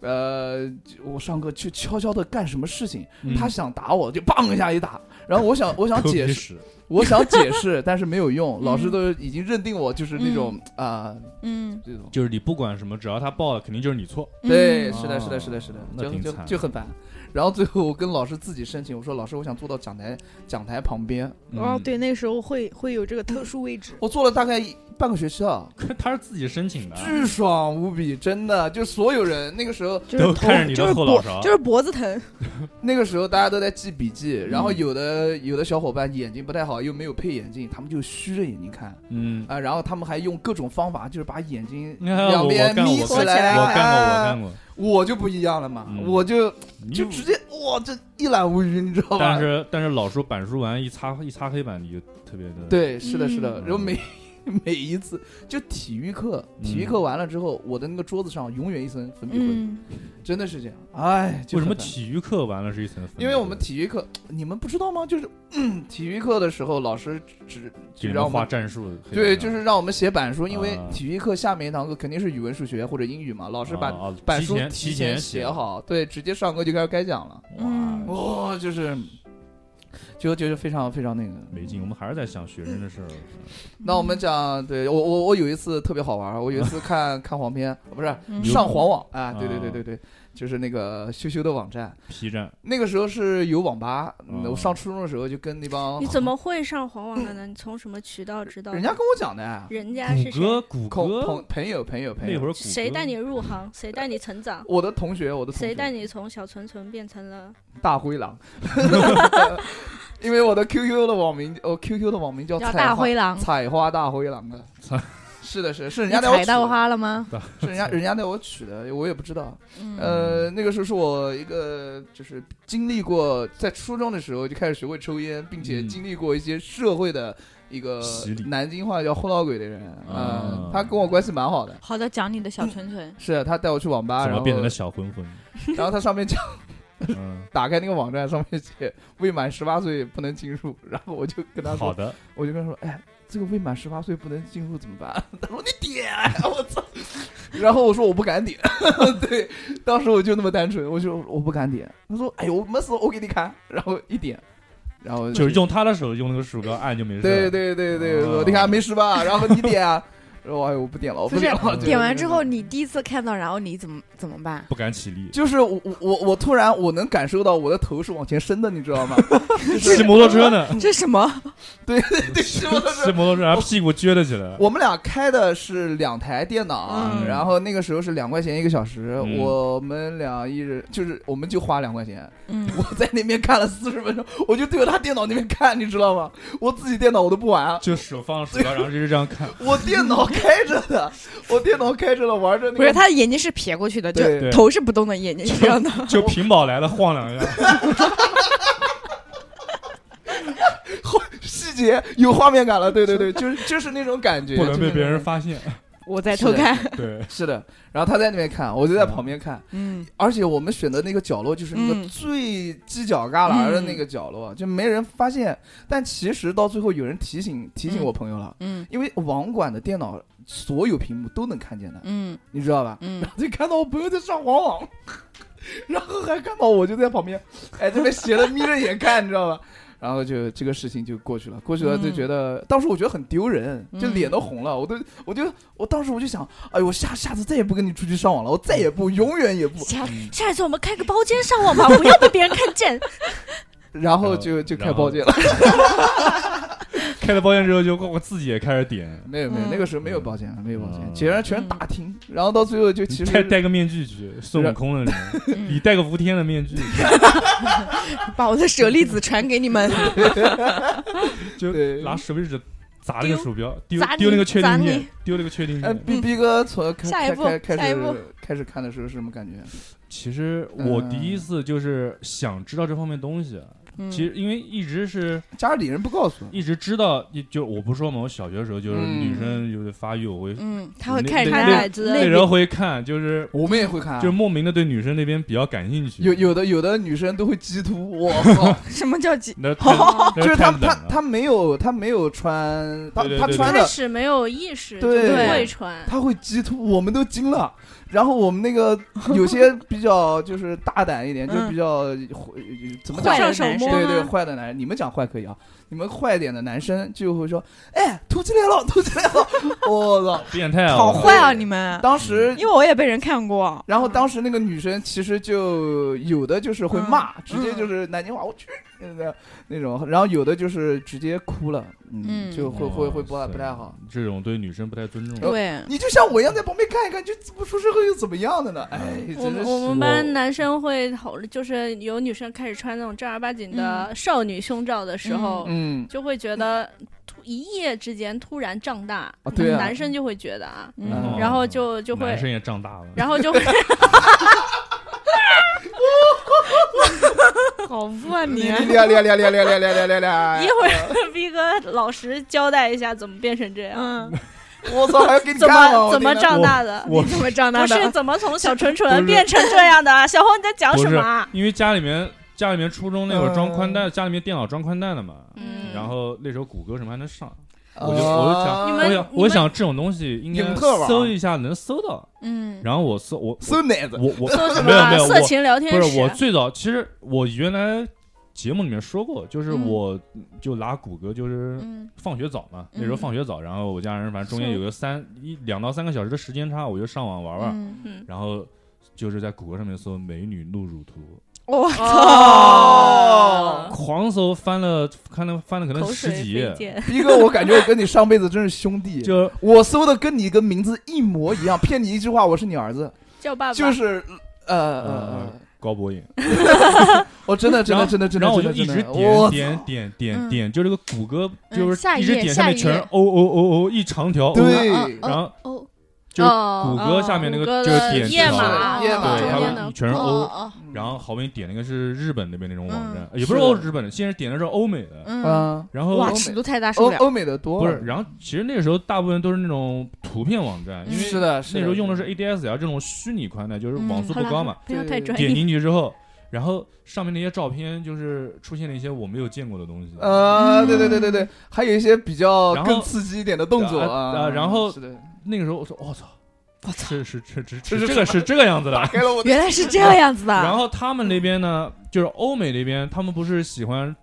Speaker 2: 呃，我上课去悄悄的干什么事情，
Speaker 3: 嗯
Speaker 2: 他想打我就砰一下一打，然后我想我想
Speaker 3: 抠
Speaker 2: 解
Speaker 3: 鼻
Speaker 2: 释，
Speaker 3: 屎
Speaker 2: 我想解 释，但是没有用，老师都已经认定我就是那种啊
Speaker 6: 嗯，
Speaker 2: 这种。
Speaker 3: 就是你不管什么，只要他报了，肯定就是你错。
Speaker 2: 对，
Speaker 6: 嗯
Speaker 2: 是的，是的，是的，是的，
Speaker 3: 哦那
Speaker 2: 就
Speaker 3: 挺
Speaker 2: 就
Speaker 3: 惨
Speaker 2: 就很烦。然后最后我跟老师自己申请，我说老师，我想坐到讲台讲台旁边。
Speaker 4: 哦
Speaker 3: 嗯，
Speaker 4: 对，那时候会会有这个特殊位置。
Speaker 2: 我坐了大概一半个学期啊，
Speaker 3: 他是自己申请的，啊
Speaker 2: 巨爽无比，真的，就所有人那个时候，
Speaker 4: 就
Speaker 3: 都
Speaker 4: 是
Speaker 3: 看着你
Speaker 4: 就是
Speaker 3: 的后脑
Speaker 4: 脖，
Speaker 3: 勺，
Speaker 4: 就是脖子疼，
Speaker 2: 那个时候大家都在记笔记，然后有的有的小伙伴眼睛不太好，又没有配眼镜，他们就虚着眼睛看
Speaker 3: 嗯，
Speaker 2: 啊，然后他们还用各种方法，就是把眼睛
Speaker 3: 你看我
Speaker 2: 两边
Speaker 3: 我干
Speaker 2: 眯
Speaker 3: 我
Speaker 2: 起
Speaker 3: 干
Speaker 2: 来，
Speaker 3: 我干
Speaker 2: 过，
Speaker 3: 过，我干过
Speaker 2: 我就不一样了嘛，
Speaker 3: 嗯
Speaker 2: 我就
Speaker 3: 你
Speaker 2: 就
Speaker 3: 有。
Speaker 2: 直接哇，这一览无余，你知道吧？
Speaker 3: 但是但是老叔板书完一擦一擦黑板，你就特别的，
Speaker 2: 对，是的，是的。
Speaker 3: 嗯
Speaker 2: 然后每 每一次就体育课，体育
Speaker 3: 嗯
Speaker 2: 课完了之后，我的那个桌子上永远一层粉笔灰，
Speaker 6: 嗯，
Speaker 2: 真的是这样。哎，就
Speaker 3: 为什么
Speaker 2: 很烦
Speaker 3: 体育课完了是一层粉笔？
Speaker 2: 因为我们体育课，你们不知道吗？就是、 嗯、体育课的时候，老师只只
Speaker 3: 给
Speaker 2: 让
Speaker 3: 人
Speaker 2: 我
Speaker 3: 画
Speaker 2: 们
Speaker 3: 战术的黑板啊上，
Speaker 2: 对，就是让我们写板书，因为
Speaker 3: 啊
Speaker 2: 体育课下面一堂课肯定是语文、数学或者英语嘛，老师把
Speaker 3: 啊啊
Speaker 2: 板
Speaker 3: 提
Speaker 2: 书
Speaker 3: 前
Speaker 2: 提
Speaker 3: 提
Speaker 2: 前
Speaker 3: 写啊
Speaker 2: 写，好，对，直接上课就开始开讲了。
Speaker 3: 哇
Speaker 6: 嗯，
Speaker 2: 哇、就是就就是非常非常那个。
Speaker 3: 没劲，我们还是在想学生的事儿。
Speaker 2: 那我们讲，对我我我有一次特别好玩儿，我有一次 看看黄片，不是
Speaker 6: 嗯
Speaker 2: 上黄网啊，对对
Speaker 3: 啊
Speaker 2: 对对对，就是那个羞羞的网站。
Speaker 3: P 站，
Speaker 2: 那个时候是有网吧，嗯
Speaker 3: 哦
Speaker 2: 我上初中的时候就跟那帮
Speaker 5: 你怎么会上黄网的呢？你从什么渠道知道的？
Speaker 2: 人家跟我讲的啊，
Speaker 5: 人家是
Speaker 3: 谷歌
Speaker 5: 谁？
Speaker 3: 谷
Speaker 2: 朋
Speaker 3: 歌
Speaker 2: 朋朋友朋友朋
Speaker 3: 那
Speaker 2: 友
Speaker 3: 会，儿谷歌
Speaker 5: 谁带你入行？谁带你成长？
Speaker 2: 嗯我的同学，我的同学
Speaker 5: 谁带你从小纯纯变成了？
Speaker 2: 大灰 狼，因为我的 QQ 的网名，我 QQ 的网名叫
Speaker 6: 叫
Speaker 2: 采
Speaker 6: 大
Speaker 2: 花
Speaker 6: 灰狼，
Speaker 2: 采花大灰狼啊
Speaker 3: 采，
Speaker 2: 是的是是人
Speaker 6: 你
Speaker 2: 家带我
Speaker 6: 踩
Speaker 2: 取
Speaker 6: 到
Speaker 2: 的，
Speaker 6: 花了吗？
Speaker 2: 是人家人家带我取的，我也不知道。
Speaker 6: 嗯
Speaker 2: 呃，那个时候是我一个就是经历过在初中的时候就开始学会抽烟，并且
Speaker 3: 嗯
Speaker 2: 经历过一些社会的一个
Speaker 3: 洗礼
Speaker 2: 南京话叫“混老鬼”的人，
Speaker 3: 啊
Speaker 2: 嗯，他跟我关系蛮好的。
Speaker 6: 好的，讲你的小纯纯，
Speaker 2: 是他带我去网吧，
Speaker 3: 怎
Speaker 2: 然
Speaker 3: 么
Speaker 2: 后
Speaker 3: 变成了小 混混？
Speaker 2: 然后他上面讲，
Speaker 3: 嗯，
Speaker 2: 打开那个网站上面写未满十八岁不能进入，然后我就跟他
Speaker 3: 好
Speaker 2: 说，
Speaker 3: 的，
Speaker 2: 我就跟他说，哎，这个未满十八岁不能进入怎么办？ 他说你点，啊 我操！然后我说我不敢点， 对，当时我就那么单纯，我就我不敢点。他说，哎呦，没事，我给你看。然后一点，然后
Speaker 3: 就是用他的手用那个鼠标按就没事。
Speaker 2: 对，对对对，
Speaker 3: 哦
Speaker 2: 说你看没事吧？然后你点啊， 然后哎呦我不点了，我
Speaker 6: 不是
Speaker 2: 点了。
Speaker 3: 嗯对
Speaker 6: 点完之后你第一次看到，然后你怎么怎么办？
Speaker 3: 不敢起立，
Speaker 2: 就是我我我我突然我能感受到我的头是往前伸的，你知道吗？
Speaker 3: 骑摩托车呢，
Speaker 6: 这什么？
Speaker 2: 对，是我的
Speaker 3: 骑摩托车，然后屁股撅了起来。
Speaker 2: 我们俩开的是两台电脑啊，
Speaker 3: 嗯
Speaker 2: 然后那个时候是两块钱一个小时，
Speaker 3: 嗯
Speaker 2: 我们俩一人就是我们就花两块钱，
Speaker 6: 嗯，
Speaker 2: 我在那边看了四十分钟，我就对着他电脑那边看，你知道吗？我自己电脑我都不玩，
Speaker 3: 就手放鼠标，然后就是这样看。
Speaker 2: 我电脑开着的，我电脑开着了玩着那
Speaker 6: 不是，
Speaker 2: 个。
Speaker 6: 他的眼睛是撇过去的，就
Speaker 2: 对
Speaker 3: 对
Speaker 6: 头是不动的，眼睛是这样的。
Speaker 3: 就屏保来了晃两下，
Speaker 2: 细节有画面感了，对对对，就是就是那种感觉，
Speaker 3: 不能
Speaker 2: 就是
Speaker 3: 被
Speaker 2: 那
Speaker 3: 别人
Speaker 2: 种
Speaker 3: 发现。
Speaker 6: 我在偷看，
Speaker 3: 对，
Speaker 2: 是的，然后他在那边看，我就在旁边看，
Speaker 6: 嗯，
Speaker 2: 而且我们选的那个角落就是那个
Speaker 6: 嗯
Speaker 2: 最犄角旮旯的那个角落，就没人发现。但其实到最后有人提醒提醒我朋友了，
Speaker 6: 嗯
Speaker 2: 因为网管的电脑所有屏幕都能看见的，
Speaker 6: 嗯
Speaker 2: 你知道吧？
Speaker 6: 嗯
Speaker 2: 然，后就看到我朋友在上黄网， 然后还看到我就在旁边，哎，这边斜着眯着眼看，你知道吧？然后就这个事情就过去了，过去了就觉得，当时我觉得很丢人，就
Speaker 6: 嗯
Speaker 2: 脸都红了，我都，我就，我当时我就想，哎呦，我下下次再也不跟你出去上网了，我再也不，永远也不，
Speaker 6: 下
Speaker 5: 下一次我们开个包间上 网吧，不要被别人看见。
Speaker 2: 然
Speaker 3: 然
Speaker 2: 后
Speaker 3: 后
Speaker 2: 就就开
Speaker 3: 然
Speaker 2: 包
Speaker 3: 后
Speaker 2: 间了。
Speaker 3: 开了包间之后，就我自己也开始点，
Speaker 2: 没有没有，
Speaker 6: 嗯
Speaker 2: 那个时候没有包间，没有包间，
Speaker 3: 嗯
Speaker 2: 全是全是打听，然后到最后就其
Speaker 3: 戴
Speaker 2: 实
Speaker 3: 戴个面具去，孙悟空的那种，
Speaker 6: 嗯
Speaker 3: 你戴个吴天的面具，
Speaker 6: 把我的舍利子传给你们，
Speaker 3: 就
Speaker 2: 对
Speaker 3: 拿手指砸那个鼠标，丢
Speaker 6: 砸你
Speaker 3: 丢那个确定
Speaker 6: 砸
Speaker 3: 键
Speaker 6: 你，
Speaker 3: 丢那个确定
Speaker 2: 哎
Speaker 3: 键。
Speaker 2: ，B B 哥从开
Speaker 6: 下一步
Speaker 2: 开开
Speaker 6: 下
Speaker 2: 开
Speaker 6: 一
Speaker 2: 始
Speaker 6: 步
Speaker 2: 开始看的时候是什么感觉？
Speaker 3: 其实我第一次就是想知道这方面东西，啊
Speaker 6: 嗯
Speaker 3: 其实因为一直是
Speaker 2: 家里人不告诉，
Speaker 3: 一直知道，就就我不说嘛，我小学的时候就是
Speaker 2: 嗯
Speaker 3: 女生有的发育，我会
Speaker 6: 嗯，他会
Speaker 3: 那
Speaker 6: 看人
Speaker 3: 那
Speaker 6: 家
Speaker 5: 看
Speaker 3: 那
Speaker 5: 奶子，
Speaker 3: 那时候会看，就是
Speaker 2: 我们也会看啊，
Speaker 3: 就莫名的对女生那边比较感兴趣。
Speaker 2: 有有的有的女生都会激突， 我靠，
Speaker 6: 什么叫几？
Speaker 3: 那太
Speaker 2: 就
Speaker 5: 哦
Speaker 3: 那
Speaker 2: 是
Speaker 3: 太
Speaker 2: 她
Speaker 3: 冷
Speaker 2: 她
Speaker 3: 了。
Speaker 2: 她没有她没有穿，她
Speaker 3: 对对
Speaker 2: 她
Speaker 3: 对
Speaker 2: 穿
Speaker 5: 开
Speaker 2: 的
Speaker 5: 始没有意识，就
Speaker 2: 对
Speaker 5: 不会传。
Speaker 2: 她会激突，我们都惊了，然后我们那个有些比较就是大胆一点，就
Speaker 6: 嗯
Speaker 2: 比较会怎么讲
Speaker 6: 坏的
Speaker 5: 上手
Speaker 6: 男生
Speaker 5: 摸啊
Speaker 2: 对对，
Speaker 5: 吗
Speaker 2: 坏的男人，你们讲坏可以啊，你们坏一点的男生就会说，哎，突进来了，突进来了， 我操！
Speaker 3: 变态
Speaker 2: 好
Speaker 3: 啊！
Speaker 2: 坏
Speaker 6: 坏啊你们！
Speaker 2: 当时
Speaker 6: 因为我也被人看过，
Speaker 2: 然后当时那个女生其实就有的就是会骂，
Speaker 6: 嗯
Speaker 2: 直接就是南京话，我去那那种，然后有的就是直接哭了，嗯，
Speaker 6: 嗯
Speaker 2: 就会会会不太
Speaker 3: 哇塞
Speaker 2: 不太好。，
Speaker 3: 这种对女生不太尊重。
Speaker 6: 对，
Speaker 2: 你就像我一样在旁边看一看，就不出声后又怎么样的呢？哎，
Speaker 6: 嗯
Speaker 5: 我
Speaker 2: 真
Speaker 5: 们
Speaker 2: 的
Speaker 5: 我
Speaker 2: 是
Speaker 5: 们班男生会讨，就是有女生开始穿那种正儿八经的少女胸罩的时候，
Speaker 2: 嗯，
Speaker 5: 就会觉得突一夜之间突然胀大，
Speaker 2: 啊对啊
Speaker 5: 男生就会觉得啊，
Speaker 2: 嗯哎
Speaker 5: 然后就就会
Speaker 3: 男，生也长大了，
Speaker 5: 然 后就会
Speaker 6: 好啊恶
Speaker 2: 厉害厉害厉害厉害厉害厉害厉害厉
Speaker 5: 一
Speaker 2: 害！
Speaker 5: 会儿 逼哥老实交代一下怎么变成这样，
Speaker 6: 嗯，
Speaker 2: 我操，还要给你
Speaker 5: 怎
Speaker 2: 看
Speaker 5: 么
Speaker 2: 吗？
Speaker 5: 怎么
Speaker 2: 着？
Speaker 5: 胀大的。
Speaker 3: 我
Speaker 6: 你怎么长大
Speaker 5: 不是
Speaker 6: 的？
Speaker 5: 怎么从小纯
Speaker 3: 不
Speaker 5: 纯
Speaker 3: 是
Speaker 5: 变成这样的啊？小红你在讲
Speaker 3: 不
Speaker 5: 什
Speaker 3: 是
Speaker 5: 么啊？
Speaker 3: 因为家里面家里面初中那会儿装宽带，家里面电脑装宽带了嘛，
Speaker 5: 嗯
Speaker 3: 然后那时候谷歌什么还能上，
Speaker 2: 我
Speaker 3: 我就我就想
Speaker 5: 哎
Speaker 3: 我
Speaker 5: 你们
Speaker 3: 想我想这种东西应该
Speaker 2: 影特网
Speaker 3: 搜一下能搜到，
Speaker 6: 嗯，
Speaker 3: 然后我搜我
Speaker 2: 搜奶子，
Speaker 3: 我我
Speaker 5: 说什么
Speaker 3: 没有没
Speaker 5: 啊
Speaker 3: 有
Speaker 5: 色
Speaker 3: 我
Speaker 5: 情聊天
Speaker 3: 不
Speaker 5: 室？
Speaker 3: 是我最早，其实我原来节目里面说过，就是
Speaker 6: 嗯
Speaker 3: 我就拿谷歌，就是
Speaker 6: 嗯
Speaker 3: 放学早嘛，那时候
Speaker 6: 嗯
Speaker 3: 放学早，然后我家人反正中间有个三一两到三个小时的时间差，我就上网玩玩，
Speaker 6: 嗯，
Speaker 5: 嗯，
Speaker 3: 然后就是在谷歌上面搜美女露乳图，
Speaker 6: 我
Speaker 2: 哦
Speaker 5: 哦，
Speaker 3: 狂搜翻了看了翻了可能
Speaker 5: 口
Speaker 3: 十
Speaker 5: 水
Speaker 3: 几
Speaker 5: 飞
Speaker 3: 页，
Speaker 5: 溅，
Speaker 2: 逼哥，我感觉我跟你上辈子真是兄弟。
Speaker 3: 就
Speaker 2: 我搜的跟你个名字一模一样，骗你一句话，我是你儿子，
Speaker 5: 叫爸爸。
Speaker 2: 就是呃呃，呃
Speaker 3: 高博影，
Speaker 2: 我真的真的
Speaker 3: 然后
Speaker 2: 真的真的，
Speaker 3: 然后我就
Speaker 2: 真的
Speaker 3: 一直
Speaker 2: 真的
Speaker 3: 点
Speaker 2: 我
Speaker 3: 点点点
Speaker 6: 嗯
Speaker 3: 点，就这个谷歌
Speaker 6: 嗯
Speaker 3: 就是
Speaker 6: 下
Speaker 3: 一
Speaker 6: 一
Speaker 3: 直
Speaker 6: 页
Speaker 3: 点下面
Speaker 6: 下一
Speaker 3: 全是
Speaker 6: 页
Speaker 3: 哦哦哦哦一长条，哦
Speaker 2: 对
Speaker 6: 嗯
Speaker 3: 然后
Speaker 6: 哦，
Speaker 3: 就是
Speaker 5: 哦
Speaker 3: 谷歌下面那个
Speaker 5: 谷歌
Speaker 3: 就是
Speaker 5: 的
Speaker 3: 点
Speaker 5: 页
Speaker 3: 条
Speaker 5: 码，啊
Speaker 2: 页码
Speaker 3: 对，
Speaker 5: 中
Speaker 2: 中
Speaker 3: 他
Speaker 5: 间
Speaker 2: 间
Speaker 5: 的
Speaker 3: 们。全是欧，
Speaker 6: 哦，
Speaker 3: 然后好不容易点了一个是日本那边那种网站，也
Speaker 2: 嗯
Speaker 3: 不
Speaker 2: 是
Speaker 3: 是欧日本的，先是点的是欧美的，
Speaker 6: 嗯，
Speaker 2: 嗯，
Speaker 3: 然后
Speaker 6: 哇，尺度太大，受
Speaker 2: 欧
Speaker 6: 不
Speaker 3: 哦
Speaker 6: 了。
Speaker 2: 欧美的多，
Speaker 3: 不是，然后其实那个时候大部分都是那种图片网站，因为
Speaker 2: 是的，嗯是
Speaker 3: 那时候用的是 ADSL 啊这种虚拟宽带，就是网速
Speaker 5: 嗯好
Speaker 3: 不
Speaker 5: 了
Speaker 3: 高嘛，，
Speaker 5: 不要太专
Speaker 3: 点
Speaker 5: 业。
Speaker 3: 进去之后。然后上面那些照片就是出现了一些我没有见过的东西，
Speaker 2: 呃，
Speaker 6: 嗯
Speaker 2: 对对对对对，还有一些比较
Speaker 3: 然后
Speaker 2: 更刺激一点的动作
Speaker 3: 啊
Speaker 2: 啊
Speaker 3: 啊，然后
Speaker 2: 是的，
Speaker 3: 那个时候我说我操，我操，是是是是
Speaker 2: 这
Speaker 3: 是
Speaker 2: 是
Speaker 3: 这个
Speaker 2: 什
Speaker 3: 是这个样子的，
Speaker 2: 给了我的
Speaker 6: 原来是这样子的。
Speaker 3: 然后他们那边呢，就是欧美那边，他们不是喜欢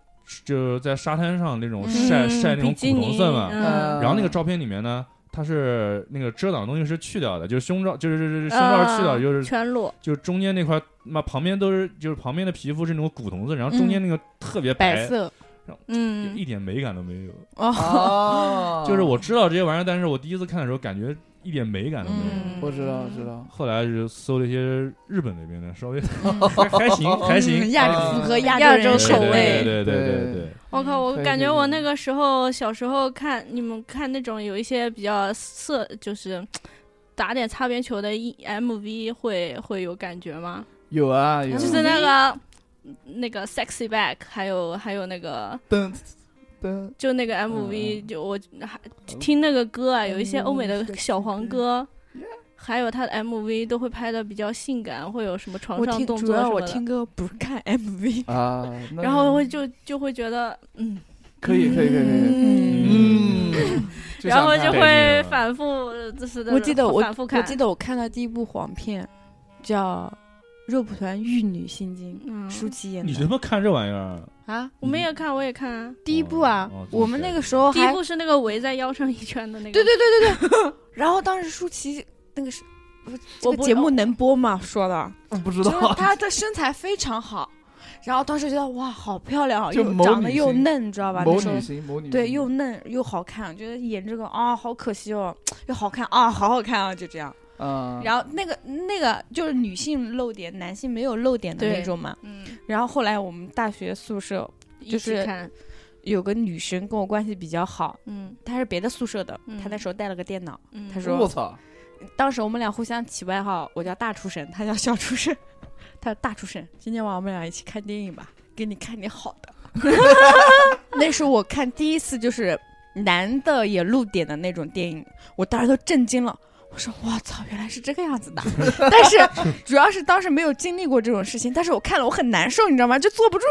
Speaker 3: 就是在沙滩上那种晒、
Speaker 5: 嗯
Speaker 3: 晒那种
Speaker 5: 比基
Speaker 3: 古铜
Speaker 5: 尼，
Speaker 3: 色嘛。
Speaker 5: 嗯
Speaker 3: 然后那个照片里面呢，它是那个遮挡的东西是去掉的，就是胸罩，就是就是胸罩去掉，
Speaker 5: 啊
Speaker 3: 就是
Speaker 5: 全裸，
Speaker 3: 就是中间那块，妈旁边都是就是旁边的皮肤是那种古铜色，然后中间那个特别白，
Speaker 6: 白色
Speaker 3: 哎就
Speaker 5: 嗯，
Speaker 3: 一点美感都没有。
Speaker 6: 哦，
Speaker 2: 啊，
Speaker 3: 就是我知道这些玩意儿，但是我第一次看的时候感觉一点美感都没有。
Speaker 5: 嗯
Speaker 2: 我知道我知道，
Speaker 3: 后来就搜了一些日本那边的，稍微还 还行还行，
Speaker 6: 嗯
Speaker 3: 嗯
Speaker 6: 亚
Speaker 2: 啊
Speaker 6: 洲符合亚
Speaker 5: 嗯亚
Speaker 6: 洲
Speaker 5: 洲
Speaker 6: 人
Speaker 5: 口
Speaker 6: 审
Speaker 5: 味
Speaker 3: 对对对对对
Speaker 2: 对
Speaker 3: 对。
Speaker 5: 我靠！我
Speaker 2: 可以
Speaker 5: 感
Speaker 2: 可
Speaker 5: 觉
Speaker 2: 以
Speaker 5: 我那个时候小时候看你们看那种有一些比较色，就是打点擦边球的 E- MV 会会有感觉吗？
Speaker 2: 有啊有
Speaker 5: 就
Speaker 2: 啊，
Speaker 5: 是那个那个 sexy back，还有还有那个
Speaker 2: 噔噔，
Speaker 5: 就那个 MV，、就
Speaker 2: 嗯
Speaker 5: 我还听那个歌啊，有一些欧美
Speaker 6: 嗯
Speaker 5: 的小黄歌，还有他的 MV 都会拍的比较性感，会有什么床
Speaker 6: 我
Speaker 5: 上
Speaker 6: 听
Speaker 5: 动
Speaker 6: 主
Speaker 5: 作
Speaker 6: 要
Speaker 5: 什
Speaker 6: 我
Speaker 5: 么的，
Speaker 6: 听歌不是看 MV，
Speaker 2: 啊，那
Speaker 5: 然后会就就会觉得嗯，
Speaker 2: 可以可以可以可以，
Speaker 6: 嗯
Speaker 2: 嗯， 就
Speaker 5: 然后
Speaker 2: 想看啊
Speaker 5: 就
Speaker 3: 这
Speaker 5: 会
Speaker 3: 个
Speaker 5: 反复就是的
Speaker 6: 我记得我
Speaker 5: 反复
Speaker 6: 我
Speaker 5: 看，
Speaker 6: 记得我看到第一部黄片叫《肉蒲团玉女心经》，
Speaker 5: 嗯，
Speaker 6: 舒淇演
Speaker 3: 你他
Speaker 6: 的
Speaker 3: 妈看这玩意儿？
Speaker 6: 啊。
Speaker 5: 我们也看，我也看啊。
Speaker 6: 第一部啊
Speaker 3: 哦哦，这么
Speaker 6: 我们那个时候
Speaker 5: 第一
Speaker 6: 还
Speaker 5: 部是那个围在腰上一圈的那个，
Speaker 6: 对对 对对对，然后当时舒淇那个是。这
Speaker 5: 我
Speaker 6: 个
Speaker 5: 不
Speaker 6: 节目能播吗？说的，
Speaker 2: 我 不知
Speaker 6: 就是
Speaker 2: 道，啊
Speaker 6: 她的身材非常好，然后当时觉得哇，好漂亮，啊
Speaker 2: 就
Speaker 6: 又
Speaker 2: 某
Speaker 6: 长得
Speaker 2: 女
Speaker 6: 又
Speaker 2: 星
Speaker 6: 嫩，你知道吧？
Speaker 2: 某
Speaker 6: 那时候
Speaker 2: 女星某女
Speaker 6: 对，
Speaker 2: 星
Speaker 6: 又嫩又好看，觉得演这个啊，好可惜哦，又好看啊，好好看啊，就这样。
Speaker 2: 啊，
Speaker 6: 然后那个那个就是女性露点，男性没有露点的
Speaker 5: 对
Speaker 6: 那种嘛。
Speaker 5: 嗯，
Speaker 6: 然后后来我们大学宿舍
Speaker 5: 一
Speaker 6: 就
Speaker 5: 起
Speaker 6: 是
Speaker 5: 看，
Speaker 6: 有个女生跟我关系比较好，
Speaker 5: 嗯
Speaker 6: 她是别的宿舍的，
Speaker 5: 嗯
Speaker 6: 她那时候带了个电脑。
Speaker 5: 嗯，
Speaker 6: 他说
Speaker 2: 我操，
Speaker 6: 当时我们俩互相起外号，我叫大畜生，她叫小畜生， 她说大畜生。今天晚上我们俩一起看电影吧，给你看点好的。 那是我看第一次就是男的也露点的那种电影，我当时都震惊了。我我说我操，原来是这个样 子的。但是主要是当时没有经历过这种事情，但是我看了我很难受，你知道吗？就坐不住，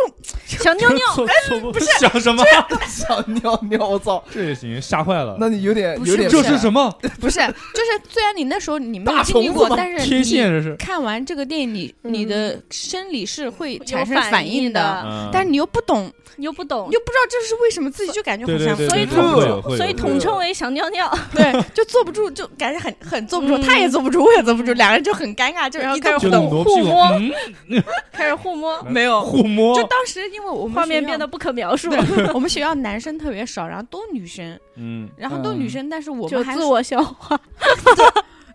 Speaker 5: 想 尿尿，
Speaker 3: 错错不是想什么？
Speaker 2: 想尿尿，我操！
Speaker 3: 这也行，吓坏了。
Speaker 2: 那你有点
Speaker 6: 不是
Speaker 2: 有点
Speaker 3: 这是什么？
Speaker 6: 不是，就是虽然你那时候你没有
Speaker 2: 大
Speaker 6: 经历
Speaker 2: 虫子
Speaker 6: 过，
Speaker 2: 吗
Speaker 6: 但是
Speaker 3: 天线
Speaker 6: 你
Speaker 3: 这是。
Speaker 6: 看完这个电影，你你的生理是会产生
Speaker 5: 有反应
Speaker 6: 嗯应
Speaker 5: 的
Speaker 3: 嗯
Speaker 6: 啊但是你又不懂，
Speaker 5: 你又不懂
Speaker 6: 你，又不知道这是为什么，自己就感觉
Speaker 3: 对
Speaker 6: 好
Speaker 3: 对
Speaker 6: 像
Speaker 3: 对，
Speaker 5: 所以
Speaker 3: 对对
Speaker 2: 统
Speaker 3: 会有会有
Speaker 5: 所以
Speaker 3: 会有
Speaker 5: 统称为想尿 尿，
Speaker 6: 对，就坐不住，就感觉很很坐不住，
Speaker 5: 嗯
Speaker 6: 他也坐不住，我也坐不住，两个人就很尴嗯尬，就
Speaker 5: 然后
Speaker 6: 一
Speaker 5: 开
Speaker 6: 动
Speaker 5: 始
Speaker 6: 不
Speaker 3: 就
Speaker 6: 动。
Speaker 3: 挪屁
Speaker 5: 互
Speaker 3: 股，
Speaker 5: 摸
Speaker 3: 嗯
Speaker 5: 开始互摸，
Speaker 6: 没有，
Speaker 3: 互摸
Speaker 6: 哦就，当时因为我们
Speaker 5: 画面
Speaker 6: 学校
Speaker 5: 变得不可描述，
Speaker 6: 对，我们学校男生特别少，然后都女生，
Speaker 3: 嗯，
Speaker 6: 然后都女生，但是我
Speaker 5: 就
Speaker 6: 们还
Speaker 5: 自我消化。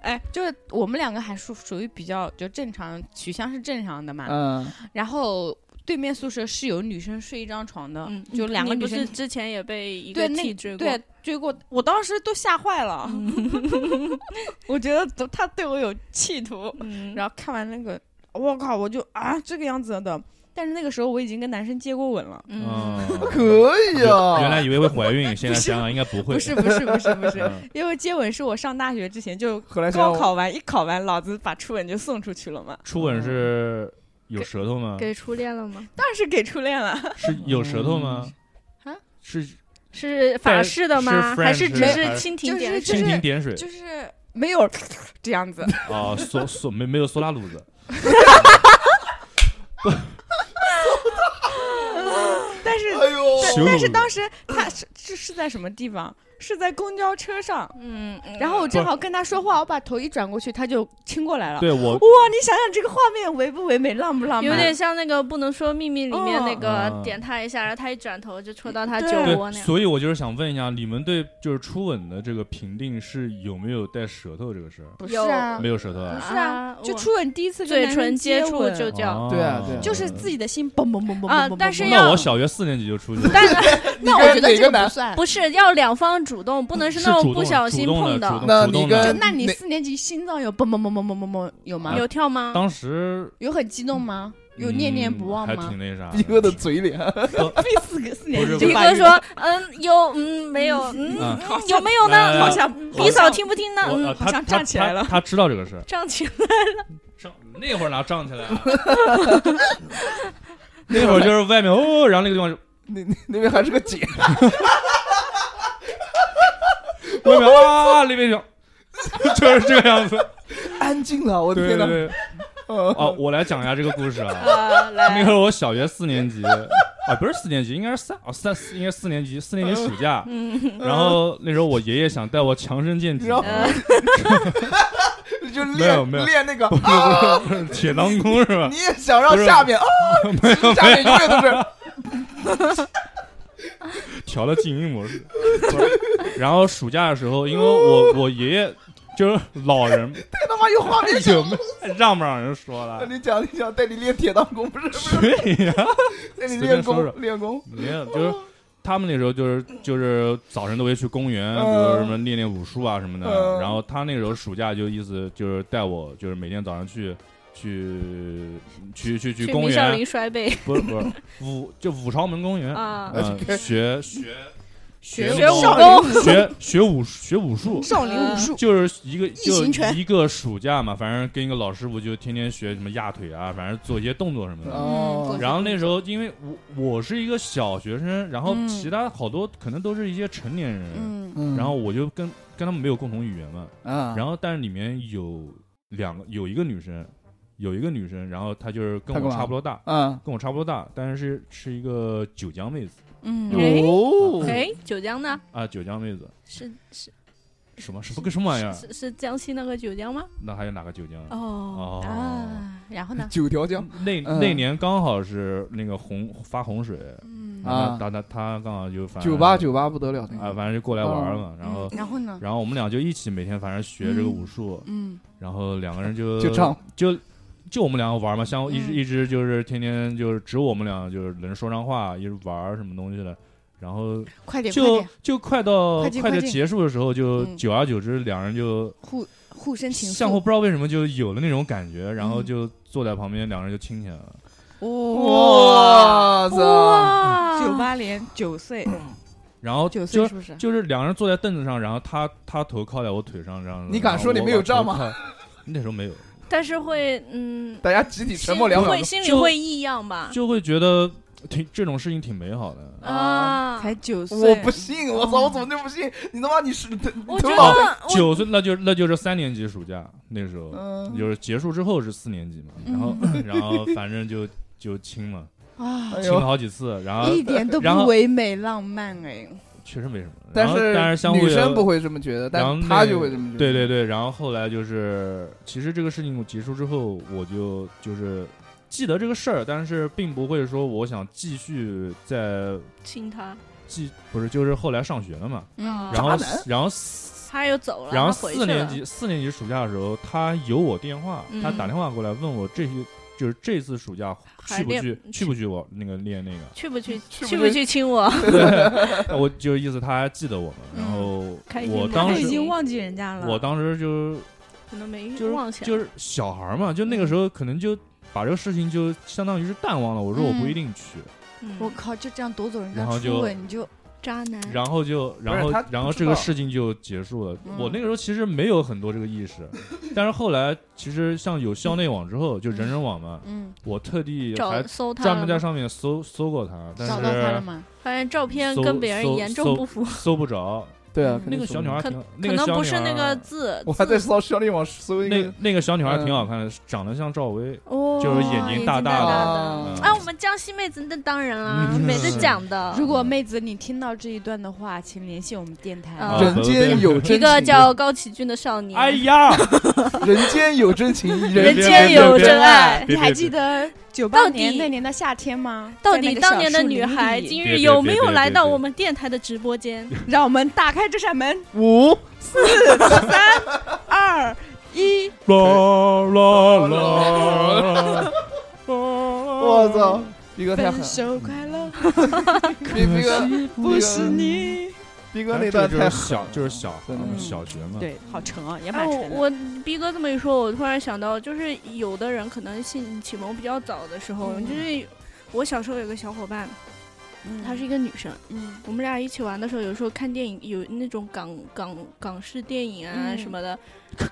Speaker 6: 哎，就是我们两个还属属于比较就正常取向是正常的嘛，
Speaker 2: 嗯，
Speaker 6: 然后对面宿舍是有女生睡一张床的，
Speaker 5: 嗯，
Speaker 6: 就两个
Speaker 5: 你
Speaker 6: 女
Speaker 5: 不是
Speaker 6: 生
Speaker 5: 之前也被一
Speaker 6: 对
Speaker 5: 个
Speaker 6: 那
Speaker 5: 替追过，
Speaker 6: 对追过，我当时都吓坏了，我觉得都他对我有企图。
Speaker 5: 嗯，
Speaker 6: 然后看完那个，我靠，我就啊这个样子的。但是那个时候我已经跟男生接过吻了，
Speaker 5: 嗯，
Speaker 2: 可以啊。
Speaker 3: 哦呃原来以为会怀孕，现在想想应该不会。
Speaker 6: 不是不是不是不是，
Speaker 3: 嗯，
Speaker 6: 因为接吻是我上大学之前就
Speaker 2: 后来想
Speaker 6: 高考完一考完，老子把初吻就送出去了嘛，
Speaker 3: 初吻是有舌头吗？
Speaker 5: 给初恋了吗？
Speaker 6: 当然是给初恋了。
Speaker 3: 是有舌头吗？
Speaker 6: 嗯啊，
Speaker 3: 是
Speaker 5: 是法式的吗？
Speaker 3: 是
Speaker 5: 还是
Speaker 3: French
Speaker 5: 只
Speaker 3: 还
Speaker 5: 是
Speaker 3: 是
Speaker 5: 蜻蜓
Speaker 6: 就是
Speaker 5: 点
Speaker 6: 就
Speaker 5: 水？
Speaker 3: 蜻蜓点水
Speaker 6: 就是没有这样子，
Speaker 3: 啊，索索没没有苏拉鲁子，
Speaker 6: 但是
Speaker 2: 哎呦，
Speaker 3: 羞
Speaker 6: 但但是
Speaker 3: 辱
Speaker 6: 当时他是是是在什么地方？是在公交车上，
Speaker 5: 嗯，嗯
Speaker 6: 然后我正好跟他说话，我把头一转过去，他就亲过来了。
Speaker 3: 对我
Speaker 6: 哇，你想想这个画面唯不唯美，浪不浪漫？
Speaker 5: 有点像那个不能说秘密里面
Speaker 6: 哦
Speaker 5: 那个
Speaker 3: 嗯
Speaker 5: 点他一下，然后他一转头就戳到他酒
Speaker 6: 对
Speaker 5: 窝
Speaker 3: 对，
Speaker 5: 那样。
Speaker 3: 所以我就是想问一下，你们对就是初吻的这个评定是有没有带舌头这个事儿？
Speaker 6: 不是啊
Speaker 3: 没，有舌头啊
Speaker 6: 不？是啊，
Speaker 5: 啊
Speaker 6: 就
Speaker 5: 我
Speaker 6: 初吻第一次跟
Speaker 5: 嘴
Speaker 6: 男
Speaker 5: 唇
Speaker 6: 生
Speaker 5: 接触
Speaker 6: 吻
Speaker 5: 就叫
Speaker 3: 哦
Speaker 2: 对啊对啊
Speaker 6: 就是自己的心嘣嘣嘣嘣
Speaker 5: 啊
Speaker 6: 嘣嘣
Speaker 5: 但是
Speaker 6: 嘣
Speaker 5: 要
Speaker 3: 那我小学四年级就出去了，
Speaker 5: 但是
Speaker 6: 那我觉
Speaker 2: 哪
Speaker 6: 得这
Speaker 2: 个
Speaker 6: 个不
Speaker 2: 男？
Speaker 6: 算。
Speaker 5: 不是要两方主动，不能
Speaker 3: 是
Speaker 5: 那
Speaker 3: 主
Speaker 5: 种
Speaker 3: 动
Speaker 5: 不小心
Speaker 3: 主动的
Speaker 5: 碰
Speaker 3: 主
Speaker 5: 到
Speaker 3: 动。
Speaker 2: 那
Speaker 3: 主
Speaker 2: 你
Speaker 3: 动
Speaker 6: 就
Speaker 3: 的
Speaker 2: 跟
Speaker 6: 那你四年级心脏有嘣嘣嘣嘣嘣嘣嘣有吗？
Speaker 5: 有跳吗？
Speaker 3: 当时
Speaker 6: 有很激动吗？有念念不忘
Speaker 3: 嗯还
Speaker 6: 吗
Speaker 3: 挺？那啥。
Speaker 2: 逼哥的嘴脸，
Speaker 6: 第四个四年级
Speaker 3: 不是
Speaker 6: 就
Speaker 5: 一
Speaker 6: 发育
Speaker 5: 哥
Speaker 6: 了
Speaker 5: 说，嗯，有，嗯，没有，嗯，
Speaker 3: 嗯
Speaker 5: 嗯有没有
Speaker 3: 来来
Speaker 5: 呢？
Speaker 3: 来
Speaker 6: 好像
Speaker 5: 比嫂听不听呢？
Speaker 3: 我
Speaker 5: 嗯，
Speaker 3: 呃
Speaker 6: 好
Speaker 3: 他
Speaker 6: 像
Speaker 3: 他
Speaker 6: 站起来了
Speaker 3: 他他知道这个事儿，
Speaker 5: 张起来
Speaker 3: 上那会儿哪站起来 啊？那会儿就是外面哦，然后那个地方是
Speaker 2: 那那那边还是个姐，
Speaker 3: 外面啊，那 边就就是这个样子。
Speaker 2: 安静了，我的
Speaker 3: 对
Speaker 2: 天哪！
Speaker 3: 对对，
Speaker 2: 哦，
Speaker 3: 哦，我来讲一下这个故事啊。
Speaker 5: 了，
Speaker 3: 那
Speaker 5: 呃来
Speaker 3: 会，儿我小学四年级，啊，不是四年级，应该是三哦三四，应该四年级，四年级暑假。
Speaker 5: 嗯，
Speaker 3: 然后那时候我爷爷想带我强身健体，
Speaker 2: 然后
Speaker 5: 呃
Speaker 2: 就
Speaker 3: 没有
Speaker 2: 练
Speaker 3: 没有
Speaker 2: 练那个，
Speaker 3: 不是 铁裆功是吧
Speaker 2: 你？也想让下面啊，
Speaker 3: 没有
Speaker 2: 下
Speaker 3: 没
Speaker 2: 面永远都是
Speaker 3: 有，调了静音模式。不是然后暑假的时候，因为我我爷爷就是老人，
Speaker 2: 太他妈有画面 感
Speaker 3: 有没让不让人说了
Speaker 2: 了。？你讲你讲，带你练铁裆功不是？
Speaker 3: 对呀，
Speaker 2: 带你
Speaker 3: 随
Speaker 2: 练
Speaker 3: 便说说
Speaker 2: 功练功，
Speaker 3: 没有，就是他们那时候就是就是早晨都会去公园，比
Speaker 2: 嗯
Speaker 3: 如什么练练武术啊什么的。
Speaker 2: 嗯
Speaker 3: 然后他那时候暑假就意思就是带我，就是每天早上去去去去去
Speaker 5: 去
Speaker 3: 公
Speaker 5: 米少
Speaker 3: 园
Speaker 5: 林，摔背
Speaker 3: 不是不是五就五朝门公园，
Speaker 5: 啊，
Speaker 3: 嗯学学学
Speaker 5: 学武
Speaker 3: 武
Speaker 5: 功，
Speaker 3: 学学武学武术。
Speaker 6: 少林武术，
Speaker 3: 就是 一个就
Speaker 6: 形拳
Speaker 3: 一个暑假嘛，反正跟一个老师傅就天天学什么压腿啊，反正做一些动作什么的。
Speaker 2: 哦
Speaker 6: 嗯，
Speaker 3: 然后那时候，因为我我是一个小学生，然后
Speaker 6: 嗯
Speaker 3: 其他好多可能都是一些成年人，
Speaker 6: 嗯，
Speaker 2: 嗯
Speaker 3: 然后我就跟跟他们没有共同语言嘛。
Speaker 2: 啊，
Speaker 3: 然后但是里面有两个，有一个女生，有一个女生，然后她就是跟
Speaker 2: 她干
Speaker 3: 我
Speaker 2: 嘛
Speaker 3: 差不多大，
Speaker 2: 嗯
Speaker 3: 跟我差不多大，但是是一个九江妹子
Speaker 6: 嗯，
Speaker 5: 哎
Speaker 2: 哦，
Speaker 5: 哎，九江呢？
Speaker 3: 啊，九江妹子
Speaker 5: 是是
Speaker 3: 什么什么个什么玩意儿？
Speaker 5: 是是江西那个九江吗？
Speaker 3: 那还有哪个九江？
Speaker 5: 哦
Speaker 3: 哦，
Speaker 6: 啊，然后呢？
Speaker 2: 九条江
Speaker 3: 那
Speaker 2: 嗯
Speaker 3: 那年刚好是那个洪发洪水，
Speaker 6: 嗯
Speaker 2: 啊
Speaker 3: 他他他刚好就反正
Speaker 2: 九八九八不得了的，
Speaker 3: 啊，反正就过来玩儿嘛，然后
Speaker 6: 嗯然后呢？
Speaker 3: 然后我们俩就一起每天反正学这个武术，
Speaker 6: 嗯
Speaker 3: 然后两个人就
Speaker 2: 就唱
Speaker 3: 就就我们两个玩嘛，相互一直
Speaker 6: 嗯
Speaker 3: 一直就是天天就是只有我们俩就是能说上话，一直玩儿什么东西的。然后，
Speaker 6: 快点快
Speaker 3: 就
Speaker 6: 点，
Speaker 3: 就快到快
Speaker 6: 快进
Speaker 3: 点
Speaker 6: 快进
Speaker 3: 结束的时候，就
Speaker 6: 嗯
Speaker 3: 久而久之，两人就
Speaker 6: 互互生情愫，
Speaker 3: 相互不知道为什么就有了那种感觉，然后
Speaker 6: 嗯
Speaker 3: 就坐在旁边，两人就亲起来了。
Speaker 2: 哇
Speaker 6: 哇，
Speaker 2: 塞，
Speaker 5: 哇，
Speaker 6: 九八年九岁，
Speaker 3: 然后
Speaker 6: 九
Speaker 3: 就
Speaker 6: 岁是不是？
Speaker 3: 就是两个人坐在凳子上，然后他他头靠在我腿上，然后
Speaker 2: 你敢说你没有照吗？
Speaker 3: 然后我把头靠那时候没有，
Speaker 5: 但是会嗯，
Speaker 2: 大家集体沉默
Speaker 5: 心
Speaker 2: 两秒
Speaker 5: 会
Speaker 2: 钟，
Speaker 5: 心里
Speaker 3: 就
Speaker 5: 会异样吧？
Speaker 3: 就会觉得挺这种事情挺美好的。
Speaker 5: 啊，
Speaker 6: 才九岁，
Speaker 2: 我不信，我操，我怎么就不信？你他妈你是
Speaker 5: 我
Speaker 2: 头
Speaker 5: 觉
Speaker 2: 脑
Speaker 5: 得我
Speaker 3: 九岁那就那就是三年级暑假那时候，
Speaker 6: 嗯
Speaker 3: 就是结束之后是四年级嘛，然后然后反正就就亲了，
Speaker 6: 啊，
Speaker 2: 哎
Speaker 3: 亲了
Speaker 2: 呦，
Speaker 3: 好几次，然后
Speaker 6: 一点都
Speaker 3: 然后
Speaker 6: 不唯美浪漫哎，
Speaker 3: 确实没什么，
Speaker 2: 但
Speaker 3: 然后但是
Speaker 2: 是
Speaker 3: 相互
Speaker 2: 女
Speaker 3: 有
Speaker 2: 生不会这么觉得，
Speaker 3: 然后
Speaker 2: 但
Speaker 3: 那
Speaker 2: 他就会这么觉得。
Speaker 3: 对对对，然后后来就是，其实这个事情结束之后，我就就是记得这个事儿，但是并不会说我想继续在
Speaker 5: 亲他，啊
Speaker 3: 继不是就是后来上学了嘛，
Speaker 6: 嗯
Speaker 3: 然后
Speaker 2: 渣男
Speaker 3: 然后
Speaker 5: 他又走了，
Speaker 3: 然后
Speaker 5: 他回
Speaker 3: 四
Speaker 5: 去
Speaker 3: 年
Speaker 5: 了
Speaker 3: 级四年级暑假的时候，他有我电话，
Speaker 5: 嗯
Speaker 3: 他打电话过来问我这些就是这次暑假
Speaker 5: 还
Speaker 3: 去不
Speaker 5: 练
Speaker 3: 去去不去 我那个练那个。
Speaker 5: 去不去
Speaker 2: 去不
Speaker 5: 去不
Speaker 2: 去
Speaker 5: 去亲我？
Speaker 3: 对， 我就意思他还记得我们，然后
Speaker 5: 嗯开心
Speaker 3: 我
Speaker 5: 吗
Speaker 3: 当
Speaker 5: 他
Speaker 4: 他已
Speaker 5: 已经
Speaker 3: 时
Speaker 4: 经
Speaker 5: 忘
Speaker 4: 忘记人家了。
Speaker 3: 我当时就
Speaker 5: 可能没
Speaker 3: 就是
Speaker 5: 忘起来，
Speaker 3: 就是小孩儿嘛，就那个时候可能就把这个事情就相当于是淡忘了。我说我不一定去，
Speaker 5: 嗯
Speaker 6: 我靠，就这样夺走人家
Speaker 3: 然后
Speaker 6: 初
Speaker 3: 就
Speaker 6: 吻，你就
Speaker 5: 渣男，
Speaker 3: 然后就然后
Speaker 2: 他不
Speaker 3: 然后
Speaker 2: 知
Speaker 3: 这个
Speaker 2: 道
Speaker 3: 事情就结束了。
Speaker 6: 嗯
Speaker 3: 我那个时候其实没有很多这个意 识，但是后来其实像有校内网之后，就人人网嘛，
Speaker 6: 嗯，
Speaker 3: 我特地
Speaker 5: 找
Speaker 3: 还
Speaker 5: 搜他
Speaker 3: 专
Speaker 5: 了
Speaker 3: 门在
Speaker 5: 吗，
Speaker 3: 上面搜搜过他，但
Speaker 6: 找到他了
Speaker 3: 是
Speaker 6: 吗？
Speaker 5: 发现照片
Speaker 3: 搜
Speaker 5: 跟别人
Speaker 3: 搜
Speaker 5: 严
Speaker 3: 搜
Speaker 5: 重不符，
Speaker 3: 搜不着。
Speaker 2: 对啊
Speaker 6: 嗯，
Speaker 2: 肯
Speaker 3: 那
Speaker 2: 定
Speaker 3: 个
Speaker 2: 是
Speaker 3: 小女孩
Speaker 5: 可
Speaker 3: 挺，那
Speaker 5: 可
Speaker 3: 个
Speaker 5: 能
Speaker 3: 小
Speaker 5: 不
Speaker 3: 女
Speaker 5: 是那
Speaker 3: 孩
Speaker 5: 个字，
Speaker 2: 我还在
Speaker 5: 字
Speaker 2: 搜校内网搜一
Speaker 3: 那
Speaker 2: 个
Speaker 3: 那个小女孩
Speaker 2: 嗯
Speaker 3: 挺好看的，长得像赵薇，
Speaker 5: 哦，
Speaker 3: 就是眼
Speaker 5: 眼
Speaker 3: 睛
Speaker 5: 睛
Speaker 3: 大大
Speaker 2: 的
Speaker 5: 大的。啊，我们江西妹子那当然啦，
Speaker 3: 嗯
Speaker 5: 没得讲的。
Speaker 6: 如果妹子你听到这一段的话，请联系我们电台。
Speaker 5: 啊
Speaker 2: 人间有真
Speaker 5: 一个
Speaker 2: 情，
Speaker 5: 叫高启俊的少年，
Speaker 3: 哎呀，
Speaker 2: 人间有真情，
Speaker 5: 人
Speaker 2: 间
Speaker 5: 间有真爱。
Speaker 3: 别
Speaker 6: 你哎还
Speaker 3: 别
Speaker 6: 记
Speaker 3: 别
Speaker 6: 得九
Speaker 5: 到
Speaker 6: 八
Speaker 5: 底
Speaker 6: 年那年的夏天吗？
Speaker 5: 到
Speaker 6: 在那
Speaker 5: 底
Speaker 6: 个
Speaker 5: 当年的
Speaker 6: 小树
Speaker 5: 女
Speaker 6: 林
Speaker 5: 孩
Speaker 6: 里
Speaker 5: 今
Speaker 3: 别
Speaker 5: 日
Speaker 3: 别
Speaker 5: 有
Speaker 3: 别
Speaker 5: 没
Speaker 3: 别
Speaker 5: 有来
Speaker 3: 别
Speaker 5: 到
Speaker 3: 别
Speaker 5: 我们电台的直播间？
Speaker 6: 让我们打开这扇门，
Speaker 2: 五
Speaker 6: 二一，
Speaker 3: 啦啦 啦！
Speaker 2: 我
Speaker 3: 我
Speaker 2: 操！，逼哥太狠
Speaker 6: 分
Speaker 2: 了，
Speaker 6: 手快乐，
Speaker 2: 逼逼哥
Speaker 6: 不是你。
Speaker 2: 逼哥
Speaker 3: 那
Speaker 2: 那段
Speaker 3: 就
Speaker 2: 太
Speaker 3: 是
Speaker 2: 狠
Speaker 3: 小，
Speaker 2: 了
Speaker 3: 就是小孩
Speaker 2: 真的
Speaker 3: 嘛，
Speaker 6: 嗯
Speaker 3: 小学嘛。
Speaker 6: 对，好沉啊，也
Speaker 5: 哎，
Speaker 6: 蛮
Speaker 5: 我
Speaker 6: 沉的。
Speaker 5: 我逼哥这么一说，我突然想到，就是有的人可能性启蒙比较早的时候，
Speaker 6: 嗯
Speaker 5: 就是我小时候有个小伙伴，
Speaker 6: 嗯
Speaker 5: 她是一个女生，
Speaker 6: 嗯
Speaker 5: 我们俩一起玩的时候，有时候看电影，有那种港港港式电影啊
Speaker 6: 嗯
Speaker 5: 什么的，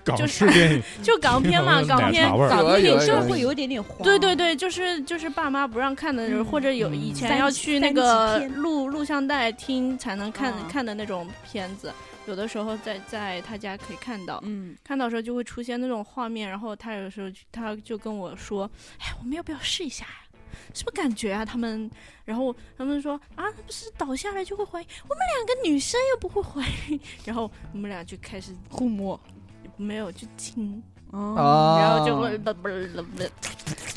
Speaker 3: 港
Speaker 5: 就是
Speaker 3: 式电影，
Speaker 5: 就港 片嘛，
Speaker 3: 听着
Speaker 5: 港片
Speaker 3: 奶茶味儿
Speaker 5: 港
Speaker 2: 有啊
Speaker 5: 片
Speaker 2: 有
Speaker 5: 里
Speaker 2: 啊
Speaker 5: 就
Speaker 2: 有
Speaker 6: 就
Speaker 2: 啊
Speaker 5: 会
Speaker 6: 会嗯有一点点黄。
Speaker 5: 对对对，就是就是爸妈不让看的那种，
Speaker 6: 嗯
Speaker 5: 或者有
Speaker 3: 嗯
Speaker 5: 以前
Speaker 6: 三
Speaker 5: 要
Speaker 6: 级
Speaker 5: 去那
Speaker 6: 三级
Speaker 5: 个
Speaker 6: 片
Speaker 5: 录录像带听才能看、
Speaker 6: 啊
Speaker 5: 看的那种片子，有的时候在在他家可以看到。
Speaker 6: 嗯，
Speaker 5: 看到的时候就会出现那种画面，然后他有时候就他就跟我说：“哎，我们要不要试一下呀、什么感觉啊？”他们，然后他们说：“啊，那不是倒下来就会怀孕，我们两个女生又不会怀孕。”然后我们俩就开始
Speaker 6: 互摸。
Speaker 5: 没有就亲，
Speaker 6: 哦，
Speaker 2: 啊，
Speaker 5: 然后就会不不不不，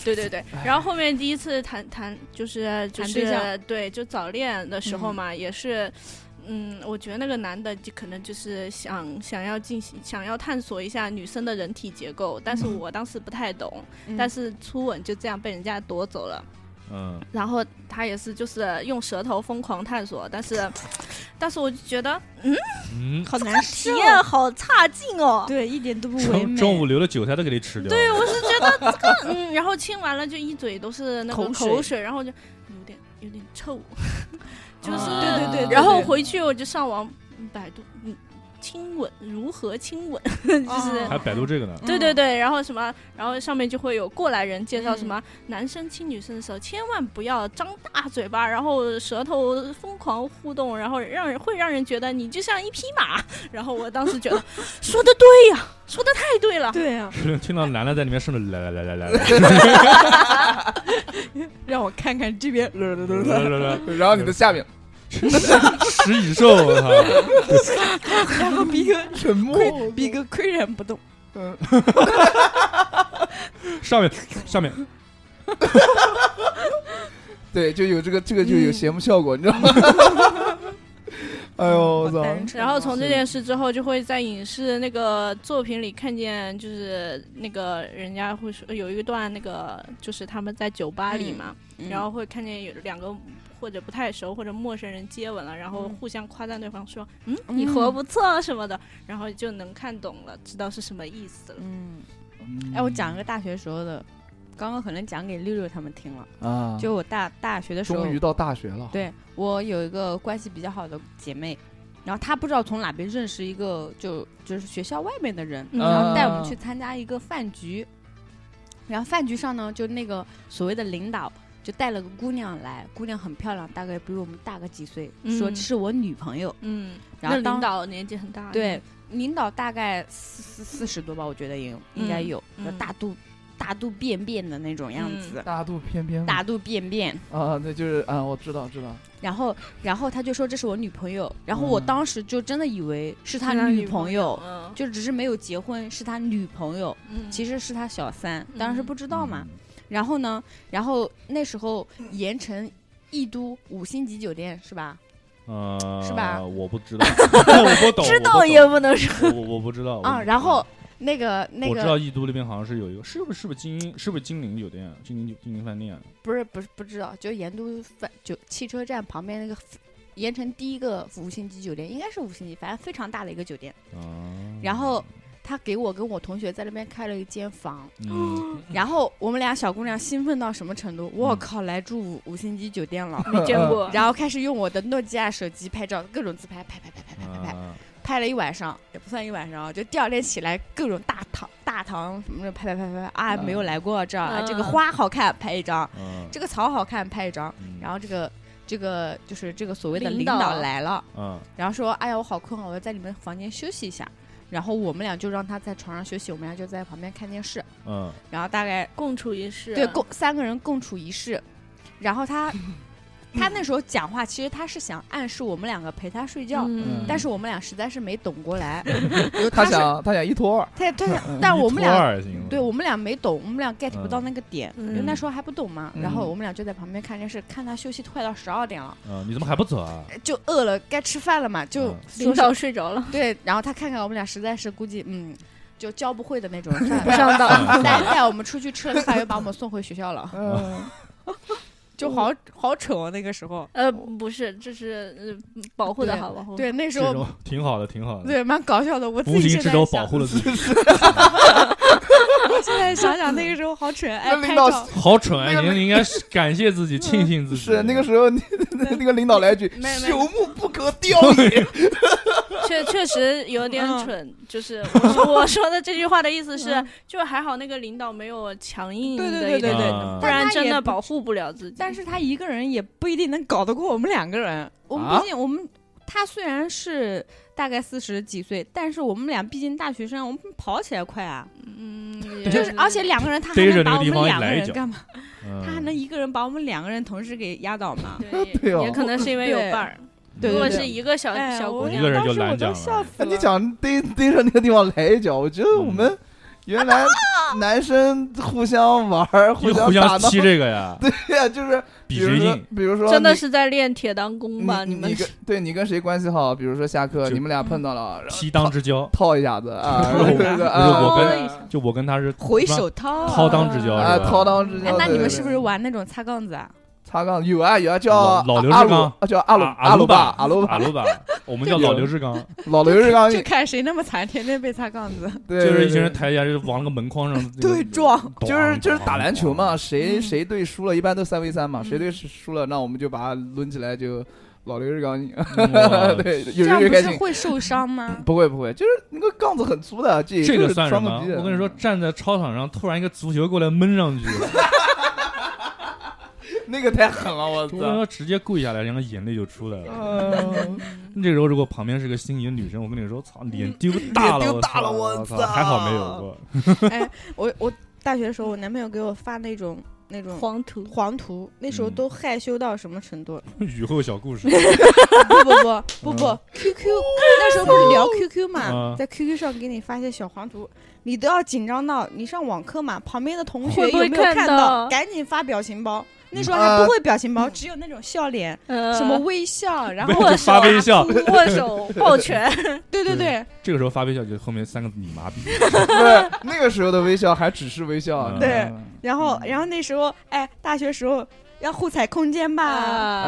Speaker 5: 对对对。然后后面第一次谈谈就是就
Speaker 6: 哎谈对
Speaker 5: 是对就早恋的时候嘛，也是。嗯，我觉得那个男的就可能就是想想要进行想要探索一下女生的人体结构，但是我当时不太懂，但
Speaker 6: 是
Speaker 5: 是初吻就这样被人家夺走了。
Speaker 3: 嗯，
Speaker 5: 然后他也是就是用舌头疯狂探索，但是但是我就觉得
Speaker 3: 嗯，
Speaker 6: 好难哦
Speaker 5: 体
Speaker 6: 受，
Speaker 5: 验好差劲哦。
Speaker 6: 对，一点都不唯
Speaker 3: 中
Speaker 6: 美。哦
Speaker 3: 中午留的韭菜都给你吃掉。
Speaker 5: 对，我是觉得这个，嗯，然后亲完了就一嘴都是那个
Speaker 6: 口
Speaker 5: 口
Speaker 6: 水
Speaker 5: 然后就有点有点臭，就是、
Speaker 2: 啊
Speaker 6: 对对对对
Speaker 5: 然后回去我就上网百度，嗯，亲吻如何亲吻， 就是。
Speaker 6: 啊
Speaker 3: 还百度这 个呢。
Speaker 5: 对对对，然后什么，然后上面就会有过来人介绍什么，男生亲女生的时候千万不要张大嘴巴，然后舌头疯狂互动，然后让人会让人觉得你就像一匹马。 然后我当时觉得说的对呀、说的太对了，
Speaker 6: 对啊，
Speaker 3: 听到男的在里面顺着来来来来来
Speaker 6: 让我看看这 边。
Speaker 3: 来来来，
Speaker 2: 然后你的下面
Speaker 3: 食蚁兽，啊我操！
Speaker 6: 然后逼哥
Speaker 2: 沉默，
Speaker 6: 岿， 逼哥岿然不动。
Speaker 2: 嗯，
Speaker 3: 上面上面，
Speaker 2: 对，就有这个这个就有节目效果，你知道吗？
Speaker 6: 嗯
Speaker 2: 哎呦，我操！
Speaker 5: 然后从这件事之后，就会在影视那个作品里看见，就是那个人家会说呃有一段那个，就是他们在酒吧
Speaker 6: 嗯
Speaker 5: 里嘛，然后会看见有两个或者不太熟或者陌生人接吻了，然后
Speaker 6: 嗯
Speaker 5: 互相夸赞对方说：“嗯，你活不错什么的。”然后
Speaker 6: 嗯
Speaker 5: 就能看懂了，知道是什么意思了。
Speaker 6: 哎嗯，哎，我讲一个大学时候的刚刚可能讲给六六他们听了。
Speaker 2: 啊，
Speaker 6: 就我大大学的时候
Speaker 2: 终，于到大学了，，
Speaker 6: 对我有一个关系比较好的姐妹，然后她不知道从哪边认识一个就就是学校外面的人，
Speaker 5: 嗯
Speaker 6: 然后带我们去参加一个饭局，然后饭局上呢，就那个所谓的领导就带了个姑娘来，姑娘很漂亮，大概比我们大个几岁，
Speaker 5: 嗯
Speaker 6: 说是我女朋友，
Speaker 5: 嗯，
Speaker 6: 然后
Speaker 5: 那
Speaker 6: 当
Speaker 5: 领导年纪很大，
Speaker 6: 对，领导大概四四四十多吧，我觉得也有应该
Speaker 5: 嗯
Speaker 6: 有，就
Speaker 5: 嗯
Speaker 6: 大肚大肚便便的那种样
Speaker 5: 嗯
Speaker 6: 子，
Speaker 2: 大肚偏偏
Speaker 6: 大肚便便。
Speaker 2: 啊，那就是啊，我知道知道，
Speaker 6: 然后，然后他就说这是我女朋友，然后我
Speaker 2: 嗯
Speaker 6: 当时就真的以为是他
Speaker 5: 是他
Speaker 6: 女
Speaker 5: 女朋
Speaker 6: 友，
Speaker 5: 嗯，
Speaker 6: 就只是没有结婚，是他女朋友，
Speaker 5: 嗯
Speaker 6: 其实是他小三，当时
Speaker 5: 嗯
Speaker 6: 不知道嘛。然后呢，然后那时候盐城逸都五星级酒店是吧？
Speaker 3: 嗯？呃，
Speaker 6: 是吧
Speaker 3: 我不 知道，我不懂，
Speaker 5: 知
Speaker 3: 我
Speaker 5: 道
Speaker 3: 不
Speaker 5: 也
Speaker 3: 懂
Speaker 5: 不能说，
Speaker 3: 我我我不知道我不
Speaker 6: 啊，
Speaker 3: 知
Speaker 6: 然
Speaker 3: 道
Speaker 6: 后那个那
Speaker 3: 我知道
Speaker 6: 个
Speaker 3: 义都那边好像是有一个，是不是是不是金鹰是不是金陵酒店、金陵酒金陵饭店？
Speaker 6: 不是不是不知道，就盐都饭就汽车站旁边那个盐城第一个五星级酒店，应该是五星级，反正非常大的一个酒店。
Speaker 3: 啊，
Speaker 6: 然后他给我跟我同学在那边开了一间房。
Speaker 3: 嗯，
Speaker 6: 然后我们俩小姑娘兴奋到什么程度？我
Speaker 3: 嗯
Speaker 6: 靠，来住五五星级酒店了！
Speaker 5: 没见过，
Speaker 6: 然后开始用我的诺基亚手机拍照，各种自拍，拍拍拍拍拍拍拍，
Speaker 3: 啊，
Speaker 6: 拍了一晚上，也不算一晚上啊，就第二天起来各种大堂大堂什么的拍拍拍拍啊，
Speaker 2: 嗯
Speaker 6: 没有来过这儿啊，
Speaker 5: 嗯
Speaker 6: 这个花好看拍一张，
Speaker 3: 嗯，
Speaker 6: 这个草好看拍一张，
Speaker 3: 嗯
Speaker 6: 然后这个这个就是这个所谓的领
Speaker 5: 领导
Speaker 6: 导来了，
Speaker 3: 嗯
Speaker 6: 然后说哎呀我好困啊，我要在你们房间休息一下，然后我们俩就让他在床上休息，我们俩就在旁边看电视，
Speaker 3: 嗯
Speaker 6: 然后大概
Speaker 5: 共处一室，
Speaker 6: 对，共三个人共处一室，然后他他那时候讲话，其实他是想暗示我们两个陪他睡觉，
Speaker 5: 嗯，
Speaker 6: 但是我们俩实在是没懂过来，有
Speaker 2: 他
Speaker 6: 是
Speaker 2: 想他想一拖二，
Speaker 6: 他他想，但我们
Speaker 3: 嗯一拖
Speaker 6: 俩
Speaker 3: 二行吗
Speaker 6: 对我们俩没懂，我们俩 get 不到那个点，因为那
Speaker 3: 嗯
Speaker 6: 时候还不懂嘛。然后我们俩就在旁边看电视，看他休息快到十二点了，
Speaker 3: 嗯，你怎么还不走啊？
Speaker 6: 就饿了，该吃饭了嘛，就
Speaker 3: 嗯
Speaker 6: 说
Speaker 5: 领导
Speaker 6: 是
Speaker 5: 睡着 了，
Speaker 6: 对，然后他看看我们俩实在是估计嗯。就教不会的那种人，
Speaker 5: 不上道，
Speaker 6: 带带我们出去吃了个饭，又把我们送回学校了，
Speaker 2: 嗯，
Speaker 6: 就好好蠢哦那个时候。
Speaker 5: 呃，不是，这是
Speaker 6: 嗯
Speaker 5: 呃保护的
Speaker 6: 对
Speaker 5: 好，保护
Speaker 6: 对，那时
Speaker 3: 这
Speaker 6: 候
Speaker 3: 种挺好的，挺好的，
Speaker 6: 对蛮搞笑的。我自
Speaker 3: 无形
Speaker 6: 己现
Speaker 3: 之
Speaker 6: 在
Speaker 3: 中
Speaker 6: 想，
Speaker 3: 保护了 自己，
Speaker 6: 现在想想那个时候 好蠢，哎，
Speaker 2: 那
Speaker 6: 拍
Speaker 2: 领导
Speaker 6: 照
Speaker 3: 好蠢啊！
Speaker 2: 那个
Speaker 3: 你你应该是感谢自己，庆幸自己。
Speaker 2: 是那个时候你那个领导来一句
Speaker 6: 没没
Speaker 2: 朽木不可雕 也，
Speaker 5: 确确实有点
Speaker 6: 嗯
Speaker 5: 蠢， 就是我说我说的这句话的意思是，就还好那个领导没有强硬的
Speaker 6: 对
Speaker 5: 一
Speaker 6: 对
Speaker 5: 点，
Speaker 6: 对对对
Speaker 3: 啊
Speaker 5: 不然真的
Speaker 6: 保。
Speaker 5: 保护不了自己。
Speaker 6: 但是他一个人也不一定能搞得过我们两个人。我们
Speaker 2: 啊
Speaker 6: 毕竟我们、他虽然是大概四十几岁，但是我们俩毕竟大学生，我们跑起来快啊，
Speaker 5: 嗯，
Speaker 6: 就
Speaker 5: 也
Speaker 6: 是而且两个人他还
Speaker 3: 逮着
Speaker 6: 能
Speaker 3: 那
Speaker 6: 把
Speaker 3: 个
Speaker 6: 我
Speaker 3: 地
Speaker 6: 们
Speaker 3: 方
Speaker 6: 两个
Speaker 3: 来一
Speaker 6: 人
Speaker 3: 脚
Speaker 6: 干嘛？
Speaker 3: 嗯，
Speaker 6: 他还能一个人把我们两个人同时给压倒 吗？
Speaker 2: 对哦
Speaker 5: 也可能是因为有
Speaker 6: 对
Speaker 5: 伴儿。
Speaker 6: 对
Speaker 5: 如果
Speaker 6: 对
Speaker 5: 是一个小
Speaker 6: 哎
Speaker 5: 小
Speaker 6: 我
Speaker 5: 姑
Speaker 3: 一
Speaker 5: 娘
Speaker 3: 个，人
Speaker 6: 当
Speaker 3: 就
Speaker 6: 时
Speaker 3: 拦
Speaker 6: 我
Speaker 3: 截
Speaker 6: 都
Speaker 3: 了
Speaker 6: 笑死
Speaker 2: 你
Speaker 6: 了。
Speaker 2: 想逮逮着那个地方来一脚，我觉得我
Speaker 3: 嗯
Speaker 2: 们原来男生互相玩儿，
Speaker 3: 就
Speaker 2: 相
Speaker 3: 互
Speaker 2: 打
Speaker 3: 相
Speaker 2: 闹，
Speaker 3: 踢这个呀，
Speaker 2: 对呀，就是
Speaker 3: 比
Speaker 2: 如
Speaker 3: 谁
Speaker 2: 说
Speaker 3: 硬，
Speaker 2: 比如说
Speaker 5: 真的
Speaker 2: 你
Speaker 5: 是在练铁裆功吧？
Speaker 2: 你
Speaker 5: 们
Speaker 2: 你跟对你跟谁关系好？比如说下课
Speaker 3: 就
Speaker 2: 你们俩
Speaker 6: 嗯
Speaker 2: 碰到了，然后
Speaker 3: 踢裆之交。
Speaker 2: 套一下子啊，
Speaker 3: 不是我
Speaker 2: 这个
Speaker 3: 不是我
Speaker 2: 啊
Speaker 3: 跟就我跟他是
Speaker 6: 回手掏
Speaker 3: 掏裆之交
Speaker 2: 啊
Speaker 3: 是吧？
Speaker 2: 掏裆之交
Speaker 6: 哎，，那
Speaker 2: 对
Speaker 6: 你
Speaker 2: 对对
Speaker 6: 们是不是玩那种擦杠子啊？
Speaker 2: 擦杠有啊有啊，叫
Speaker 3: 老老刘
Speaker 2: 阿
Speaker 3: 志
Speaker 2: 鲁
Speaker 3: 刚
Speaker 2: 啊叫阿鲁
Speaker 3: 啊
Speaker 2: 阿鲁巴阿
Speaker 3: 阿
Speaker 2: 鲁巴
Speaker 3: 阿鲁巴， 我们叫老刘志刚，
Speaker 2: 老刘志刚，
Speaker 6: 就看谁那么惨，天天被擦杠子。
Speaker 2: 对
Speaker 3: 就是
Speaker 2: 对
Speaker 3: 一群人
Speaker 2: 对
Speaker 3: 抬起来，就是往那个门框上那个
Speaker 6: 对撞，
Speaker 2: 就是就是打篮球嘛，
Speaker 3: 咚。
Speaker 2: 谁
Speaker 6: 嗯
Speaker 2: 谁队输了，一般都三 v 三嘛，
Speaker 5: 嗯
Speaker 2: 谁队输了，那我们就把他抡起来就老刘志刚，
Speaker 3: 咚哇
Speaker 2: 对，有
Speaker 6: 这
Speaker 2: 人
Speaker 6: 样
Speaker 2: 越
Speaker 6: 不
Speaker 2: 开
Speaker 6: 是
Speaker 2: 心。
Speaker 6: 会受 伤吗？
Speaker 2: 不会不会，就是那个杠子很粗的，这
Speaker 3: 这
Speaker 2: 就
Speaker 3: 个
Speaker 2: 是
Speaker 3: 算什
Speaker 2: 双
Speaker 3: 么
Speaker 2: 个逼？的
Speaker 3: 我跟你说，，站在操场上，突然一个足球过来闷上去，
Speaker 2: 那个太狠了，我
Speaker 3: 我跟你
Speaker 2: 操！
Speaker 3: 说，直接跪下来，然后眼泪就出来了。
Speaker 2: 嗯
Speaker 3: 这时候如果旁边是个心仪的女生，我跟你说，操，脸丢大了，
Speaker 2: 脸丢大了
Speaker 3: 我
Speaker 2: 我
Speaker 3: 操，
Speaker 2: 操
Speaker 3: 还好没有过。
Speaker 6: 我我大学的时候，我男朋友给我发那种那种
Speaker 5: 黄图
Speaker 6: 黄图，那时候
Speaker 3: 嗯
Speaker 6: 都害羞到什么程度？
Speaker 3: 雨后小故事，
Speaker 6: 不不不不不，QQ 那时候不是聊 QQ 嘛，
Speaker 3: 嗯
Speaker 6: 在 QQ 上给你发一些小黄图，你都要紧张到你上网课嘛，旁边的同学
Speaker 5: 会不
Speaker 6: 有
Speaker 5: 会
Speaker 6: 没有看
Speaker 5: 看
Speaker 6: 到？
Speaker 5: 到嗯
Speaker 6: 赶紧发表情包。那
Speaker 3: 嗯
Speaker 6: 时候
Speaker 2: 啊
Speaker 6: 还不会表情包，只有那种笑脸，
Speaker 5: 呃
Speaker 6: 什么微笑，然后
Speaker 3: 就发微笑。
Speaker 5: 握手、抱拳，
Speaker 6: 对对对，
Speaker 3: 这个时候发微笑就后面三个你妈逼，
Speaker 2: 不是那个时候的微笑还只是微笑，啊
Speaker 3: 嗯
Speaker 2: 你知道
Speaker 6: 对
Speaker 2: 吗
Speaker 6: 然后然后那时候哎，大学时候要互踩空间
Speaker 5: 啊
Speaker 6: 吧，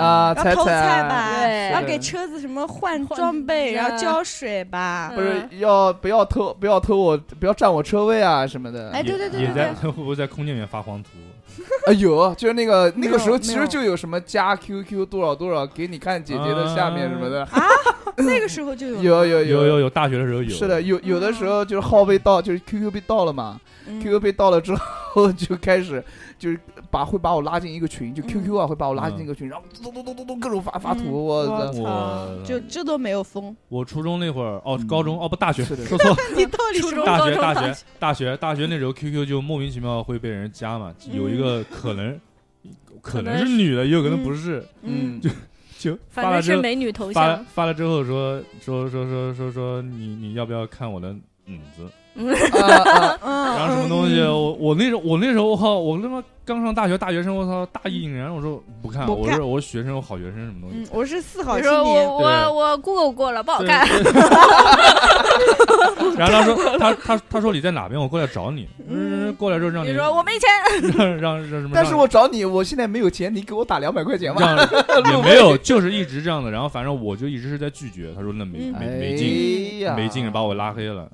Speaker 2: 啊，
Speaker 6: 要
Speaker 2: 踩
Speaker 6: 偷菜
Speaker 2: 菜
Speaker 6: 吧
Speaker 5: 对
Speaker 6: 要
Speaker 2: 是
Speaker 6: 给车子什么换
Speaker 5: 换
Speaker 6: 装备，然后
Speaker 5: 啊
Speaker 6: 浇水吧。
Speaker 5: 嗯
Speaker 2: 不是要不要偷不要偷我不要占我车位啊什么的。
Speaker 6: 哎对对对
Speaker 3: 也
Speaker 6: 对
Speaker 3: 也在会不会在空间里面发黄图？
Speaker 2: 啊有，就是那个那
Speaker 6: 没
Speaker 2: 个
Speaker 6: 有
Speaker 2: 时候
Speaker 6: 没
Speaker 2: 其实
Speaker 6: 有
Speaker 2: 就有什么加 QQ 多少多少给你看姐姐的下面什么的，
Speaker 5: 啊
Speaker 6: 那个时候就有
Speaker 2: 有有
Speaker 3: 有有有，大学的时候有。
Speaker 2: 哎是的，，有有的时候就是号被盗，就是 QQ 被盗了嘛。
Speaker 6: 嗯
Speaker 2: QQ 被盗了之后，就开始就是把会把我拉进一个群，就
Speaker 5: 嗯
Speaker 2: QQ 啊会把我拉进一个群，然后咚咚咚咚咚各种发发
Speaker 6: 嗯
Speaker 2: 图，我
Speaker 6: 我
Speaker 2: 操！
Speaker 6: 操，
Speaker 3: 我
Speaker 6: 就这都没有封，
Speaker 3: 我初中那会儿，哦
Speaker 2: 嗯，
Speaker 3: 高中哦不，大学
Speaker 2: 是的
Speaker 3: 说错了，
Speaker 6: 你到底
Speaker 5: 初
Speaker 6: 是
Speaker 5: 中
Speaker 3: 大
Speaker 5: 高
Speaker 3: 学
Speaker 5: 中
Speaker 3: 大
Speaker 5: 大
Speaker 3: 学大学大学那时候 QQ 就莫名其妙会被人加嘛，有一个可能可能是女的，也有可能不是，
Speaker 2: 嗯，
Speaker 3: 就
Speaker 5: 反
Speaker 3: 发了
Speaker 5: 正
Speaker 3: 之
Speaker 5: 是
Speaker 3: 后
Speaker 5: 美女头
Speaker 3: 发了
Speaker 5: 像，
Speaker 3: 发了之后说说说说说说你你要不要看我的影子？
Speaker 2: 啊啊
Speaker 6: 嗯，
Speaker 3: 然后什么东西？我我那时候我那时候我靠，我他妈刚上大学，大学生我操大义凛然，我说不看，
Speaker 6: 不
Speaker 3: 我
Speaker 6: 看
Speaker 3: 说我是学生，我好学生什么东西
Speaker 6: 嗯，？我是四好
Speaker 5: 你
Speaker 6: 青
Speaker 5: 说
Speaker 6: 年，
Speaker 5: 我我我 Google 过了，不好
Speaker 3: 对
Speaker 5: 看，
Speaker 3: 对 然后他说他他他说你在哪边？我过来找你。嗯，过来之后让
Speaker 5: 你说我没钱，
Speaker 3: 让让让什么？
Speaker 2: 但是我找你，我现在没有钱，你给我打两百块钱吧。
Speaker 3: 让让也没有，就是一直这样的。然后反正我就一直是在拒绝。他说那没
Speaker 6: 嗯
Speaker 3: 没
Speaker 2: 哎
Speaker 3: 没劲，
Speaker 2: 呀
Speaker 3: 没劲，把我拉黑了。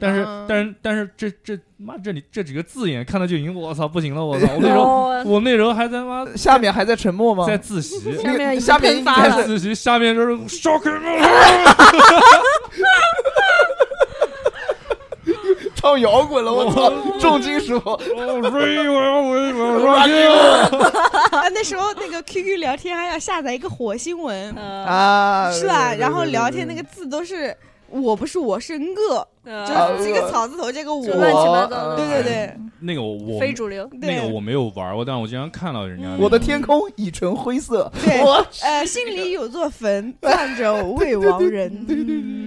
Speaker 3: 但是
Speaker 6: 嗯
Speaker 3: 但是但是这这妈这里这几个字眼看到就已经我操不行了，我操！我那时候
Speaker 5: 哦
Speaker 3: 我那时候还在妈
Speaker 2: 下面还在沉默吗？
Speaker 3: 在自习。
Speaker 5: 下面已经
Speaker 2: 下面
Speaker 5: 喷发
Speaker 2: 应该
Speaker 5: 了
Speaker 2: 是，
Speaker 3: 自习下面就是烧给我。
Speaker 2: 唱摇滚了，我操，重金属。
Speaker 3: 我瑞，哦我要我我我
Speaker 6: 啊，那时候那个 QQ 聊天还要下载一个火星文，
Speaker 5: 嗯
Speaker 2: 啊，
Speaker 6: 是吧？然后聊天那个字都是我不是我是恶，
Speaker 5: 嗯
Speaker 6: 就是这
Speaker 2: 呃
Speaker 6: 个草字头加个
Speaker 5: 就乱七
Speaker 6: 我，
Speaker 5: 八糟的
Speaker 2: 我
Speaker 6: 对对对
Speaker 3: 那个我我
Speaker 5: 呃非主流，
Speaker 6: 对，
Speaker 3: 那个我没有玩过，但是我经常看到人家那
Speaker 6: 嗯
Speaker 3: 个。
Speaker 2: 我的天空已成灰色，
Speaker 6: 对
Speaker 2: 我
Speaker 6: 呃，心里有座坟，葬着未亡人。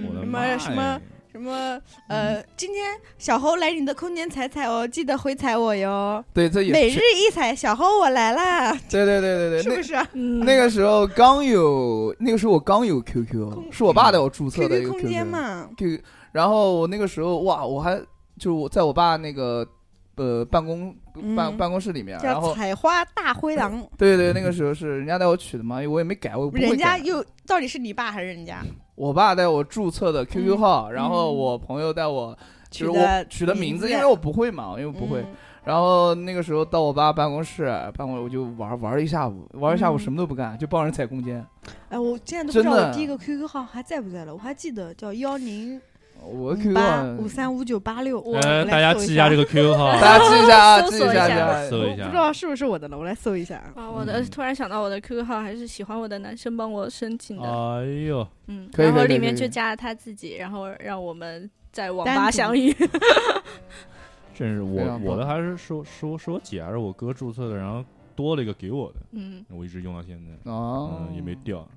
Speaker 3: 我的
Speaker 6: 什么
Speaker 3: 妈呀
Speaker 6: 什么什么呃，今天小猴来你的空间踩踩哦，记得回踩我哟。
Speaker 2: 对，这也
Speaker 6: 每
Speaker 2: 是
Speaker 6: 日一踩，小猴我来啦，
Speaker 2: 对对对对
Speaker 6: 是
Speaker 2: 对，
Speaker 6: 不是啊？
Speaker 2: 那
Speaker 5: 嗯
Speaker 2: 那个时候刚有，那个时候我刚有 QQ，是我爸带我注册的一
Speaker 6: QQ
Speaker 2: 个啊
Speaker 6: 空间嘛，
Speaker 2: QQ，然后我那个时候哇，我还就是我在我爸那个呃办公办、
Speaker 6: 嗯
Speaker 2: 办公室里面，然
Speaker 6: 叫
Speaker 2: 后
Speaker 6: 采花大灰狼。
Speaker 2: 对对，那个时候是人家带我取的嘛，我也没改，我也不会
Speaker 6: 人家
Speaker 2: 改
Speaker 6: 又到底是你爸还是人家？
Speaker 2: 我爸带我注册的 QQ
Speaker 6: 嗯
Speaker 2: 号，然后我朋友带我就是
Speaker 6: 取的
Speaker 2: 我取的名字，
Speaker 6: 名字
Speaker 2: 因为我不会嘛，因为我不会。
Speaker 6: 嗯
Speaker 2: 然后那个时候到我爸办公室，办公我就玩玩了一下午，玩一下午
Speaker 6: 嗯
Speaker 2: 什么都不干，就帮人踩空间。
Speaker 6: 哎，我现在都不知道
Speaker 2: 真的
Speaker 6: 我第一个 QQ 号还在不在了，我还记得叫幺零
Speaker 2: 我的嗯
Speaker 6: 五
Speaker 2: QQ
Speaker 6: 八
Speaker 2: 号
Speaker 6: 五三五九八六。我
Speaker 3: 呃，
Speaker 6: 来
Speaker 3: 大家
Speaker 6: 搜
Speaker 3: 记一下这
Speaker 6: 个，
Speaker 3: 个 QQ 号，
Speaker 2: 大家记一下啊，
Speaker 5: 搜
Speaker 2: 记
Speaker 5: 索
Speaker 2: 一下，
Speaker 5: 一
Speaker 2: 记
Speaker 5: 下
Speaker 3: 搜
Speaker 6: 我
Speaker 3: 一
Speaker 6: 不
Speaker 3: 下
Speaker 6: 知。道是不是我的了，我来搜一下啊。
Speaker 5: 啊，我的
Speaker 3: 嗯
Speaker 5: 突然想到我的 QQ 号还是喜欢我的男生帮我申请的，
Speaker 3: 哎呦，
Speaker 5: 嗯，
Speaker 2: 可以
Speaker 5: 然
Speaker 2: 可
Speaker 5: 后
Speaker 2: 以可以
Speaker 5: 里面
Speaker 2: 可以
Speaker 5: 就加了他自己，然后让我们在网
Speaker 6: 单
Speaker 5: 吧
Speaker 6: 独
Speaker 5: 相遇，
Speaker 3: 真是
Speaker 2: 非
Speaker 3: 我
Speaker 2: 常棒
Speaker 3: 我的还是是我是我是我姐还是我哥注册的，然后多了一个给我的，
Speaker 5: 嗯，
Speaker 3: 我一直用到现在，
Speaker 2: 哦
Speaker 3: 嗯，也没 掉。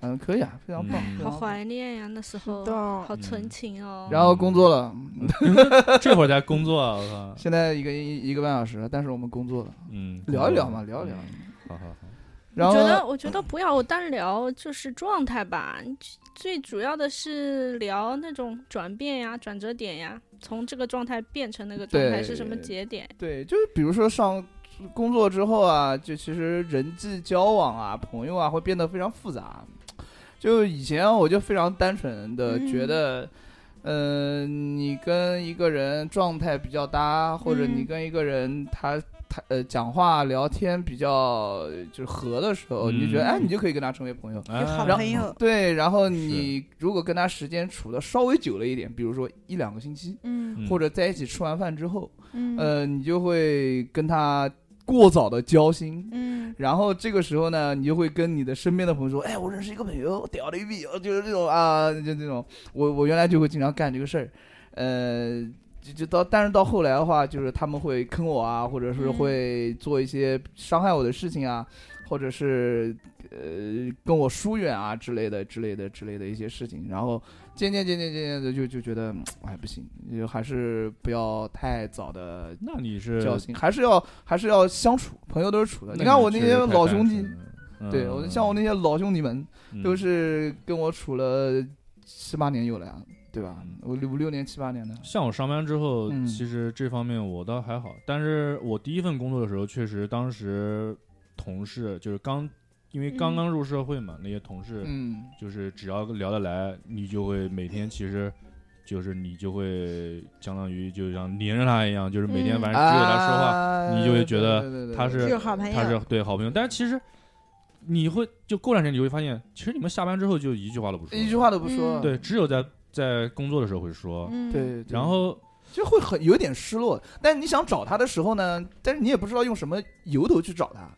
Speaker 2: 嗯，可以啊，非常棒，
Speaker 3: 嗯
Speaker 2: 非
Speaker 5: 好
Speaker 2: 常棒。
Speaker 5: 怀念呀，那时
Speaker 2: 哦
Speaker 5: 候
Speaker 6: 到
Speaker 5: 好纯情 哦。
Speaker 2: 然
Speaker 3: 嗯
Speaker 2: 后工作了，
Speaker 3: 这会儿在工作啊，我操，
Speaker 2: 现在一个一一个半小时了，但是我们工作了，
Speaker 3: 嗯，
Speaker 2: 聊一聊嘛，聊一聊。
Speaker 6: 嗯
Speaker 3: 好好好，
Speaker 2: 然
Speaker 5: 我觉得，
Speaker 2: 后
Speaker 5: 我觉得不要单聊，就是状态吧。最主要的是聊那种转变呀、转折点呀，从这个状态变成那个状态
Speaker 2: 对
Speaker 5: 是什么节点？
Speaker 2: 对，就是比如说上工作之后啊，就其实人际交往啊、朋友啊会变得非常复杂。就以前啊我就非常单纯的
Speaker 6: 嗯
Speaker 2: 觉得。嗯、你跟一个人状态比较搭，或者
Speaker 6: 嗯
Speaker 2: 你跟一个人他他呃讲话聊天比较就是合的时候，你就觉得
Speaker 3: 嗯
Speaker 2: 哎，你就可以跟他成为朋友。
Speaker 3: 哎
Speaker 6: 好
Speaker 2: 嗯然后
Speaker 6: 朋友，
Speaker 2: 对，然后你如果跟他时间处的稍微久了一点，比如说一两个星期，
Speaker 6: 嗯
Speaker 2: 或者在一起吃完饭之后，
Speaker 6: 嗯
Speaker 2: 呃，你就会跟他过早的交心。
Speaker 6: 嗯
Speaker 2: 然后这个时候呢，你就会跟你的身边的朋友说：“哎，我认识一个朋友，屌的一逼，哦就是这种啊，就这种。我”我原来就会经常干这个事儿，呃，就就到，但是到后来的话，就是他们会坑我啊，或者是
Speaker 6: 嗯
Speaker 2: 会做一些伤害我的事情啊，或者是呃跟我疏远啊之类的、之类的、之类的一些事情。然后渐渐、渐渐、渐渐的就就觉得，嗯哎，不行，就还是不要太早的
Speaker 3: 那你是
Speaker 2: 交心，还是要还是要相处，朋友都是处的。
Speaker 3: 那
Speaker 2: 你看我那
Speaker 3: 确
Speaker 2: 些
Speaker 3: 实太
Speaker 2: 老
Speaker 3: 单
Speaker 2: 兄
Speaker 3: 纯
Speaker 2: 弟，
Speaker 3: 了，嗯
Speaker 2: 对我像我那些老兄弟们，都是跟我处了七八年有了呀，对吧
Speaker 3: 嗯？
Speaker 2: 我五六年七八年的，
Speaker 3: 像我上班之后，
Speaker 2: 嗯
Speaker 3: 其实这方面我倒还好，但是我第一份工作的时候，确实当时同事，就是刚因为刚刚入社会嘛，那些同事
Speaker 2: 嗯，
Speaker 3: 就是只要聊得来，你就会每天其实。就是你就会相当于就像黏着他一样，就是每天晚哎上只有他说话，
Speaker 2: 话
Speaker 3: 你就会觉得他是
Speaker 6: 就是好朋
Speaker 2: 嗯
Speaker 6: 友，
Speaker 3: 他
Speaker 2: 啊
Speaker 3: 是对好朋友，但是其实你会就过段时间你会发现，其实你们下班之后就一句话都不说，
Speaker 2: 一句话都不说，
Speaker 3: 嗯对，只有在在工作的时候会说，
Speaker 6: 嗯，
Speaker 2: 对，对
Speaker 3: 然后
Speaker 2: 就会很有点失落。但是你想找他的时候呢，但是你也不知道用什么由头去找他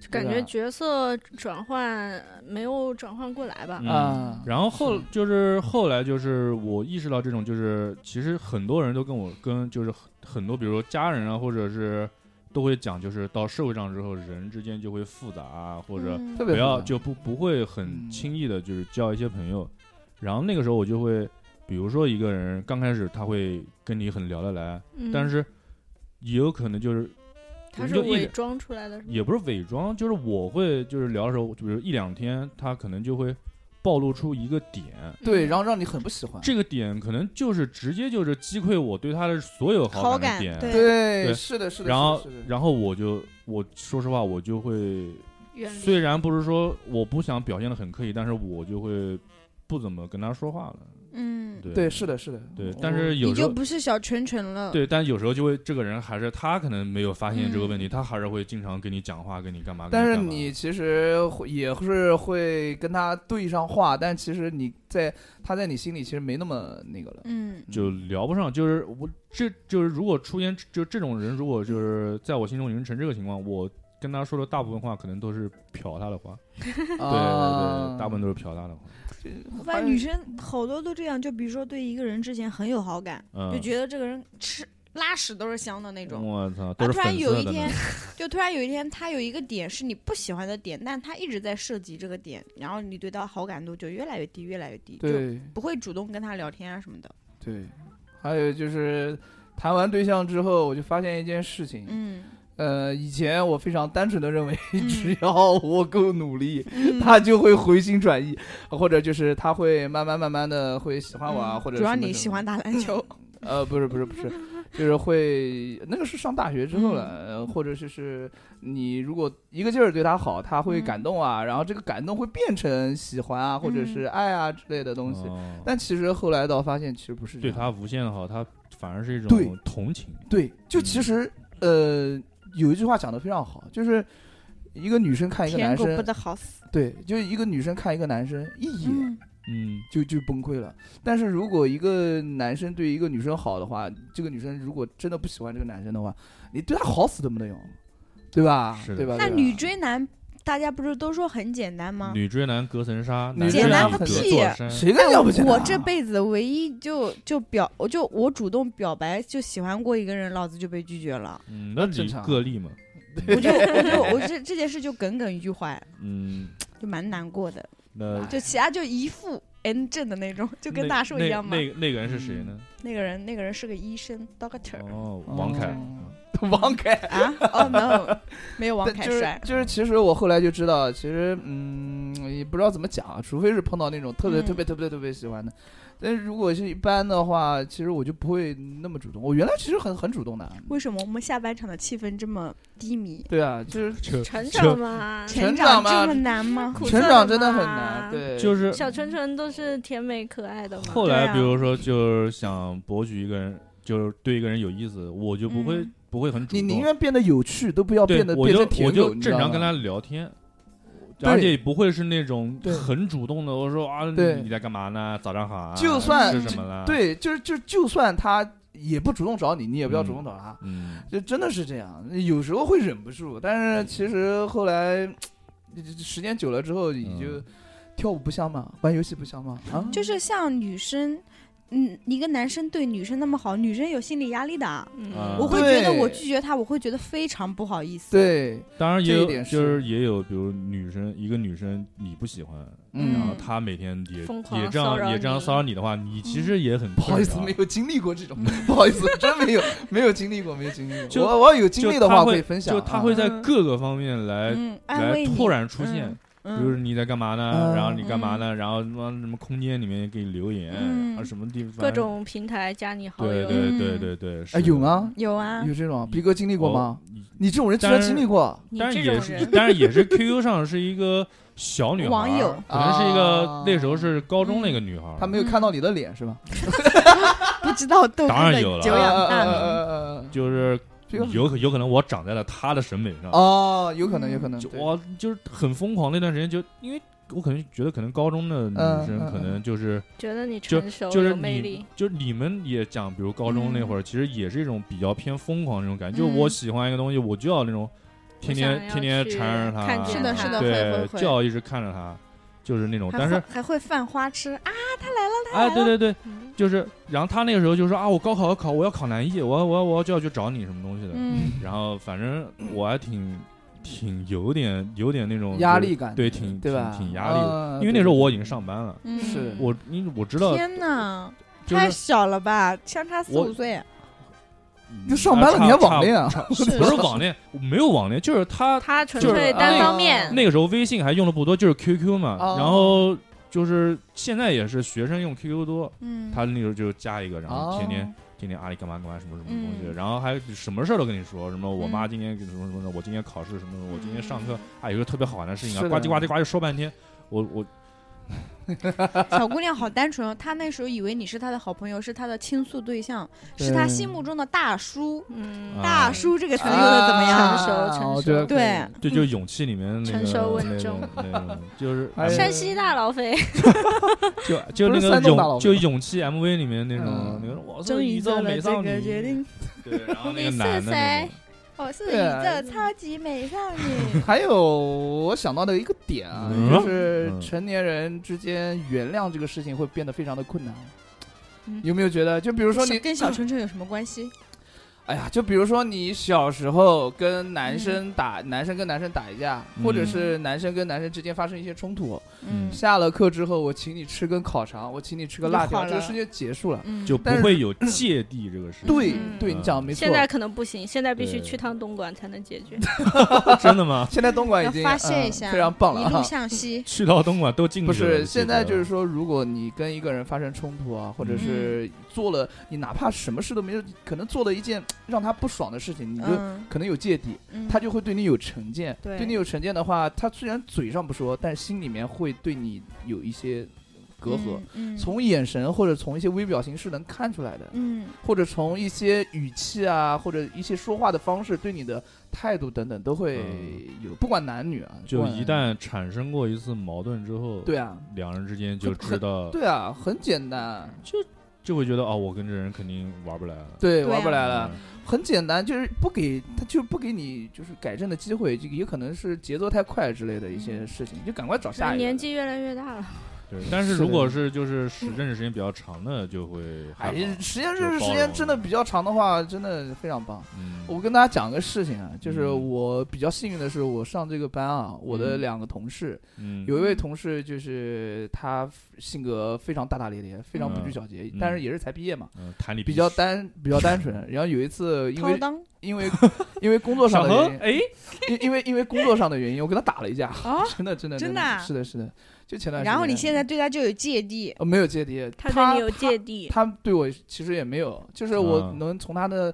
Speaker 5: 就感
Speaker 2: 对
Speaker 5: 觉
Speaker 2: 吧
Speaker 5: 角色转换没有转换过来吧。
Speaker 3: 嗯
Speaker 2: 啊。
Speaker 3: 然后后
Speaker 2: 是
Speaker 3: 就是后来就是我意识到这种就是其实很多人都跟我跟就是很很多比如说家人啊或者是都会讲就是到社会上之后人之间就会复杂啊或
Speaker 5: 嗯
Speaker 3: 者
Speaker 2: 特别
Speaker 3: 不要
Speaker 2: 复杂
Speaker 3: 就不不会很
Speaker 2: 嗯
Speaker 3: 轻易的就是交一些朋友，然后那个时候我就会比如说一个人刚开始他会跟你很聊得来，
Speaker 5: 嗯
Speaker 3: 但是也有可能就是
Speaker 5: 他
Speaker 3: 我们
Speaker 5: 是
Speaker 3: 就一
Speaker 5: 伪
Speaker 3: 点
Speaker 5: 装出来的，是吗
Speaker 3: 也不是伪装，就是我会就是聊的时候，就比如一两天，他可能就会暴露出一个点，
Speaker 2: 对，然后让你很不喜欢。
Speaker 3: 这个点可能就是直接就是击溃我对他的所有
Speaker 6: 好
Speaker 3: 感
Speaker 6: 感
Speaker 3: 的点。
Speaker 6: 对
Speaker 2: 对，
Speaker 3: 对
Speaker 2: 是的，是的。
Speaker 3: 然后
Speaker 2: 是的，
Speaker 3: 然后我就我说实话，我就会
Speaker 5: 嗯远离
Speaker 3: 虽然不是说我不想表现的很刻意，但是我就会不怎么跟他说话了。
Speaker 6: 嗯，
Speaker 3: 对哦
Speaker 2: 对，是的，是哦的，
Speaker 3: 对
Speaker 2: 我，
Speaker 3: 但是有
Speaker 6: 你
Speaker 3: 时
Speaker 6: 就
Speaker 3: 候。
Speaker 6: 不是小纯纯了，
Speaker 3: 对，但有时候就会这个人还是他可能没有发现这个问题，
Speaker 6: 嗯
Speaker 3: 他还是会经常跟你讲话，跟你干嘛？
Speaker 2: 但是
Speaker 3: 跟干嘛
Speaker 2: 你其实会也是会跟他对上话，但其实你在他在你心里其实没那么那个 了。
Speaker 6: 嗯，
Speaker 3: 就聊不上，就是我这就是如果出现就这种人，如果就是在我心中已经成这个情况，我跟他说的大部分话可能都是瞟他的话，
Speaker 2: 对对
Speaker 6: 啊
Speaker 3: 对对
Speaker 2: 啊
Speaker 3: 对，大部分都是瞟他的话，
Speaker 4: 我发现女生好多都这样，就比如说对一个人之前很有好感，
Speaker 3: 嗯，
Speaker 6: 就觉得这个人吃拉屎都是香的那种。
Speaker 3: 我操，
Speaker 6: 啊！
Speaker 3: 都是
Speaker 6: 突然
Speaker 3: 粉
Speaker 6: 有
Speaker 3: 色
Speaker 6: 一
Speaker 3: 的呢
Speaker 6: 天， 就突然有一天，他有一个点是你不喜欢的点，但他一直在涉及这个点，然后你对他好感度就越来越低，越来越低，就
Speaker 2: 对
Speaker 6: 不会主动跟他聊天啊什么的。
Speaker 2: 对，还有就是谈完对象之后，我就发现一件事情，
Speaker 6: 嗯，
Speaker 2: 呃，以前我非常单纯的认为，
Speaker 6: 嗯
Speaker 2: 只要我够努力， 他就会回心转意，或者就是他会慢慢慢慢的会喜欢我啊，
Speaker 6: 嗯
Speaker 2: 或者
Speaker 6: 主要
Speaker 2: 什么
Speaker 6: 你
Speaker 2: 什
Speaker 6: 喜
Speaker 2: 么
Speaker 6: 欢打 篮球，
Speaker 2: 呃，不是不是不是，就是会那个是上大学之后了，
Speaker 6: 嗯
Speaker 2: 呃或者就是你如果一个劲儿对他好，他会
Speaker 6: 嗯
Speaker 2: 感动啊，然后这个感动会变成喜欢啊，或者
Speaker 6: 嗯
Speaker 2: 是爱啊之类的东西。
Speaker 3: 哦
Speaker 2: 但其实后来倒发现，其实不是这
Speaker 3: 对
Speaker 2: 样
Speaker 3: 他无限的好，他反而是一
Speaker 2: 对
Speaker 3: 种同情，
Speaker 2: 对，就其
Speaker 3: 嗯
Speaker 2: 实、呃，有一句话讲的非常好，就是。一个女生看一个
Speaker 6: 舔
Speaker 2: 男
Speaker 6: 狗
Speaker 2: 生
Speaker 6: 不，得好死。
Speaker 2: 对，就是一个女生看一个男生一眼
Speaker 6: 嗯，
Speaker 3: 嗯，
Speaker 2: 就就崩溃了。但是如果一个男生对一个女生好的话，这个女生如果真的不喜欢这个男生的话，你对他好死都没得用，对吧？
Speaker 3: 是的
Speaker 2: 对吧？
Speaker 6: 那
Speaker 2: 对吧
Speaker 6: 女追男，大家不是都说很简单吗？
Speaker 3: 女追男隔层
Speaker 6: 嗯
Speaker 3: 纱，
Speaker 2: 女
Speaker 3: 男
Speaker 2: 追
Speaker 3: 追
Speaker 2: 男
Speaker 3: 女
Speaker 2: 个
Speaker 3: 隔
Speaker 6: 屁
Speaker 3: 座山，
Speaker 2: 谁跟要不简单啊
Speaker 6: 我这 辈子唯一就就表，我就我主动表白就喜欢过一个人，老子就被拒绝了。
Speaker 3: 嗯，那
Speaker 2: 正
Speaker 3: 你
Speaker 2: 常
Speaker 3: 个例嘛，
Speaker 6: 我就我就 我这这件事就耿耿于怀，
Speaker 3: 嗯，
Speaker 6: 就蛮难过的。
Speaker 2: 哎
Speaker 3: 那
Speaker 6: 就其他就一副 N 症的那种，就跟大树一样嘛。
Speaker 3: 那那那个人是谁呢？
Speaker 6: 那个人那个人是个医生，Doctor
Speaker 3: 哦，王凯，
Speaker 2: 哦王凯，
Speaker 6: 啊？哦 no，没有王
Speaker 2: 但
Speaker 6: 凯
Speaker 2: 就是
Speaker 6: 帅。
Speaker 2: 就是，其实我后来就知道，其实嗯，也不知道怎么讲，除非是碰到那种特别
Speaker 6: 嗯
Speaker 2: 特别特别特别喜欢的。但是如果是一般的话，其实我就不会那么主动。我原来其实很很主动的，
Speaker 6: 为什么我们下半场的气氛这么低迷？
Speaker 2: 对啊，就是
Speaker 3: 就
Speaker 5: 成长 嘛，
Speaker 2: 成长
Speaker 6: 长
Speaker 2: 嘛
Speaker 6: 这么难吗？
Speaker 5: 苦涩
Speaker 2: 成长真的很
Speaker 5: 嘛
Speaker 2: 难，。对，
Speaker 3: 就是
Speaker 5: 小纯纯都是甜美可爱的嘛。
Speaker 3: 后
Speaker 6: 对
Speaker 3: 来，
Speaker 6: 啊
Speaker 3: 比如说，就是想博取一个人，就是对一个人有意思，我就不会、
Speaker 6: 嗯
Speaker 3: 不会很主
Speaker 2: 你
Speaker 3: 动。
Speaker 2: 宁愿变得有趣，都不要
Speaker 3: 对
Speaker 2: 变得
Speaker 3: 我
Speaker 2: 变
Speaker 3: 就
Speaker 2: 成舔
Speaker 3: 我
Speaker 2: 狗，
Speaker 3: 就
Speaker 2: 你知
Speaker 3: 正
Speaker 2: 道
Speaker 3: 常跟
Speaker 2: 吗
Speaker 3: 他聊天，
Speaker 2: 对
Speaker 3: 而且也不会是那种
Speaker 2: 对
Speaker 3: 很主动的。我说啊，
Speaker 2: 对
Speaker 3: 你在干嘛呢？早上好啊，
Speaker 2: 就算
Speaker 3: 吃什么了？，
Speaker 2: 对，就是就就算他也不主动找你，你也不要主动找他，
Speaker 3: 嗯，
Speaker 2: 就真的是这样。有时候会忍不住，但是其实后来时间久了之后，你就
Speaker 3: 嗯
Speaker 2: 跳舞不香吗？玩游戏不香吗？啊，
Speaker 6: 就是像女生，嗯，一个男生对女生那么好，女生有心理压力的。
Speaker 3: 啊
Speaker 5: 嗯，
Speaker 6: 我会觉得
Speaker 2: 对
Speaker 6: 我拒绝他，我会觉得非常不好意思。，
Speaker 2: 对，
Speaker 3: 当然也
Speaker 2: 这一
Speaker 3: 有，
Speaker 2: 点是
Speaker 3: 就是也有，比如女生一个女生你不喜欢，
Speaker 2: 嗯，
Speaker 3: 然后
Speaker 6: 嗯
Speaker 3: 她每天也
Speaker 5: 疯狂
Speaker 3: 也这
Speaker 5: 骚扰
Speaker 3: 样也这样
Speaker 5: 你
Speaker 3: 骚扰你的话，你其实也很
Speaker 2: 嗯不好意思，
Speaker 3: 困扰
Speaker 2: 没有经历过这种，不好意思，真没有，没有经历过，没有经历过。
Speaker 3: 嗯就
Speaker 2: 我我要有经
Speaker 3: 就
Speaker 2: 历的
Speaker 3: 他
Speaker 2: 话
Speaker 3: 会
Speaker 2: 可以分享啊。
Speaker 3: 就他会在
Speaker 6: 嗯
Speaker 3: 各个方面来
Speaker 6: 嗯，安
Speaker 3: 来
Speaker 6: 慰你。
Speaker 3: 突然出现
Speaker 6: 嗯，
Speaker 4: 嗯
Speaker 3: 就是你在干嘛呢？
Speaker 2: 嗯
Speaker 3: 然后你干嘛呢？然后什么什么空间里面给你留言，
Speaker 4: 嗯
Speaker 3: 啊什么地方
Speaker 5: 各。种平台加你好
Speaker 3: 对
Speaker 5: 友，
Speaker 3: 对
Speaker 4: 嗯
Speaker 3: 对对对，是
Speaker 2: 哎，
Speaker 3: 的
Speaker 2: 有？吗？
Speaker 4: 有啊，
Speaker 2: 有这种，逼哥经历过吗？
Speaker 3: 哦
Speaker 2: 你这种人居然经历过，
Speaker 5: 你
Speaker 3: 但
Speaker 5: 这
Speaker 3: 是
Speaker 5: 种
Speaker 3: 也是，
Speaker 5: 人，
Speaker 3: 但是也是 QQ 上是一个小女孩儿，
Speaker 6: 网友
Speaker 3: 可能是一
Speaker 2: 啊
Speaker 3: 个那时候是高中的一个女孩
Speaker 2: 嗯
Speaker 3: 儿，
Speaker 2: 他
Speaker 6: 嗯
Speaker 2: 没有看到你的脸是吧？
Speaker 6: 不知道豆哥
Speaker 3: 当然
Speaker 6: 的
Speaker 3: 有了
Speaker 6: 久仰大名。
Speaker 2: 呃
Speaker 3: 就是有可有可能我长在了她的审美上，
Speaker 2: 哦，有可能，有可能
Speaker 3: 就，
Speaker 2: 对
Speaker 3: 我就是很疯狂那段时间，就因为我可能觉得可能高中的女生
Speaker 2: 嗯嗯
Speaker 3: 可能就是
Speaker 5: 觉得你成熟
Speaker 3: 就是
Speaker 5: 有魅力嗯
Speaker 3: 你，就是你们也讲，比如高中那会儿，其实也是一种比较偏疯狂那种感觉，
Speaker 4: 嗯
Speaker 3: 就是我喜欢一个东西，我就要那种天天
Speaker 5: 我想要
Speaker 3: 天天
Speaker 5: 去
Speaker 3: 缠着它，啊
Speaker 5: 看见
Speaker 6: 是的是的会会
Speaker 3: 对，
Speaker 6: 会
Speaker 3: 就要一直看着它，就是那种，
Speaker 6: 还
Speaker 3: 但是
Speaker 6: 会还会犯花痴啊！
Speaker 3: 哎，对对对，
Speaker 5: 嗯
Speaker 3: 就是，然后他那个时候就说啊，我高考要考，我要考南艺，我要我要我要就要去找你什么东西的，
Speaker 6: 嗯，
Speaker 3: 然后反正我还挺挺有点有点那种
Speaker 2: 压
Speaker 3: 就是
Speaker 2: 力感，
Speaker 3: 对，挺
Speaker 2: 对吧？
Speaker 3: 挺挺压力的，
Speaker 2: 嗯
Speaker 3: 因为那时候我已经上班了，
Speaker 6: 嗯
Speaker 2: 是
Speaker 3: 我因为我知道
Speaker 6: 天哪，
Speaker 3: 就
Speaker 6: 太
Speaker 3: 是
Speaker 6: 小了吧，相差四
Speaker 3: 我
Speaker 6: 五岁。啊
Speaker 2: 你都上班了，
Speaker 3: 啊
Speaker 2: 你还
Speaker 3: 差
Speaker 2: 网恋啊？
Speaker 3: 差不是网恋，我没有网恋，就是他
Speaker 5: 他纯
Speaker 3: 就是啊
Speaker 5: 粹单方面，
Speaker 3: 那个时候微信还用的不多，就是 QQ 嘛，
Speaker 2: 哦
Speaker 3: 然后就是现在也是学生用 QQ 多，
Speaker 6: 嗯，
Speaker 3: 他那时候就加一个，然后天天。
Speaker 2: 哦
Speaker 3: 天天阿里干嘛干嘛什么什么东西，
Speaker 6: 嗯
Speaker 3: 然后还什么事儿都跟你说，什么我妈今天什么什么的，我今天考试什么什么，我今天上课啊有一个特别好玩的事情啊，
Speaker 2: 是的
Speaker 3: 呱唧呱唧呱唧说半天，我我
Speaker 6: 小姑娘好单纯哦，她那时候以为你是她的好朋友，是她的倾诉对象，是她
Speaker 2: 对
Speaker 6: 心目中的大叔。
Speaker 5: 嗯，
Speaker 3: 啊
Speaker 6: 大叔这个词用的怎么
Speaker 2: 啊
Speaker 6: 样？
Speaker 5: 成熟成
Speaker 2: 我觉得
Speaker 5: 熟
Speaker 2: 可以
Speaker 3: 对，
Speaker 6: 对，
Speaker 3: 就勇气里面那个
Speaker 5: 成熟稳
Speaker 3: 那种那种，就是
Speaker 2: 哎呀
Speaker 5: 山西大老肥，
Speaker 3: 就就那
Speaker 2: 不是
Speaker 3: 个
Speaker 2: 山东大佬
Speaker 3: 勇
Speaker 2: 吗
Speaker 3: 就勇气 MV 里面那种
Speaker 2: 嗯
Speaker 3: 那个，我
Speaker 4: 终
Speaker 3: 是
Speaker 4: 于
Speaker 3: 宇宙
Speaker 4: 做了
Speaker 3: 美
Speaker 4: 这
Speaker 3: 少
Speaker 4: 个
Speaker 3: 女，嗯
Speaker 4: 决定。
Speaker 3: 对，然后那个
Speaker 5: 你是
Speaker 3: 男的那
Speaker 5: 谁
Speaker 3: 种，
Speaker 6: 我哦是
Speaker 2: 对啊
Speaker 6: 级美少女。
Speaker 2: 还有我想到的一个点啊，
Speaker 3: 嗯
Speaker 2: 就是成年人之间原谅这个事情会变得非常的困难。
Speaker 5: 嗯
Speaker 2: 有没有觉得？就比如说你，
Speaker 6: 跟小春春有什么关系？
Speaker 2: 哎呀，就比如说你小时候跟男
Speaker 6: 嗯
Speaker 2: 生打，男生跟男生打一架，
Speaker 3: 嗯
Speaker 2: 或者是男生跟男生之间发生一些冲突，
Speaker 3: 嗯
Speaker 2: 下了课之后我请你吃根烤肠，我请你吃个辣条，
Speaker 6: 就好了
Speaker 2: 这个事情结束了。
Speaker 6: 嗯
Speaker 3: 就不会有芥蒂这个事情。
Speaker 2: 对
Speaker 5: 嗯
Speaker 2: 对，你讲的没错
Speaker 5: 现。在可能不行，现在必须
Speaker 3: 对
Speaker 5: 去趟东莞才能解 决。
Speaker 3: 真的吗？
Speaker 2: 现在东莞已
Speaker 6: 要
Speaker 2: 经
Speaker 6: 发泄
Speaker 2: 嗯
Speaker 6: 一下，
Speaker 2: 非常棒了
Speaker 6: 一路
Speaker 2: 啊！
Speaker 6: 向西。
Speaker 3: 去到东莞都
Speaker 6: 嗯
Speaker 3: 进去
Speaker 2: 不
Speaker 3: 了
Speaker 2: 是，
Speaker 3: 你记
Speaker 2: 现在
Speaker 3: 得
Speaker 2: 就是说，如果你跟一个人发生冲突啊，或者是
Speaker 6: 嗯
Speaker 2: 做了你哪怕什么事都没有，可能做了一件让他不爽的事情，你就
Speaker 6: 嗯，
Speaker 2: 可能有芥蒂，
Speaker 6: 嗯
Speaker 2: 他就会对你有成见。
Speaker 6: 对
Speaker 2: 你有成见的话，他虽然嘴上不说，但心里面会对你有一些隔阂。，
Speaker 6: 嗯嗯
Speaker 2: 从眼神或者从一些微表情是能看出来的，
Speaker 6: 嗯
Speaker 2: 或者从一些语气啊，或者一些说话的方式，对你的态度等等都会
Speaker 3: 嗯
Speaker 2: 有，不管男女啊，不
Speaker 3: 就
Speaker 2: 管
Speaker 3: 一旦产生过一次矛盾之后，
Speaker 2: 对啊，
Speaker 3: 两人之间就知道，
Speaker 2: 对啊，很简单，
Speaker 3: 就会觉得哦，我跟这人肯定玩不来了。嗯
Speaker 2: 对，
Speaker 6: 对
Speaker 2: 玩不
Speaker 6: 啊
Speaker 2: 来了。很简单，就是不给他，就是不给你就是改正的机会，就也可能是节奏太快之类的一
Speaker 6: 嗯
Speaker 2: 些事情，就赶快找下一个。
Speaker 5: 年，纪越来越大 了，
Speaker 3: 对，但是
Speaker 2: 是的
Speaker 3: 如果是就是时认识时间比较长的，就会还
Speaker 2: 哎
Speaker 3: 好，
Speaker 2: 时间
Speaker 3: 就
Speaker 2: 认识
Speaker 3: 包
Speaker 2: 时间
Speaker 3: 容
Speaker 2: 真的
Speaker 3: 了
Speaker 2: 比较长的话，真的非常棒。
Speaker 3: 嗯，
Speaker 2: 我跟大家讲个事情啊，就是
Speaker 3: 嗯
Speaker 2: 我比较幸运的是，我上这个班啊，我的
Speaker 3: 嗯
Speaker 2: 两个同事，
Speaker 3: 嗯
Speaker 2: 有一位同事就是他性格非常大大咧咧，非常不拘
Speaker 3: 嗯
Speaker 2: 小节，
Speaker 3: 嗯
Speaker 2: 但是也是才毕业嘛，
Speaker 3: 嗯谈理
Speaker 2: 比较单比较单 纯。然后有一次，因
Speaker 6: 掏
Speaker 2: 为
Speaker 6: 裆
Speaker 2: 因为因为工作上
Speaker 3: 小
Speaker 2: 的
Speaker 3: 何
Speaker 2: 原因，
Speaker 3: 哎，
Speaker 2: 因因为因为工作上的原因，我跟他打了一架，
Speaker 6: 哦
Speaker 2: 真的真的
Speaker 6: 真的
Speaker 2: 的
Speaker 6: 啊
Speaker 2: 是的是的，就前段时间。
Speaker 6: 然后你现在对他就有芥蒂，
Speaker 2: 呃没有芥蒂，
Speaker 5: 他
Speaker 2: 他
Speaker 5: 对你有芥蒂，
Speaker 2: 他对我其实也没有，就是我
Speaker 3: 嗯
Speaker 2: 能从他的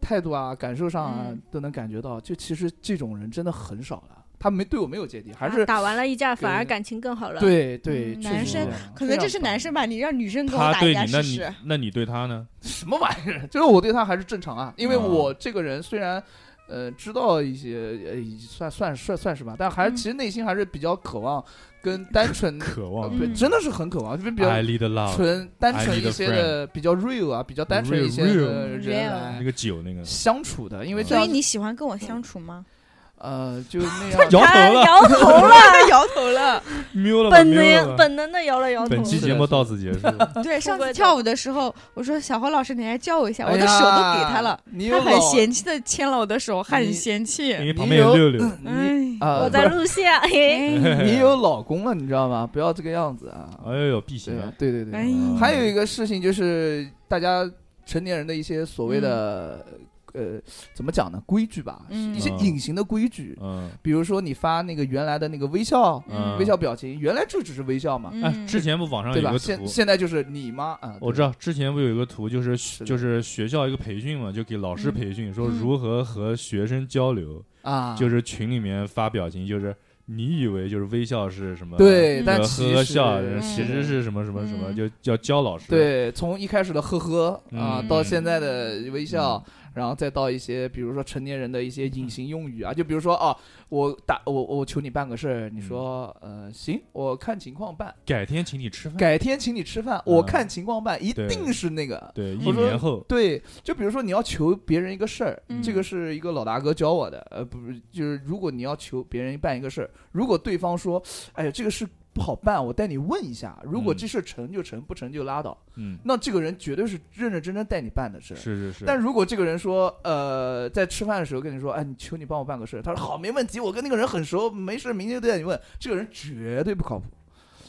Speaker 2: 态度啊、感受上啊
Speaker 6: 嗯
Speaker 2: 都能感觉到，就其实这种人真的很少了，他没对我没有芥蒂，还是
Speaker 5: 啊打完了一架，反而
Speaker 2: 给
Speaker 5: 感情更好了。
Speaker 2: 对对
Speaker 6: 嗯
Speaker 2: 确
Speaker 6: 男
Speaker 2: 实
Speaker 6: 生
Speaker 2: 这样
Speaker 6: 可能这是
Speaker 2: 非常
Speaker 6: 男生吧？你让女生跟我
Speaker 3: 他
Speaker 6: 打一
Speaker 3: 对
Speaker 6: 架
Speaker 3: 你，那
Speaker 6: 试
Speaker 3: 你
Speaker 6: 试。
Speaker 3: 那你对他呢？
Speaker 2: 什么玩意儿？ 就是我对他还是正常啊，因为
Speaker 3: 嗯
Speaker 2: 我这个人虽然。呃，知道一些，呃，算算算算是吧，但还是
Speaker 6: 嗯
Speaker 2: 其实内心还是比较渴望跟单 纯，
Speaker 3: 渴望
Speaker 2: 呃对，
Speaker 6: 嗯
Speaker 2: 真的是很渴望，就比较
Speaker 3: 哦 I lead love
Speaker 2: 纯单
Speaker 3: I
Speaker 2: 纯
Speaker 3: need
Speaker 2: 一
Speaker 3: a
Speaker 2: 些的，比较 real 啊，比较单纯一些的
Speaker 6: Real，
Speaker 2: 人
Speaker 6: real
Speaker 3: 那
Speaker 2: 来
Speaker 3: 个酒那个
Speaker 2: 相处的，因为这
Speaker 6: 所以
Speaker 2: 样
Speaker 6: 你喜欢跟我相处 吗？
Speaker 2: 呃就那样
Speaker 3: 摇头了，
Speaker 5: 摇头了，
Speaker 6: 摇头了。
Speaker 3: 喵了吧，
Speaker 5: 本
Speaker 3: 喵了
Speaker 5: 能
Speaker 3: 吧。
Speaker 5: 本能的摇了摇头
Speaker 3: 本。期
Speaker 2: 是的
Speaker 3: 节目
Speaker 2: 是
Speaker 3: 到此结 束，
Speaker 6: 对，上
Speaker 5: 会
Speaker 6: 次
Speaker 5: 的
Speaker 6: 跳舞的时候，我说小侯老师，你来教我一下，我
Speaker 2: 哎
Speaker 6: 的
Speaker 2: 呀
Speaker 6: 手都给他了，
Speaker 2: 你
Speaker 6: 他
Speaker 2: 有
Speaker 6: 很
Speaker 2: 老
Speaker 6: 嫌弃的牵了我的手，
Speaker 2: 你
Speaker 6: 很嫌弃
Speaker 3: 因。为旁边有
Speaker 2: 你
Speaker 3: 六六，
Speaker 2: 你
Speaker 6: 哎，
Speaker 2: 啊，
Speaker 5: 我在录线，嘿，
Speaker 2: 不是你有老公了，你知道吗？不要这个样子啊！
Speaker 3: 哎呦，辟
Speaker 2: 对
Speaker 3: 邪
Speaker 2: 吧，对对
Speaker 6: 哎
Speaker 2: 对，
Speaker 6: 呀
Speaker 2: 还有一个事情就是大家成年人的一些所谓的呃怎么讲呢？规矩吧，
Speaker 6: 嗯
Speaker 2: 一些
Speaker 3: 嗯
Speaker 2: 隐形的规矩，
Speaker 3: 嗯
Speaker 2: 比如说你发那个原来的那个微笑
Speaker 3: 嗯，
Speaker 2: 微笑表情，原来就只是微笑嘛，
Speaker 3: 哎，
Speaker 6: 嗯，
Speaker 3: 之前不网上有
Speaker 2: 对
Speaker 3: 一
Speaker 2: 吧？
Speaker 3: 个
Speaker 2: 现
Speaker 3: 图，
Speaker 2: 现在就是你妈啊，
Speaker 3: 我知道之前不有一个图，就是
Speaker 2: 是的
Speaker 3: 就是学校一个培训嘛，就给老师培训，说
Speaker 6: 嗯
Speaker 3: 如何和学生交流，
Speaker 2: 道啊，
Speaker 3: 就是群里面发表情，就是你以为就是微笑是什么，
Speaker 2: 对，
Speaker 6: 嗯
Speaker 2: 但
Speaker 3: 呃
Speaker 2: 其
Speaker 3: 呵呵
Speaker 2: 实
Speaker 3: 笑，
Speaker 6: 嗯
Speaker 3: 其实是什么什么什么，
Speaker 6: 嗯
Speaker 3: 就要教老师，，
Speaker 2: 对，从一开始的呵呵啊，
Speaker 3: 嗯
Speaker 2: 到现在的微笑，然后再到一些，比如说成年人的一些隐形用语啊，就比如说哦，我打我我求你办个事儿，你说
Speaker 3: 嗯
Speaker 2: 呃行，我看情况办，
Speaker 3: 改天请你吃饭，
Speaker 2: 改天请你吃饭，我看情况办，一
Speaker 3: 嗯对
Speaker 2: 定是那个。
Speaker 3: 对，一
Speaker 2: 我说
Speaker 3: 年后，
Speaker 2: 对，就比如说你要求别人一个事儿，
Speaker 6: 嗯
Speaker 2: 这个是一个老大哥教我的，呃，不是，就是如果你要求别人办一个事儿，如果对方说，哎呀，这个事不好办，我带你问一下，如果
Speaker 3: 嗯
Speaker 2: 这事儿成就成，不成就拉倒。
Speaker 3: 嗯，
Speaker 2: 那这个人绝对是认认真真带你办的事。
Speaker 3: 是是是，
Speaker 2: 但如果这个人说，呃，在吃饭的时候跟你说，哎，你求你帮我办个事，他说好，没问题，我跟那个人很熟，没事，明天就带你问。这个人绝对不靠谱，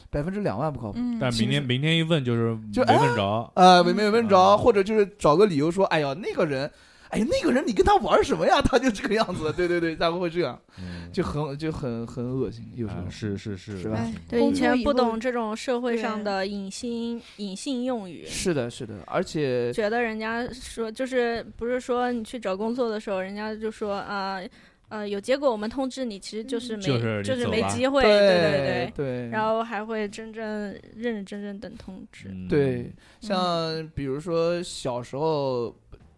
Speaker 2: 百分之两万不靠谱。
Speaker 6: 嗯，
Speaker 3: 但明天明天一问就是
Speaker 2: 就
Speaker 3: 没问着，
Speaker 2: 呃，没没问着，
Speaker 3: 嗯
Speaker 2: 或者就是找个理由说，哎呀，那个人，哎呀，那个人，你跟他玩什么呀？他就这个样子， 对对对，他会这样，
Speaker 3: 嗯
Speaker 2: 就很就很很恶心，有时候
Speaker 3: 啊是是是
Speaker 2: 是吧
Speaker 6: 哎
Speaker 5: 对，
Speaker 6: 工
Speaker 5: 以
Speaker 6: 作
Speaker 5: 前
Speaker 6: 以
Speaker 5: 不
Speaker 6: 后
Speaker 5: 懂这种社会上
Speaker 6: 对
Speaker 5: 的隐性隐性用语，
Speaker 2: 是的，是的，而且
Speaker 5: 觉得人家说就是不是说你去找工作的时候，人家就说啊呃有结果我们通知你，其实就是没
Speaker 3: 嗯就是你走
Speaker 5: 没
Speaker 3: 吧
Speaker 5: 机会，对
Speaker 2: 对
Speaker 5: 对。
Speaker 2: 对，
Speaker 5: 然后还会真正认认真真等通知，
Speaker 3: 嗯
Speaker 2: 对，像比如说小时候，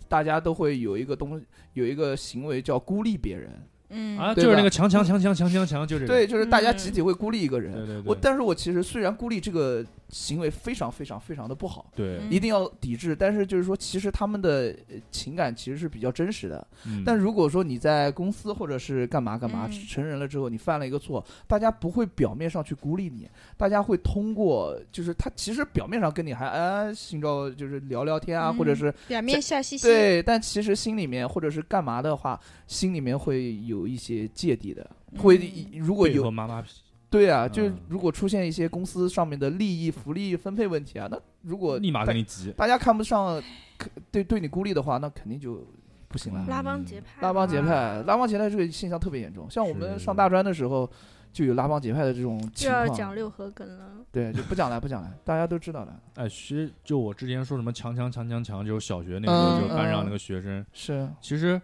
Speaker 2: 大家都会有一个东有一个行为叫孤立别人，
Speaker 6: 嗯
Speaker 3: 啊，
Speaker 2: 对
Speaker 3: 就是
Speaker 2: 吧
Speaker 3: 那个强强强强强强强，就是
Speaker 2: 对，就是大家
Speaker 5: 嗯
Speaker 2: 集体会孤立一个人。
Speaker 3: 对对对
Speaker 2: 我但是我其实虽然孤立这个行为非常非常非常的不好，
Speaker 3: 对，
Speaker 5: 嗯
Speaker 6: 嗯
Speaker 2: 一定要抵制，但是就是说，其实他们的呃情感其实是比较真实的。
Speaker 3: 嗯
Speaker 2: 但如果说你在公司或者是干嘛干嘛
Speaker 6: 嗯
Speaker 2: 成人了之后，你犯了一个错，大家不会表面上去孤立你，大家会通过就是他其实表面上跟你还啊心照就是聊聊天啊，
Speaker 6: 嗯
Speaker 2: 或者是
Speaker 6: 表面笑嘻嘻，
Speaker 2: 对，但其实心里面或者是干嘛的话，心里面会有一些芥蒂的，
Speaker 6: 嗯
Speaker 2: 会如果
Speaker 3: 背
Speaker 2: 有
Speaker 3: 后妈妈批，
Speaker 2: 对啊，就是
Speaker 3: 嗯
Speaker 2: 如果出现一些公司上面的利益、福利分配问题啊，那如果
Speaker 3: 立马
Speaker 2: 大
Speaker 3: 跟你急，
Speaker 2: 大家看不上，可对对你孤立的话，那肯定就不行了。
Speaker 3: 嗯
Speaker 5: 拉帮结派，
Speaker 2: 拉帮结，
Speaker 6: 啊
Speaker 2: 派，拉帮结派这个现象特别严重。像我们
Speaker 3: 是
Speaker 2: 上大专的时候，就有拉帮结派的这种
Speaker 5: 就
Speaker 2: 情
Speaker 5: 要
Speaker 2: 况。
Speaker 5: 讲六合梗了。
Speaker 2: 对，就不讲了，不讲了，大家都知道的。
Speaker 3: 哎，其实就我之前说什么强强强强强，就是小学那个时候，
Speaker 2: 嗯
Speaker 3: 就是班上
Speaker 2: 嗯
Speaker 3: 那个学生，
Speaker 2: 是，
Speaker 3: 其实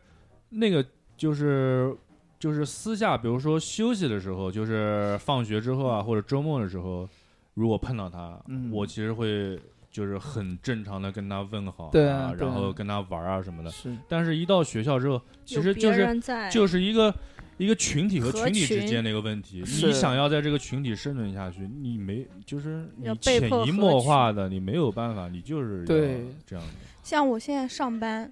Speaker 3: 那个就是就是私下，比如说休息的时候，就是放学之后啊，或者周末的时候，如果碰到他，
Speaker 2: 嗯
Speaker 3: 我其实会就是很正常的跟他问好、啊，
Speaker 2: 对啊对
Speaker 3: 然
Speaker 2: 啊
Speaker 3: 后跟他玩啊什么的。
Speaker 2: 是，
Speaker 3: 但是，一到学校之后，其
Speaker 5: 有
Speaker 3: 实
Speaker 5: 别
Speaker 3: 就是
Speaker 5: 人
Speaker 6: 哎
Speaker 5: 在
Speaker 3: 就是一个。一个群体和
Speaker 5: 合
Speaker 3: 群体之
Speaker 5: 群
Speaker 3: 间的一个问题，
Speaker 2: 是
Speaker 3: 你想要在这个群体生存下去，你没就是你
Speaker 5: 要被
Speaker 3: 潜
Speaker 5: 迫
Speaker 3: 移
Speaker 5: 合
Speaker 3: 默
Speaker 5: 群
Speaker 3: 化的，你没有办法，你就是要
Speaker 2: 对
Speaker 3: 这样的。
Speaker 6: 像我现在上班，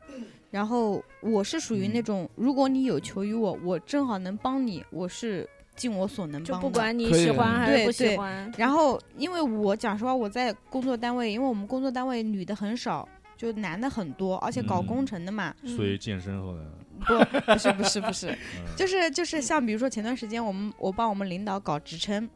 Speaker 6: 然后我是属于那种，如果你有求于我，我正好能帮你，我是尽我所能
Speaker 5: 就
Speaker 6: 帮的。
Speaker 5: 不管你
Speaker 2: 可以
Speaker 5: 喜
Speaker 2: 的
Speaker 5: 欢还是
Speaker 6: 对
Speaker 5: 不喜
Speaker 6: 对
Speaker 5: 欢，
Speaker 6: 然后，因为我讲实话，我在工作单位，因为我们工作单位女的很少，就男的很多，而且搞
Speaker 3: 嗯
Speaker 6: 工程的嘛，
Speaker 3: 所以健身后来，
Speaker 6: 不，不是，不是，不是，
Speaker 3: 嗯
Speaker 6: 就是就是像比如说前段时间我们我帮我们领导搞职称，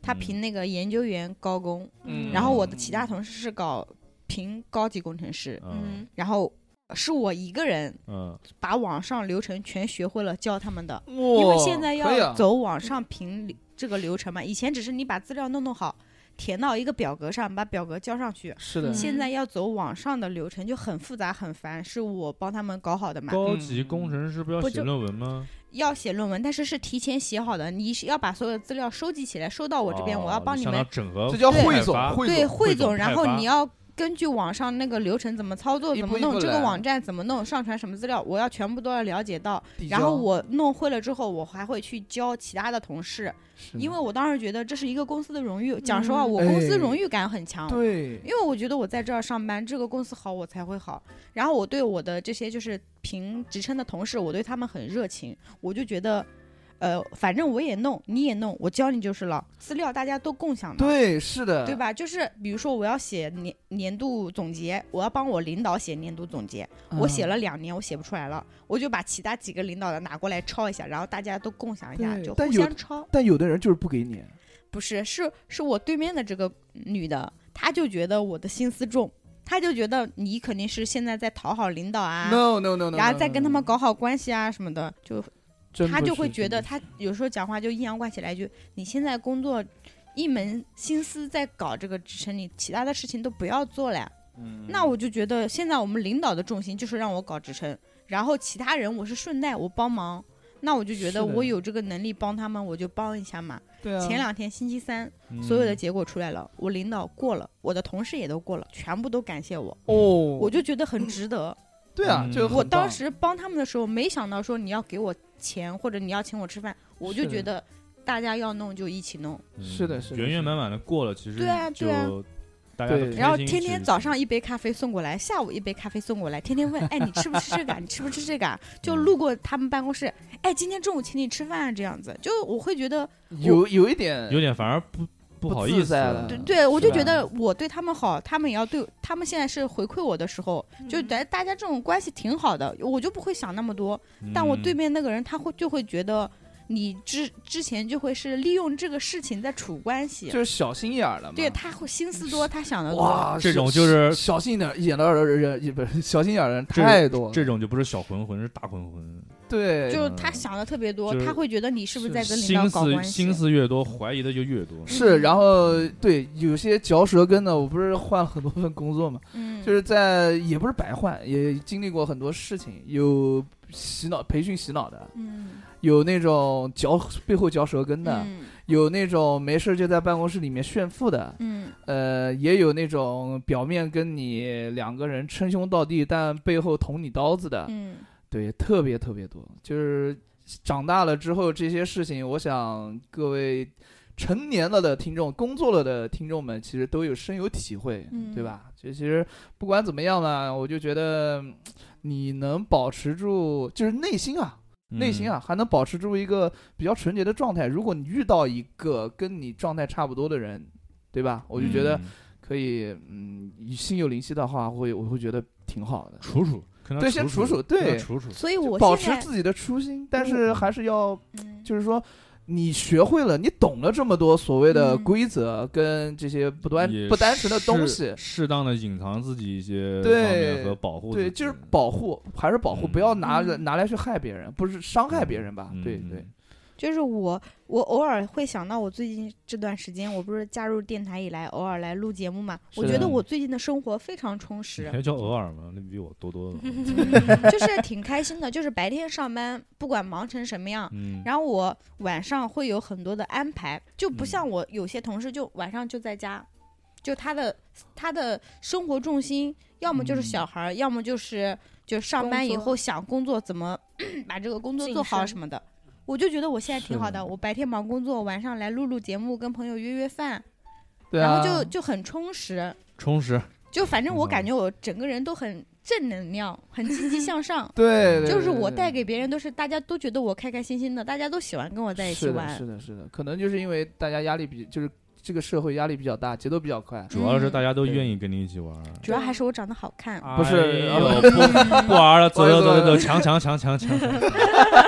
Speaker 6: 他评那个研究员高工，
Speaker 5: 嗯
Speaker 6: 然后我的其他同事是搞评高级工程师，
Speaker 3: 嗯
Speaker 6: 然后是我一个人
Speaker 3: 嗯
Speaker 6: 把网上流程全学会了教他们的，
Speaker 2: 因
Speaker 6: 因为现在
Speaker 2: 啊
Speaker 6: 要走网上评流这个流程嘛，以前只是你把资料弄弄好，填到一个表格上，把表格交上去。
Speaker 2: 是的，
Speaker 6: 现在要走网上的流程就很复杂很烦，是我帮他们搞好的嘛，
Speaker 3: 高
Speaker 2: 嗯
Speaker 3: 级工程师不要
Speaker 5: 不
Speaker 3: 写
Speaker 5: 就
Speaker 3: 论文吗？
Speaker 6: 要写论文，但是是提前写好的，你是要把所有资料收集起来，收到我这边，
Speaker 3: 哦
Speaker 6: 我要帮你
Speaker 3: 相
Speaker 6: 们
Speaker 3: 当整合，
Speaker 2: 这叫
Speaker 6: 对
Speaker 2: 汇
Speaker 3: 派
Speaker 2: 总
Speaker 3: 发，
Speaker 2: 汇
Speaker 6: 对
Speaker 2: 总。
Speaker 6: 汇
Speaker 3: 总
Speaker 6: 总，
Speaker 3: 派
Speaker 6: 然后
Speaker 3: 发
Speaker 6: 你要根据网上那个流程怎么操作，
Speaker 2: 一
Speaker 6: 怎
Speaker 2: 步
Speaker 6: 么
Speaker 2: 一
Speaker 6: 弄
Speaker 2: 步
Speaker 6: 这个
Speaker 2: 来
Speaker 6: 网站怎么弄，上传什么资料，我要全部都要了解到。
Speaker 2: 递
Speaker 6: 然后
Speaker 2: 交
Speaker 6: 我弄会了之后，我还会去教其他的同事，
Speaker 2: 是
Speaker 6: 因为
Speaker 2: 的
Speaker 6: 我当时觉得这是一个公司的荣誉。讲实话，
Speaker 5: 嗯
Speaker 6: 我公
Speaker 2: 哎
Speaker 6: 司荣誉感很强。
Speaker 2: 对
Speaker 6: 因为我觉得我在这儿上班，这个公司好，我才会好。然后我对我的这些就是评职称的同事，我对他们很热情，我就觉得，呃，反正我也弄，你也弄，我教你就是了。资料大家都共享的，
Speaker 2: 对是的，
Speaker 6: 对？吧？就是比如说我要写年年度总结，我要帮我领导写年度总结，
Speaker 2: 嗯
Speaker 6: 我写了两年，我写不出来了，我就把其他几个领导的拿过来抄一下，然后大家都共享一下，
Speaker 2: 对
Speaker 6: 就
Speaker 2: 但
Speaker 6: 互
Speaker 2: 有
Speaker 6: 相抄。
Speaker 2: 但有的人就是不给你，
Speaker 6: 不是，是是我对面的这个女的，她就觉得我的心思重，他就觉得你肯定是现在在讨好领导啊。
Speaker 2: No no no no，
Speaker 6: 然后再跟他们
Speaker 2: no，
Speaker 6: 搞好关系啊什么的，就
Speaker 2: 真不
Speaker 6: 他就是会觉
Speaker 2: 真
Speaker 6: 得
Speaker 2: 不是
Speaker 6: 他有时候讲话就阴阳怪气来一句：“你现在工作一门心思在搞这个职称，你其他的事情都不要做了呀。”
Speaker 2: 嗯
Speaker 6: 那我就觉得现在我们领导的重心就是让我搞职称，然后其他人我是顺带我帮忙。那我就觉
Speaker 2: 是
Speaker 6: 得
Speaker 2: 的
Speaker 6: 我有这个能力帮他们，我就帮一下嘛。
Speaker 2: 对啊，
Speaker 6: 前两天星期三，
Speaker 3: 嗯
Speaker 6: 所有的结果出来了，我领导过了，我的同事也都过了，全部都感谢我，
Speaker 2: 哦，
Speaker 6: 我就觉得很值得。
Speaker 2: 对啊，
Speaker 3: 嗯
Speaker 2: 就
Speaker 3: 我
Speaker 2: 很
Speaker 6: 我当
Speaker 2: 棒
Speaker 6: 时帮他们的时候，没想到说你要给我钱或者你要请我吃饭，我就是
Speaker 2: 的
Speaker 6: 觉得大家要弄就一起弄，
Speaker 3: 嗯
Speaker 2: 是的是的
Speaker 3: 圆圆满满的过了，其实
Speaker 6: 对啊对啊
Speaker 3: 就大家都
Speaker 2: 对
Speaker 3: 开心
Speaker 6: 然后天
Speaker 3: 其
Speaker 6: 天
Speaker 3: 实
Speaker 6: 早上一杯咖啡送过来，下午一杯咖啡送过来，天天问，哎，你吃不吃这个啊？你吃不吃这个啊？就
Speaker 3: 嗯
Speaker 6: 路过他们办公室，哎，今天中午请你吃饭啊，这样子，就我会觉得，
Speaker 2: 有有一点
Speaker 3: 有点反而不不
Speaker 2: 不
Speaker 3: 好
Speaker 2: 自
Speaker 3: 意思
Speaker 2: 在了
Speaker 6: 对
Speaker 2: 嗯
Speaker 6: 对，我
Speaker 2: 是
Speaker 6: 就觉
Speaker 2: 吧
Speaker 6: 得我对他们好，他们也要对他们现在是回馈我的时候，就
Speaker 2: 嗯
Speaker 6: 大大家这种关系挺好的，我就不会想那么多，但我对
Speaker 3: 嗯
Speaker 6: 面那个人，他会就会觉得你之之前就会是利用这个事情在处关系，
Speaker 2: 就是小心眼儿了嘛。
Speaker 6: 对他会心思多，他想的多。
Speaker 2: 哇，
Speaker 3: 这种
Speaker 2: 小
Speaker 3: 就是
Speaker 2: 小心一点，眼的人也不是小心眼儿的人
Speaker 3: 这
Speaker 2: 太多了。
Speaker 3: 这种就不是小混混，是大混混，
Speaker 2: 对，
Speaker 6: 就是他想的特别多
Speaker 3: 就，是
Speaker 6: 他会觉得你是不是在跟领导
Speaker 3: 心
Speaker 6: 搞
Speaker 3: 思
Speaker 6: 关
Speaker 3: 心
Speaker 6: 系？
Speaker 3: 思越多，怀疑的就越多。
Speaker 6: 嗯
Speaker 2: 是，然后对有些嚼舌根的，我不是换了很多份工作嘛，
Speaker 6: 嗯，
Speaker 2: 就是在也不是白换，也经历过很多事情，有洗脑培训洗脑的，
Speaker 6: 嗯
Speaker 2: 有那种嚼背后嚼舌根的，
Speaker 6: 嗯
Speaker 2: 有那种没事就在办公室里面炫富的，
Speaker 6: 嗯
Speaker 2: 呃，也有那种表面跟你两个人称兄道弟，但背后捅你刀子的，
Speaker 6: 嗯
Speaker 2: 对，特别特别多。就是长大了之后这些事情，我想各位成年了的听众、工作了的听众们，其实都有深有体会，
Speaker 6: 嗯
Speaker 2: 对吧？就其实不管怎么样呢，我就觉得嗯你能保持住，就是内心啊，
Speaker 3: 嗯
Speaker 2: 内心啊，还能保持住一个比较纯洁的状态。如果你遇到一个跟你状态差不多的人，对吧？
Speaker 3: 嗯，
Speaker 2: 我就觉得
Speaker 3: 嗯
Speaker 2: 可以，嗯，心有灵犀的话，会我会觉得挺好的。
Speaker 3: 楚楚，跟他
Speaker 2: 对先
Speaker 3: 楚
Speaker 2: 楚楚
Speaker 3: 跟他
Speaker 2: 对
Speaker 3: 楚楚，
Speaker 6: 所以我
Speaker 2: 保持
Speaker 6: 现在
Speaker 2: 自己的初心，但是还是要，
Speaker 6: 嗯
Speaker 2: 就是说，你学会了，你懂了这么多所谓的
Speaker 6: 嗯
Speaker 2: 规则跟这些不单
Speaker 3: 也
Speaker 2: 不单纯的东西，
Speaker 3: 是适当的隐藏自己一些
Speaker 2: 对
Speaker 3: 方面和保护自己，
Speaker 2: 对，就是保护，还是保护，
Speaker 3: 嗯
Speaker 2: 不要拿着
Speaker 6: 嗯
Speaker 2: 拿来去害别人，不是伤害别人吧？
Speaker 3: 嗯
Speaker 2: 对
Speaker 3: 嗯
Speaker 2: 对，
Speaker 6: 就是我我偶尔会想到我最近这段时间，我不是加入电台以来偶尔来录节目嘛，我
Speaker 2: 是
Speaker 6: 觉
Speaker 2: 的
Speaker 6: 得我最近的生活非常充
Speaker 3: 你
Speaker 6: 实，
Speaker 3: 还叫偶尔吗？那比我多 多了。
Speaker 6: 就是挺开心的，就是白天上班不管忙成什么样，
Speaker 3: 嗯，
Speaker 6: 然后我晚上会有很多的安排，就不
Speaker 3: 嗯
Speaker 6: 像我有些同事就晚上就在家，就他的他的生活重心要么就是
Speaker 2: 嗯
Speaker 6: 小孩儿，要么就是就上
Speaker 5: 工
Speaker 6: 班以
Speaker 5: 作
Speaker 6: 后想工作怎么把这个工作
Speaker 5: 晋
Speaker 6: 做好
Speaker 5: 升
Speaker 6: 什么的。我就觉得我现在挺好
Speaker 3: 是的
Speaker 6: 的，我白天忙工作，晚上来录录节目，跟朋友约约饭，
Speaker 2: 对
Speaker 6: 然
Speaker 2: 啊，。
Speaker 6: 后就就很充实。
Speaker 3: 充实，
Speaker 6: 就反正我
Speaker 3: 嗯
Speaker 6: 感觉我整个人都很正能量，很积极向上
Speaker 2: 对，对
Speaker 6: 就是我
Speaker 2: 对
Speaker 6: 带给别人都是大家都觉得我开开心心的，大家都喜欢跟我在一起
Speaker 2: 是的
Speaker 6: 玩
Speaker 2: 是。的，是的，可能就是因为大家压力比就是这个社会压力比较大，节奏比较快，
Speaker 3: 主要是大家都
Speaker 2: 嗯对
Speaker 3: 愿意跟你一起玩儿。
Speaker 6: 主要还是我长得好看。
Speaker 2: 不是呃
Speaker 3: 哎 呦不不玩了，走走走走
Speaker 2: 不好
Speaker 3: 走，
Speaker 2: 意思
Speaker 3: 强强强强 强！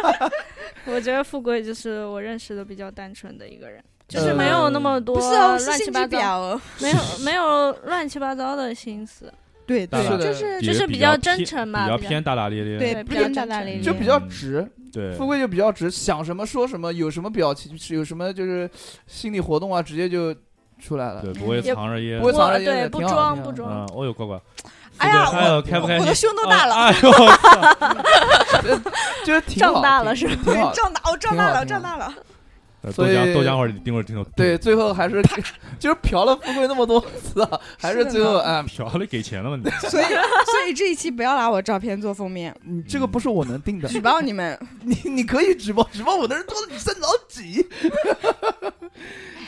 Speaker 5: 我觉得富贵就是我认识的比较单纯的一个人，就是
Speaker 2: 呃
Speaker 5: 没有那么多
Speaker 6: 不是哦，是
Speaker 5: 乱七
Speaker 6: 兴
Speaker 5: 八
Speaker 6: 趣
Speaker 5: 糟，
Speaker 6: 表哦。
Speaker 5: 没有 没有乱七八糟的心思，
Speaker 6: 对
Speaker 3: 对是
Speaker 2: 的
Speaker 6: 就是
Speaker 5: 就是比较
Speaker 3: 较
Speaker 5: 真
Speaker 3: 偏
Speaker 5: 诚嘛
Speaker 3: 比较
Speaker 5: 比较
Speaker 3: 偏大大咧咧。
Speaker 6: 对，
Speaker 5: 对
Speaker 6: 不
Speaker 5: 比较
Speaker 6: 能大
Speaker 5: 真
Speaker 6: 大
Speaker 5: 诚
Speaker 6: 咧
Speaker 2: 就
Speaker 6: 咧。
Speaker 2: 比较
Speaker 3: 嗯
Speaker 2: 直，
Speaker 3: 对，
Speaker 2: 富贵就比较直，想什么说什么，有什么表情，是有什么就是心理活动啊，直接就出来了。
Speaker 3: 对不会
Speaker 5: 也
Speaker 3: 藏着掖着。
Speaker 2: 不会藏着掖着
Speaker 5: 对不
Speaker 2: 挺好
Speaker 5: 装
Speaker 2: 挺好
Speaker 5: 不装
Speaker 3: 嗯，，哦呦乖乖，
Speaker 6: 哎
Speaker 3: 富贵哎
Speaker 6: 呀，
Speaker 3: 呦开不开
Speaker 6: 我
Speaker 3: 心
Speaker 6: 我的？胸
Speaker 2: 哦
Speaker 6: 都大了，
Speaker 3: 啊哎呦，
Speaker 2: 就是挺
Speaker 5: 长
Speaker 2: 好
Speaker 5: 大了
Speaker 2: 挺
Speaker 5: 是
Speaker 2: 挺好的。
Speaker 6: 胀大，我胀大了，
Speaker 2: 挺好
Speaker 6: 胀大了。
Speaker 3: 豆
Speaker 2: 所以
Speaker 3: 浆豆浆味儿，丁味儿听懂。
Speaker 2: 对，，最后还是就是嫖了富贵那么多次啊，还是最后啊，
Speaker 3: 嫖了给钱了吗？你
Speaker 6: 所以，所以这一期不要拿我照片做封面，
Speaker 2: 你这个不是我能定的，
Speaker 6: 举报你们。
Speaker 2: 你你可以直播，直播我的人多了，你算老 几？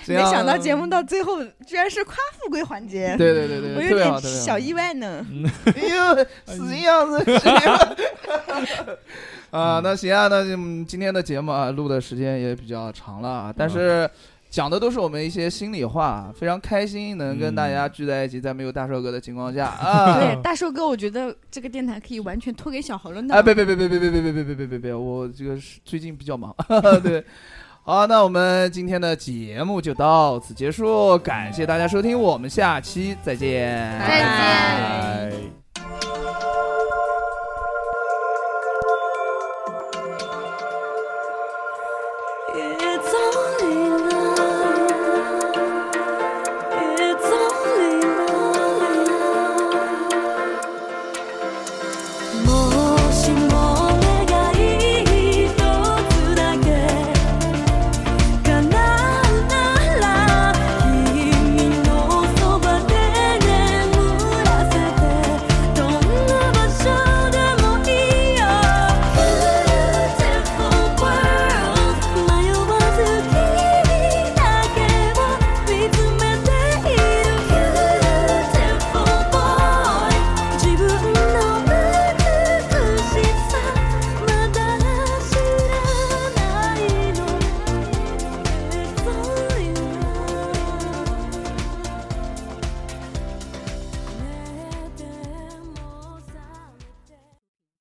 Speaker 2: 这
Speaker 6: 没
Speaker 2: 样
Speaker 6: 想到节目到最后居然是夸富贵环节，
Speaker 2: 对对对对，
Speaker 6: 我有
Speaker 2: 特别好
Speaker 6: 点
Speaker 2: 特别好
Speaker 6: 小意外呢。
Speaker 2: 哎呦，死样子！谁了啊，那行啊，那就嗯今天的节目啊，录的时间也比较长了啊，但是。讲的都是我们一些心里话，非常开心能跟大家聚在一起，在没有大寿哥的情况下啊，
Speaker 6: 对，大寿哥，我觉得这个电台可以完全托给小何了呢。
Speaker 2: 哎，别别别别别别别别别别别别别，我这个是最近比较忙，对，好，那我们今天的节目就到此结束，感谢大家收听，我们下期再见，
Speaker 6: 再见
Speaker 2: 拜拜